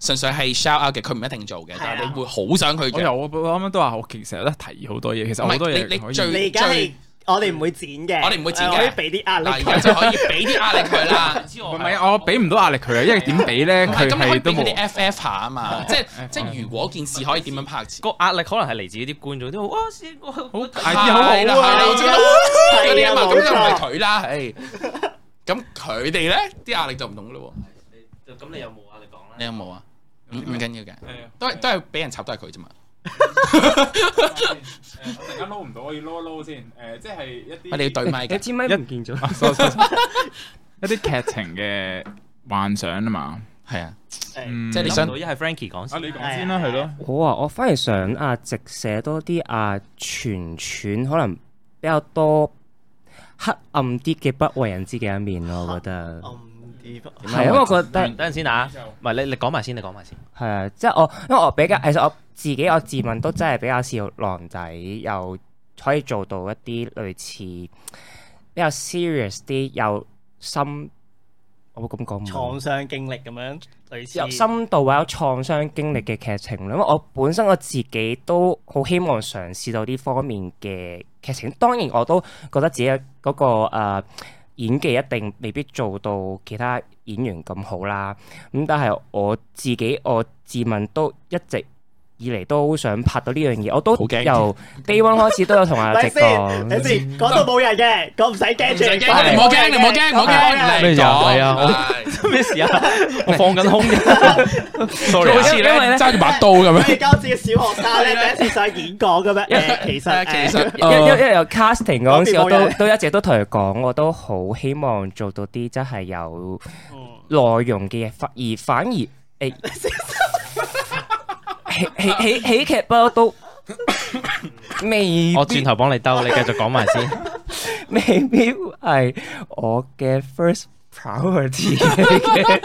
[SPEAKER 2] 純粹係 shout out 嘅，佢唔一定做嘅，
[SPEAKER 1] 係啊
[SPEAKER 2] 但係你會好想佢
[SPEAKER 4] 我
[SPEAKER 2] 做。
[SPEAKER 4] 又我我啱啱都話我其實有得提好多嘢，其實
[SPEAKER 2] 唔係
[SPEAKER 4] 好多嘢
[SPEAKER 2] 你你
[SPEAKER 4] 可以
[SPEAKER 2] 最
[SPEAKER 1] 你而家係
[SPEAKER 2] 最
[SPEAKER 1] 我哋唔會剪嘅，
[SPEAKER 2] 我哋唔會剪嘅
[SPEAKER 1] 我可以俾啲壓力
[SPEAKER 2] 嗱，而家就
[SPEAKER 1] 佢。
[SPEAKER 2] 可以俾啲壓力佢 啦。
[SPEAKER 4] 唔係我啊俾唔到壓力佢啊，因為點俾咧
[SPEAKER 2] 唔係
[SPEAKER 4] 佢
[SPEAKER 2] 咁，你可以
[SPEAKER 4] 係
[SPEAKER 2] 俾
[SPEAKER 4] 都
[SPEAKER 2] 佢哋
[SPEAKER 4] 冇。
[SPEAKER 2] FF 下啊嘛。即係即係，如果件事可以點樣拍攝？
[SPEAKER 3] 個壓力可能係嚟自啲觀眾都哇，試過好
[SPEAKER 4] 係啊好好啊
[SPEAKER 2] 係啦係啦我知道嗰
[SPEAKER 1] 係
[SPEAKER 2] 啲啊
[SPEAKER 1] 啊，
[SPEAKER 2] 嘛，咁就唔係
[SPEAKER 1] 冇錯。
[SPEAKER 2] 佢啦。唉，咁佢哋咧啲壓力就唔同咯喎。
[SPEAKER 3] 咁你有冇壓力講咧？
[SPEAKER 2] 你有冇啊？唔唔緊要嘅，
[SPEAKER 4] 係啊
[SPEAKER 2] 都係都係俾人插都係佢啫嘛。
[SPEAKER 4] 誒我突然間撈唔到，我要撈一撈先。誒，即係一
[SPEAKER 2] 喂，你要 對咪
[SPEAKER 5] 你
[SPEAKER 2] 嘅。
[SPEAKER 5] 支咪唔見咗？
[SPEAKER 4] 一啲劇情嘅幻想啊嘛。嗯
[SPEAKER 2] 係啊，
[SPEAKER 1] 係
[SPEAKER 2] 即係你
[SPEAKER 3] 諗
[SPEAKER 2] 想
[SPEAKER 3] 唔到一係 Frankie 講
[SPEAKER 5] 啊
[SPEAKER 3] 先。
[SPEAKER 4] 你
[SPEAKER 1] 講先啦係咯。
[SPEAKER 5] 好啊，我反而想啊，直寫多啲啊，全串可能比較多黑暗啲嘅不為人知嘅一面咯，我覺得
[SPEAKER 1] 暗啲不
[SPEAKER 5] 係，因為我覺得
[SPEAKER 3] 等陣先啊，唔係你你講埋先，你講埋先。
[SPEAKER 5] 係啊，即係我因為我比較，其實我自己我自問都真係比較似狼仔，又可以做到一啲類似比較 serious 啲又深，我會咁講唔好
[SPEAKER 1] 創傷經歷咁樣類似。
[SPEAKER 5] 有深度或者有創傷經歷嘅劇情啦，因為我本身我自己都好希望嘗試到呢方面嘅劇情。當然我都覺得自己嗰、個、呃、演技一定未必做到其他演員咁好啦。咁但係我自己我自問都一直以嚟都好想拍到呢樣嘢，我都
[SPEAKER 2] 好驚
[SPEAKER 5] 由 day one 開始都有同阿直
[SPEAKER 1] 等先，
[SPEAKER 5] 講
[SPEAKER 1] 等。先，講到冇人嘅，講唔使驚
[SPEAKER 2] 唔
[SPEAKER 1] 住，
[SPEAKER 2] 使驚，你唔好驚，你唔好驚，唔好驚。
[SPEAKER 3] 咩
[SPEAKER 2] 嚟
[SPEAKER 3] 就係啊
[SPEAKER 2] 啊？
[SPEAKER 3] 咩事啊？ 我放緊空嘅 ，sorry
[SPEAKER 2] 好
[SPEAKER 3] 啊。
[SPEAKER 2] 似
[SPEAKER 5] 因
[SPEAKER 2] 咧
[SPEAKER 5] 為咧
[SPEAKER 2] 揸住把刀咁
[SPEAKER 1] 我
[SPEAKER 2] 樣。
[SPEAKER 1] 而家好似小學生咧，第一次上演講咁樣。誒，其
[SPEAKER 2] 誒
[SPEAKER 1] 實
[SPEAKER 2] 其
[SPEAKER 1] 誒，
[SPEAKER 2] 實
[SPEAKER 5] 因因因為有 Ờ, casting 嗰陣時，
[SPEAKER 1] 講別冇
[SPEAKER 5] 我都
[SPEAKER 1] 嘢
[SPEAKER 5] 都一直都同佢講，我都好希望做到啲真係有 內容嘅嘢，反而反而誒，喜喜喜劇不 嬲都未
[SPEAKER 3] 我
[SPEAKER 5] 必
[SPEAKER 3] 轉頭幫你兜，你繼續講埋 先。
[SPEAKER 5] 未必係我嘅 first priority 嚟嘅。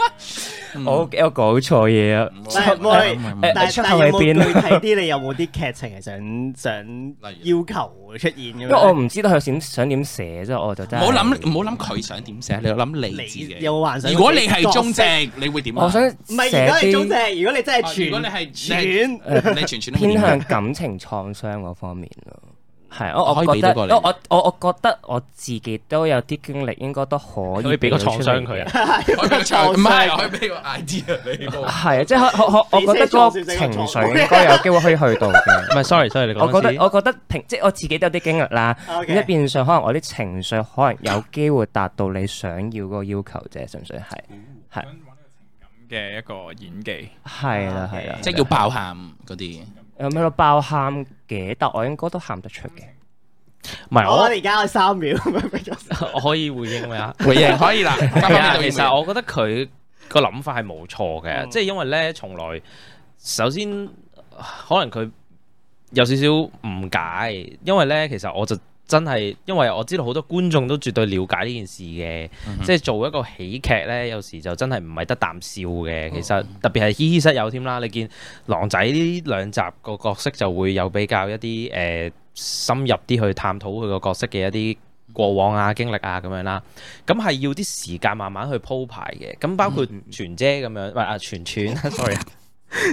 [SPEAKER 5] 我我講錯嘢啊！
[SPEAKER 1] 但係會
[SPEAKER 2] 唔
[SPEAKER 5] 係
[SPEAKER 1] 但
[SPEAKER 5] 出
[SPEAKER 1] 係
[SPEAKER 5] 口
[SPEAKER 1] 但係有冇
[SPEAKER 5] 喺邊啊
[SPEAKER 1] 具體啲？你有冇啲劇情係想想要求會出現咁
[SPEAKER 5] 因為我
[SPEAKER 1] 樣？
[SPEAKER 5] 唔知道佢想想點寫啫，我就真係
[SPEAKER 2] 好諗，唔好諗佢想點寫，你要諗你自己
[SPEAKER 1] 你。有冇幻想？
[SPEAKER 2] 如果你係中，正，你會點啊？
[SPEAKER 5] 我想
[SPEAKER 1] 唔係如果
[SPEAKER 5] 寫
[SPEAKER 1] 你中
[SPEAKER 5] 啲
[SPEAKER 1] 正，如果你真
[SPEAKER 2] 啊
[SPEAKER 1] 係
[SPEAKER 2] 如果
[SPEAKER 1] 全
[SPEAKER 2] 你係
[SPEAKER 1] 全
[SPEAKER 2] 你全全都冇
[SPEAKER 5] 偏
[SPEAKER 2] 點
[SPEAKER 5] 向
[SPEAKER 2] 嘅
[SPEAKER 5] 感情創傷嗰方面咯。 係，我
[SPEAKER 2] 可以
[SPEAKER 5] 我
[SPEAKER 2] 俾到
[SPEAKER 5] 覺得，
[SPEAKER 2] 個
[SPEAKER 5] 我
[SPEAKER 2] 你
[SPEAKER 5] 我我我覺得我自己都有啲經歷，應該都可以
[SPEAKER 3] 可以俾個
[SPEAKER 5] 到
[SPEAKER 3] 創
[SPEAKER 5] 出
[SPEAKER 3] 傷
[SPEAKER 5] 嚟
[SPEAKER 3] 佢
[SPEAKER 5] 嘅。
[SPEAKER 3] 啊！
[SPEAKER 2] 可以俾個
[SPEAKER 1] 創
[SPEAKER 2] 唔係
[SPEAKER 1] 傷
[SPEAKER 2] 可以俾個 idea 你個。
[SPEAKER 5] 係啊，即係可可可，我覺得嗰個情緒應該有機會可以去 到嘅。
[SPEAKER 3] 唔係，sorry，sorry，你講
[SPEAKER 5] 我覺
[SPEAKER 3] 先
[SPEAKER 5] 得我覺得平，即係我自己都有啲經歷啦。
[SPEAKER 1] OK
[SPEAKER 5] 咁一變相可能我啲情緒可能有機會達到你想要嗰個要求啫，純粹係
[SPEAKER 1] 嗯
[SPEAKER 5] 係
[SPEAKER 4] 想揾一個情感嘅一個演技，
[SPEAKER 5] 係啦係啦，
[SPEAKER 2] 即係要爆喊嗰啲，
[SPEAKER 5] 有咩到爆喊嘅，但我應該都喊得出嘅。
[SPEAKER 3] 唔係
[SPEAKER 1] 我
[SPEAKER 3] 我
[SPEAKER 1] 哋而家有三 秒，
[SPEAKER 3] 我可以 回應咩啊？
[SPEAKER 2] 回應可以啦。
[SPEAKER 3] 係啊，其實我覺得佢個諗法係冇錯嘅，即係因為咧，從來首先可能佢有少少誤解，因為咧，其實我就真係因為我知道好多觀眾都絕對了解呢件事嘅，即係做一個喜劇咧，有時就真係唔係得啖笑嘅。其實特別係嘻嘻室友添啦，你見狼仔呢兩集個角色就會有比較一啲誒、呃深入啲去探討佢個角色嘅一啲過往啊經歷啊咁樣啦。咁係要啲時間慢慢去鋪排嘅。咁包括全姐咁樣，唔係啊全全，sorry，啊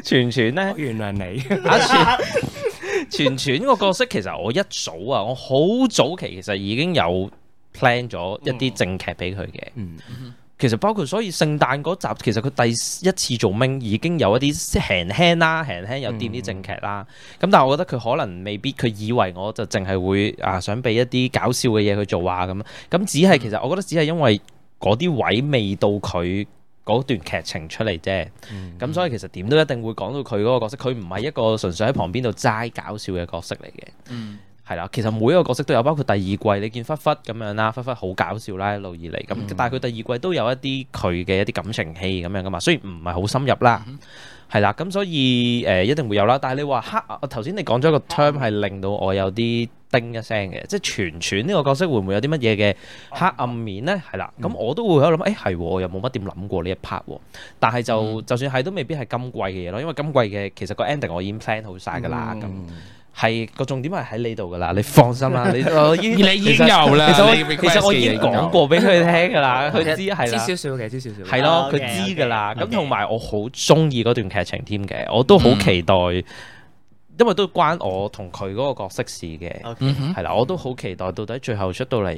[SPEAKER 3] 全全咧，
[SPEAKER 5] 原諒你，
[SPEAKER 3] 啊全 全全個角色其實我一早啊，我好早期其實已經有 plan 咗一啲正劇俾佢嘅。
[SPEAKER 5] 嗯，
[SPEAKER 3] 其實包括所以聖誕嗰集，其實佢第一次做 Ming 已經有一啲輕輕啦，輕輕有掂啲正劇啦。咁、但係我覺得佢可能未必，佢以為我就淨係會啊想俾一啲搞笑嘅嘢去做啊咁。咁只係其實我覺得只係因為嗰啲位未到佢嗰段劇情出嚟啫。咁、所以其實點都一定會講到佢嗰個角色，佢唔係一個純粹喺旁邊度齋搞笑嘅角色嚟嘅。
[SPEAKER 4] 嗯，
[SPEAKER 3] 係啦，其實每一個角色都有，包括第二季你見忽忽咁樣啦，忽忽好搞笑啦，一路以嚟咁，但係佢第二季都有一啲佢嘅一啲感情戲咁樣噶嘛，雖然唔係好深入啦，係啦，咁所以誒、呃一定會有啦。但係你話黑，我頭先你講咗一個 term 係令到我有啲叮一聲嘅，即係全全呢個角色會唔會有啲乜嘢嘅黑暗面呢？係啦，咁我都會喺度諗，誒哎係喎，我又冇乜點諗過呢一 part 喎。但係就、就算係都未必係今季嘅嘢咯，因為今季嘅其實個 ending 我已經 plan 好晒㗎啦咁。係個重點係喺你度噶啦，你放 心啦，你我已經
[SPEAKER 2] 你已經
[SPEAKER 3] 其實
[SPEAKER 2] 有啦
[SPEAKER 3] 其實我
[SPEAKER 2] 你 request
[SPEAKER 3] 其實我已經
[SPEAKER 2] 嘅嘢已經有
[SPEAKER 3] 講過俾佢聽噶啦，佢知係
[SPEAKER 5] 知
[SPEAKER 3] 啦
[SPEAKER 5] 少，少嘅，知少少嘅。啊
[SPEAKER 3] 係咯，佢
[SPEAKER 1] OK，OK，
[SPEAKER 3] 知噶啦。咁
[SPEAKER 1] OK
[SPEAKER 3] 同埋我好中意嗰段劇情添嘅，我都好期待，因為都關我同佢嗰個角色事嘅，
[SPEAKER 2] 嗯哼
[SPEAKER 3] 係啦，我都好期待到底最後出到嚟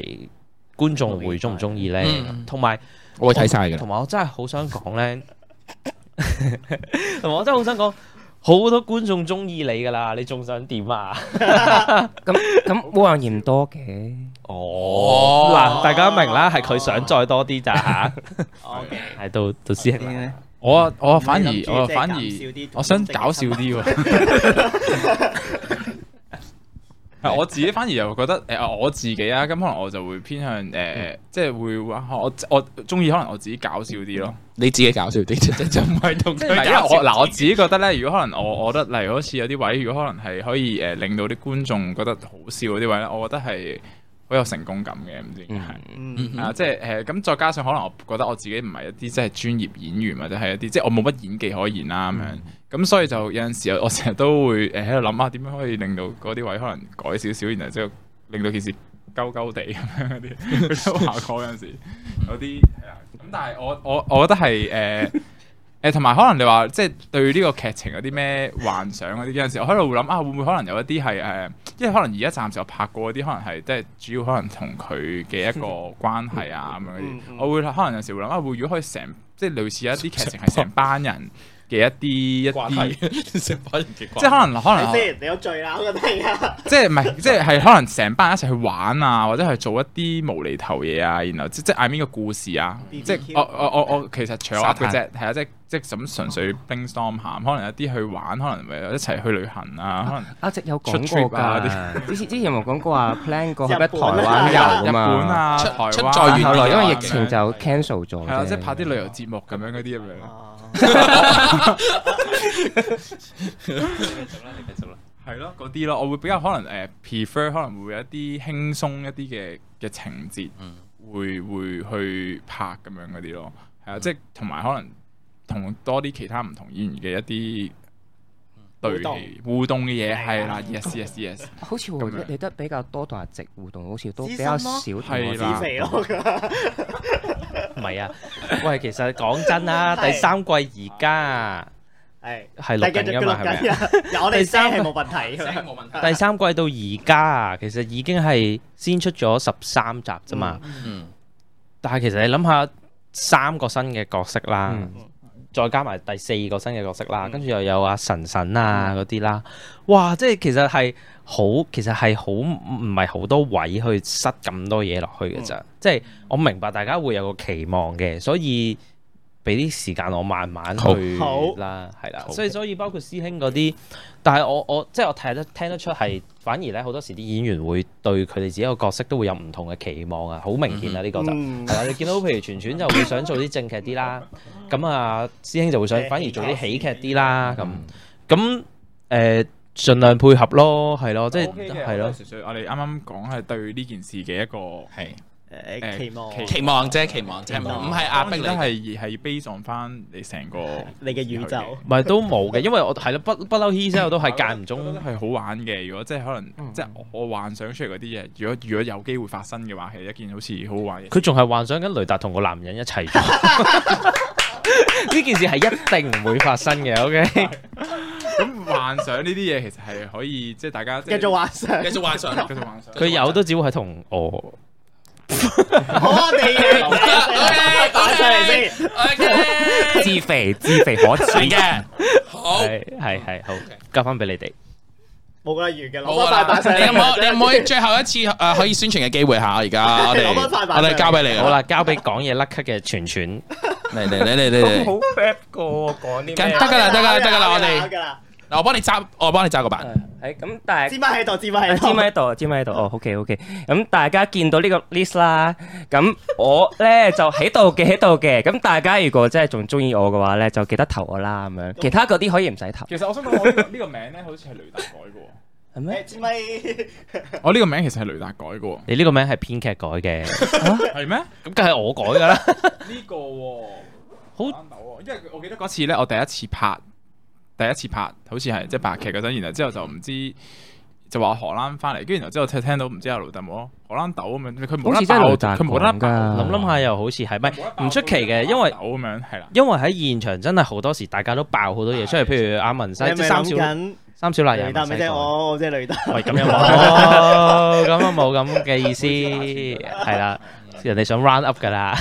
[SPEAKER 3] 觀眾會中唔中意呢？
[SPEAKER 2] 嗯
[SPEAKER 3] 同埋。
[SPEAKER 2] 我會睇晒㗎啦
[SPEAKER 3] 同。埋我真係好想講咧， 同埋我真係好想講，好多觀眾中意你噶啦，你仲想點啊？
[SPEAKER 5] 咁咁冇人嫌多嘅，
[SPEAKER 3] 哦，嗱，大家明啦，係佢想再多啲 咋吓，係到到師兄啦，
[SPEAKER 4] 啊
[SPEAKER 2] 我我反
[SPEAKER 1] 你諗住
[SPEAKER 2] 而我
[SPEAKER 1] 即係
[SPEAKER 2] 反
[SPEAKER 1] 搞笑啲
[SPEAKER 2] 而我想搞笑啲喎。
[SPEAKER 4] 係我自己反而又覺得誒、呃我自己啊，咁可能我就會偏向誒、呃即係會話我我中意可能我自己搞笑啲咯。
[SPEAKER 2] 你自己搞笑啲，就就唔係同
[SPEAKER 4] 即
[SPEAKER 2] 佢
[SPEAKER 4] 係因為
[SPEAKER 2] 搞
[SPEAKER 4] 我
[SPEAKER 2] 笑。
[SPEAKER 4] 嗱，我自己覺得咧，如果可能我我覺得，例如好似有啲位，如果可能係可以誒、呃令到啲觀眾覺得好笑嗰啲位咧，我覺得係好有成功感嘅，唔知點解。
[SPEAKER 1] 嗯
[SPEAKER 4] 啊，即係誒咁，再加上可能我覺得我自己唔係一啲即係專業演員，或者係一啲即係我冇乜演技可言啦咁
[SPEAKER 1] 嗯
[SPEAKER 4] 樣。咁所以就有陣時我成日都會誒喺度諗啊，點樣可以令到嗰啲位可能改少少，然後之後令到件事鳩鳩地咁樣 嗰啲，都話過有陣時有啲係啊。咁但係我我我覺得係誒。呃誒同埋可能你話即係對呢個劇情有啲咩幻想嗰啲，有陣時我喺度會諗啊，會唔會可能有一啲係誒，因為可能而家暫時我拍過嗰啲，可能係即係主要可能同佢嘅一個關係啊咁樣嗰啲
[SPEAKER 1] 嗯嗯，
[SPEAKER 4] 我會可能有時會諗啊，會如果可以成即係類似一啲劇情係成班人嘅一啲一啲，
[SPEAKER 2] 成班人嘅關
[SPEAKER 4] 即係可能可能
[SPEAKER 1] 睇先，你有罪啦，我覺得而家。
[SPEAKER 4] 即係唔係，即係係可能成班人一齊去玩啊，或者係做一啲無厘頭嘢啊，然後即即係 I mean 個故事啊，即係
[SPEAKER 1] BBQ
[SPEAKER 4] 我我我我其實除咗噏嘅啫，係啊，即係即係咁純粹 brainstorm 下，可能有啲去玩，可能咪一齊去旅行啊， 可能
[SPEAKER 5] 阿直有
[SPEAKER 4] 出
[SPEAKER 5] 講
[SPEAKER 4] trip
[SPEAKER 5] 過
[SPEAKER 4] 啊
[SPEAKER 5] 㗎，之前之前有冇講過話 plan 過去
[SPEAKER 1] 日
[SPEAKER 5] 北台
[SPEAKER 1] 本啊
[SPEAKER 5] 灣遊
[SPEAKER 4] 日
[SPEAKER 5] 啊
[SPEAKER 4] 本
[SPEAKER 5] 嘛？
[SPEAKER 4] 啊、
[SPEAKER 7] 出
[SPEAKER 4] 台
[SPEAKER 7] 出
[SPEAKER 4] 灣
[SPEAKER 7] 再遠
[SPEAKER 4] 啊
[SPEAKER 7] 啲
[SPEAKER 5] 後來因為
[SPEAKER 7] 為
[SPEAKER 5] 疫情就嗯 cancel 咗
[SPEAKER 4] 係
[SPEAKER 5] 啫，
[SPEAKER 4] 啦，即係拍啲旅遊節目咁樣嗰啲咁樣，
[SPEAKER 1] 哦
[SPEAKER 4] 係咯嗰啲咯，我會比較可能誒 prefer 可能會有一啲輕鬆一啲嘅嘅情節，會會去拍咁樣嗰啲咯，係啊，即係同埋可能同多啲其他唔同演員嘅一啲對戲互動嘅嘢係啦，yes yes yes，
[SPEAKER 5] 好似
[SPEAKER 4] 咁
[SPEAKER 5] 我
[SPEAKER 4] 樣
[SPEAKER 5] 你得比較多同阿直互動，好似都
[SPEAKER 1] 資
[SPEAKER 5] 比
[SPEAKER 1] 深咯
[SPEAKER 5] 較少同我
[SPEAKER 4] 係
[SPEAKER 1] 自
[SPEAKER 4] 啦
[SPEAKER 1] 肥咯，
[SPEAKER 3] 唔係啊，喂，其實講真啦，
[SPEAKER 1] 係
[SPEAKER 3] 第三季而家
[SPEAKER 1] 係
[SPEAKER 3] 係錄緊㗎嘛，係咪啊？
[SPEAKER 1] 咪？我哋
[SPEAKER 3] 第
[SPEAKER 1] 聲
[SPEAKER 3] 三
[SPEAKER 1] 係冇問題嘅，
[SPEAKER 4] 冇問題。
[SPEAKER 3] 第三季到而家啊，其實已經係先出咗十三集啫嘛。
[SPEAKER 2] 嗯，
[SPEAKER 3] 但係其實你諗下，三個新嘅角色啦，
[SPEAKER 5] 嗯
[SPEAKER 3] 再加埋第四個新嘅角色啦，
[SPEAKER 1] 嗯
[SPEAKER 3] 跟住又有阿神神啊嗰啲啦，哇！即係其實係好，其實係好唔係好多位去塞咁多嘢落去嘅咋。即係我明白大家會有個期望嘅，所以俾啲時間我慢慢
[SPEAKER 2] 好
[SPEAKER 3] 去
[SPEAKER 1] 好
[SPEAKER 3] 啦，係啦。
[SPEAKER 2] 好
[SPEAKER 3] 所以所以包括師兄嗰啲，但係我我即係我睇得聽得出係，反而咧好多時啲演員會對佢哋自己個角色都會有唔同嘅期望啊，好明顯啊呢個就。
[SPEAKER 1] 嗯
[SPEAKER 3] 係啦，你見到譬如全全就會想做啲正劇啲啦，咁啊師兄就會想反而做啲喜劇啲啦，咁咁誒盡量配合咯，係咯，即係係咯，
[SPEAKER 4] 純粹我哋啱啱講係對呢件事嘅一個
[SPEAKER 7] 係
[SPEAKER 1] 誒期望
[SPEAKER 4] 期
[SPEAKER 7] 期望啫，期望啫，唔係壓迫
[SPEAKER 4] 當
[SPEAKER 7] 你
[SPEAKER 4] 然
[SPEAKER 7] 嘅。
[SPEAKER 4] 係係悲壯翻你成個
[SPEAKER 1] 你嘅宇宙。
[SPEAKER 3] 唔係都冇嘅，因為我係啦，不不嬲 h 我都係間唔中
[SPEAKER 4] 係好玩嘅。如果即係可
[SPEAKER 1] 嗯
[SPEAKER 4] 能即係我我幻想出嚟嗰啲嘢，如果如果有機會發生嘅話，係一件好似好好玩嘅事。
[SPEAKER 3] 佢仲係幻想緊雷達同個男人一齊 做。呢件事係一定唔會發生嘅，OK？
[SPEAKER 4] 咁幻想呢啲嘢其實係可以即係大家繼
[SPEAKER 1] 繼續幻想，
[SPEAKER 7] 繼續幻想，
[SPEAKER 4] 繼續幻想。
[SPEAKER 3] 佢有都只會係同我
[SPEAKER 1] 我哋嘅打出嚟先。
[SPEAKER 7] OK，
[SPEAKER 5] 自肥自肥可恥
[SPEAKER 7] 明嘅，好。
[SPEAKER 3] 係係係好交翻俾你哋。
[SPEAKER 1] 冇啦，完嘅，
[SPEAKER 7] 好
[SPEAKER 1] 攞
[SPEAKER 7] 啊
[SPEAKER 1] 翻塊板上
[SPEAKER 7] 啦，
[SPEAKER 1] 嚟。
[SPEAKER 7] 你 有冇你有冇最後一次誒可以宣傳嘅機會嚇？而家我哋
[SPEAKER 1] 攞返塊板
[SPEAKER 7] 我哋交俾你
[SPEAKER 3] 好
[SPEAKER 7] 啦，
[SPEAKER 3] 啦，交俾講嘢甩咳嘅全全。
[SPEAKER 7] 嚟嚟嚟嚟嚟嚟，
[SPEAKER 5] 好 rap 過講啲
[SPEAKER 7] 梗得噶啦得噶啦得噶
[SPEAKER 1] Dạ,
[SPEAKER 7] 啦，我哋
[SPEAKER 1] 得啦，
[SPEAKER 7] 嗱我幫你揸我幫你揸個板，
[SPEAKER 5] 係咁，但係
[SPEAKER 1] 支咪喺度，支咪喺
[SPEAKER 5] 啊，
[SPEAKER 1] 度，
[SPEAKER 5] 尖喺度，尖喺度，哦，OK OK，咁大家見到呢個 list 啦，咁我咧就喺度嘅，喺度嘅，咁大家如果真係仲中意我嘅話咧，就記得投我啦，咁樣，其他嗰啲可以唔使投，
[SPEAKER 4] 其實我想講我呢個呢個名咧，好似係雷達改 嘅
[SPEAKER 5] 係咩？
[SPEAKER 1] 支咪
[SPEAKER 4] 喎。我呢個名其實係雷達改嘅喎。
[SPEAKER 3] 你呢個名係編劇改 嘅，
[SPEAKER 4] 係咩？
[SPEAKER 3] 咁梗係我改噶啦。
[SPEAKER 4] 呢個喎，
[SPEAKER 3] 好
[SPEAKER 4] 玩到喎因為我記得嗰次咧，我第一次拍，第一次拍，好似係即係拍劇嗰陣，然後之後就唔知就話我荷蘭翻嚟，跟住然後之後聽聽到唔知阿盧特冇荷蘭豆咁樣，佢冇
[SPEAKER 5] 好似真
[SPEAKER 4] 得
[SPEAKER 5] 係
[SPEAKER 4] 爆，
[SPEAKER 5] 雷達
[SPEAKER 4] 佢冇得
[SPEAKER 5] 講
[SPEAKER 4] 爆
[SPEAKER 5] 㗎
[SPEAKER 3] 諗諗下又好似係咪唔出奇嘅，因為
[SPEAKER 4] 豆咁樣係啦，
[SPEAKER 3] 因為喺現場真係好多時大家都爆好多嘢出嚟，譬如阿文西
[SPEAKER 1] 你
[SPEAKER 3] 即
[SPEAKER 1] 咪
[SPEAKER 3] 係三
[SPEAKER 1] 諗
[SPEAKER 3] 小
[SPEAKER 1] 緊
[SPEAKER 3] 三小麗
[SPEAKER 1] 雷
[SPEAKER 3] 人
[SPEAKER 1] 達咪即係我，我即係雷達。
[SPEAKER 3] 喂咁又 冇，哦咁又啊冇咁嘅意思，係啦，人哋想 round up 噶啦，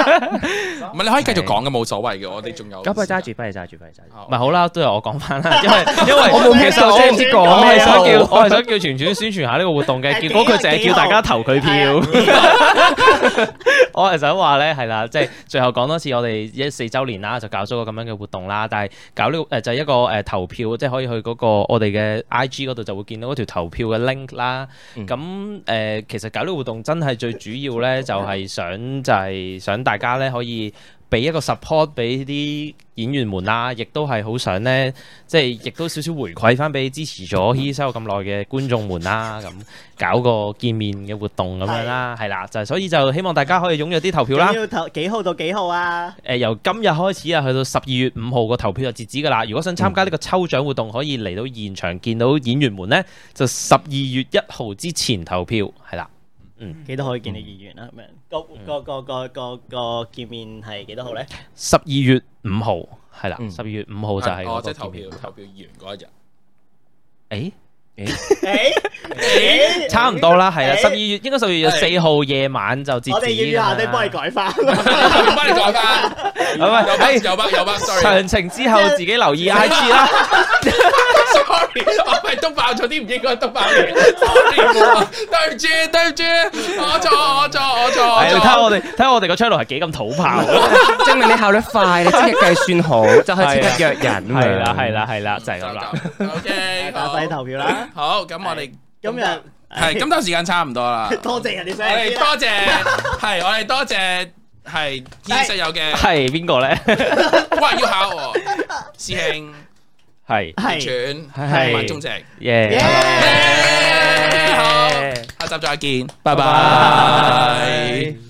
[SPEAKER 7] 唔係你可以繼續講嘅冇所謂嘅，我哋仲有
[SPEAKER 5] 咁不如揸住，不如揸住，不如揸住，
[SPEAKER 3] 唔係好啦，都係我講翻 啦，因為因為我
[SPEAKER 1] 冇其實我唔知講
[SPEAKER 3] 我係
[SPEAKER 1] 咩
[SPEAKER 3] 想
[SPEAKER 1] 好
[SPEAKER 3] 叫我係想叫全全宣傳下呢個活動嘅，
[SPEAKER 1] 係
[SPEAKER 3] 結果佢淨係叫大家投
[SPEAKER 1] à,
[SPEAKER 3] 佢 票。 我係想話咧，係啦，即係最後講多次，我哋一四週年啦，就搞咗個咁樣嘅活動啦。但係搞呢、個誒就係一個誒、投票，即係可以去嗰、個我哋嘅 I G 嗰度就會見到嗰條投票嘅 link 啦。
[SPEAKER 5] 嗯
[SPEAKER 3] 咁誒、其實搞呢個活動真係最主要咧，就係想就係想大家咧可以。俾一個 support 俾啲演員們啦，亦都係好想咧，即係亦都少少回饋翻俾支持咗 h e 咁耐嘅觀眾們啦，咁搞個見面嘅活動咁樣啦，係啦，就係所以就希望大家可以踴躍啲投票啦
[SPEAKER 1] 咁。要投幾號到幾號啊？
[SPEAKER 3] 誒、由今日開始啊，去到十二月五號個投票就截止㗎啦。如果想參加呢個抽獎活動，可以嚟到現場見到演員們呢，就十二月一號之前投票，係啦。
[SPEAKER 1] 幾多可以見你議員啦？咁樣個個個個個個見面係幾多號咧？
[SPEAKER 3] 十二月五號係啦，
[SPEAKER 5] 嗯
[SPEAKER 2] 啊
[SPEAKER 3] 十二月五號就係
[SPEAKER 7] 哦
[SPEAKER 3] 嗰
[SPEAKER 7] 即
[SPEAKER 3] 個
[SPEAKER 7] 係投
[SPEAKER 3] 見
[SPEAKER 7] 票
[SPEAKER 3] 面。
[SPEAKER 7] 投票完嗰一日，
[SPEAKER 3] 誒
[SPEAKER 1] 诶诶
[SPEAKER 3] 差唔多啦，係啦，
[SPEAKER 1] 誒
[SPEAKER 3] 十二月應該十二月四號夜晚就
[SPEAKER 2] 啊
[SPEAKER 3] 截止㗎啦。
[SPEAKER 1] 我哋要唔要下低幫你改 翻？
[SPEAKER 2] 幫你改翻，
[SPEAKER 3] 唔係
[SPEAKER 2] 有
[SPEAKER 3] 哎
[SPEAKER 2] 班有班有班，sorry
[SPEAKER 3] 詳情之後自己留意 I G 啦。
[SPEAKER 2] sorry，我係篤爆咗啲唔應該篤爆嘅，sorry，對唔住對唔住，我錯我錯我錯我
[SPEAKER 3] 係你睇下
[SPEAKER 2] 錯，
[SPEAKER 3] 我哋睇下我哋個 channel 係幾咁土炮。
[SPEAKER 5] 證明你效率快，你即刻計算好，就可以即刻約人。
[SPEAKER 3] 係啦係，啦係啦，就係咁啦。
[SPEAKER 2] ，OK，
[SPEAKER 1] 打晒投票啦！
[SPEAKER 2] 好，咁我哋
[SPEAKER 1] 今日
[SPEAKER 2] 係今集時間差唔多啦。
[SPEAKER 1] 多謝人哋
[SPEAKER 2] 我
[SPEAKER 1] 上
[SPEAKER 2] 哋
[SPEAKER 1] 嚟
[SPEAKER 2] 多謝，係我哋多謝，係衣室友嘅，
[SPEAKER 3] 係邊個咧？
[SPEAKER 2] 哇要考喎，師兄、
[SPEAKER 3] 係
[SPEAKER 1] 係
[SPEAKER 2] 全
[SPEAKER 3] 係
[SPEAKER 2] 同埋中正，
[SPEAKER 3] 耶。
[SPEAKER 1] 耶
[SPEAKER 2] 好，下集再見，拜
[SPEAKER 3] 拜
[SPEAKER 2] 拜。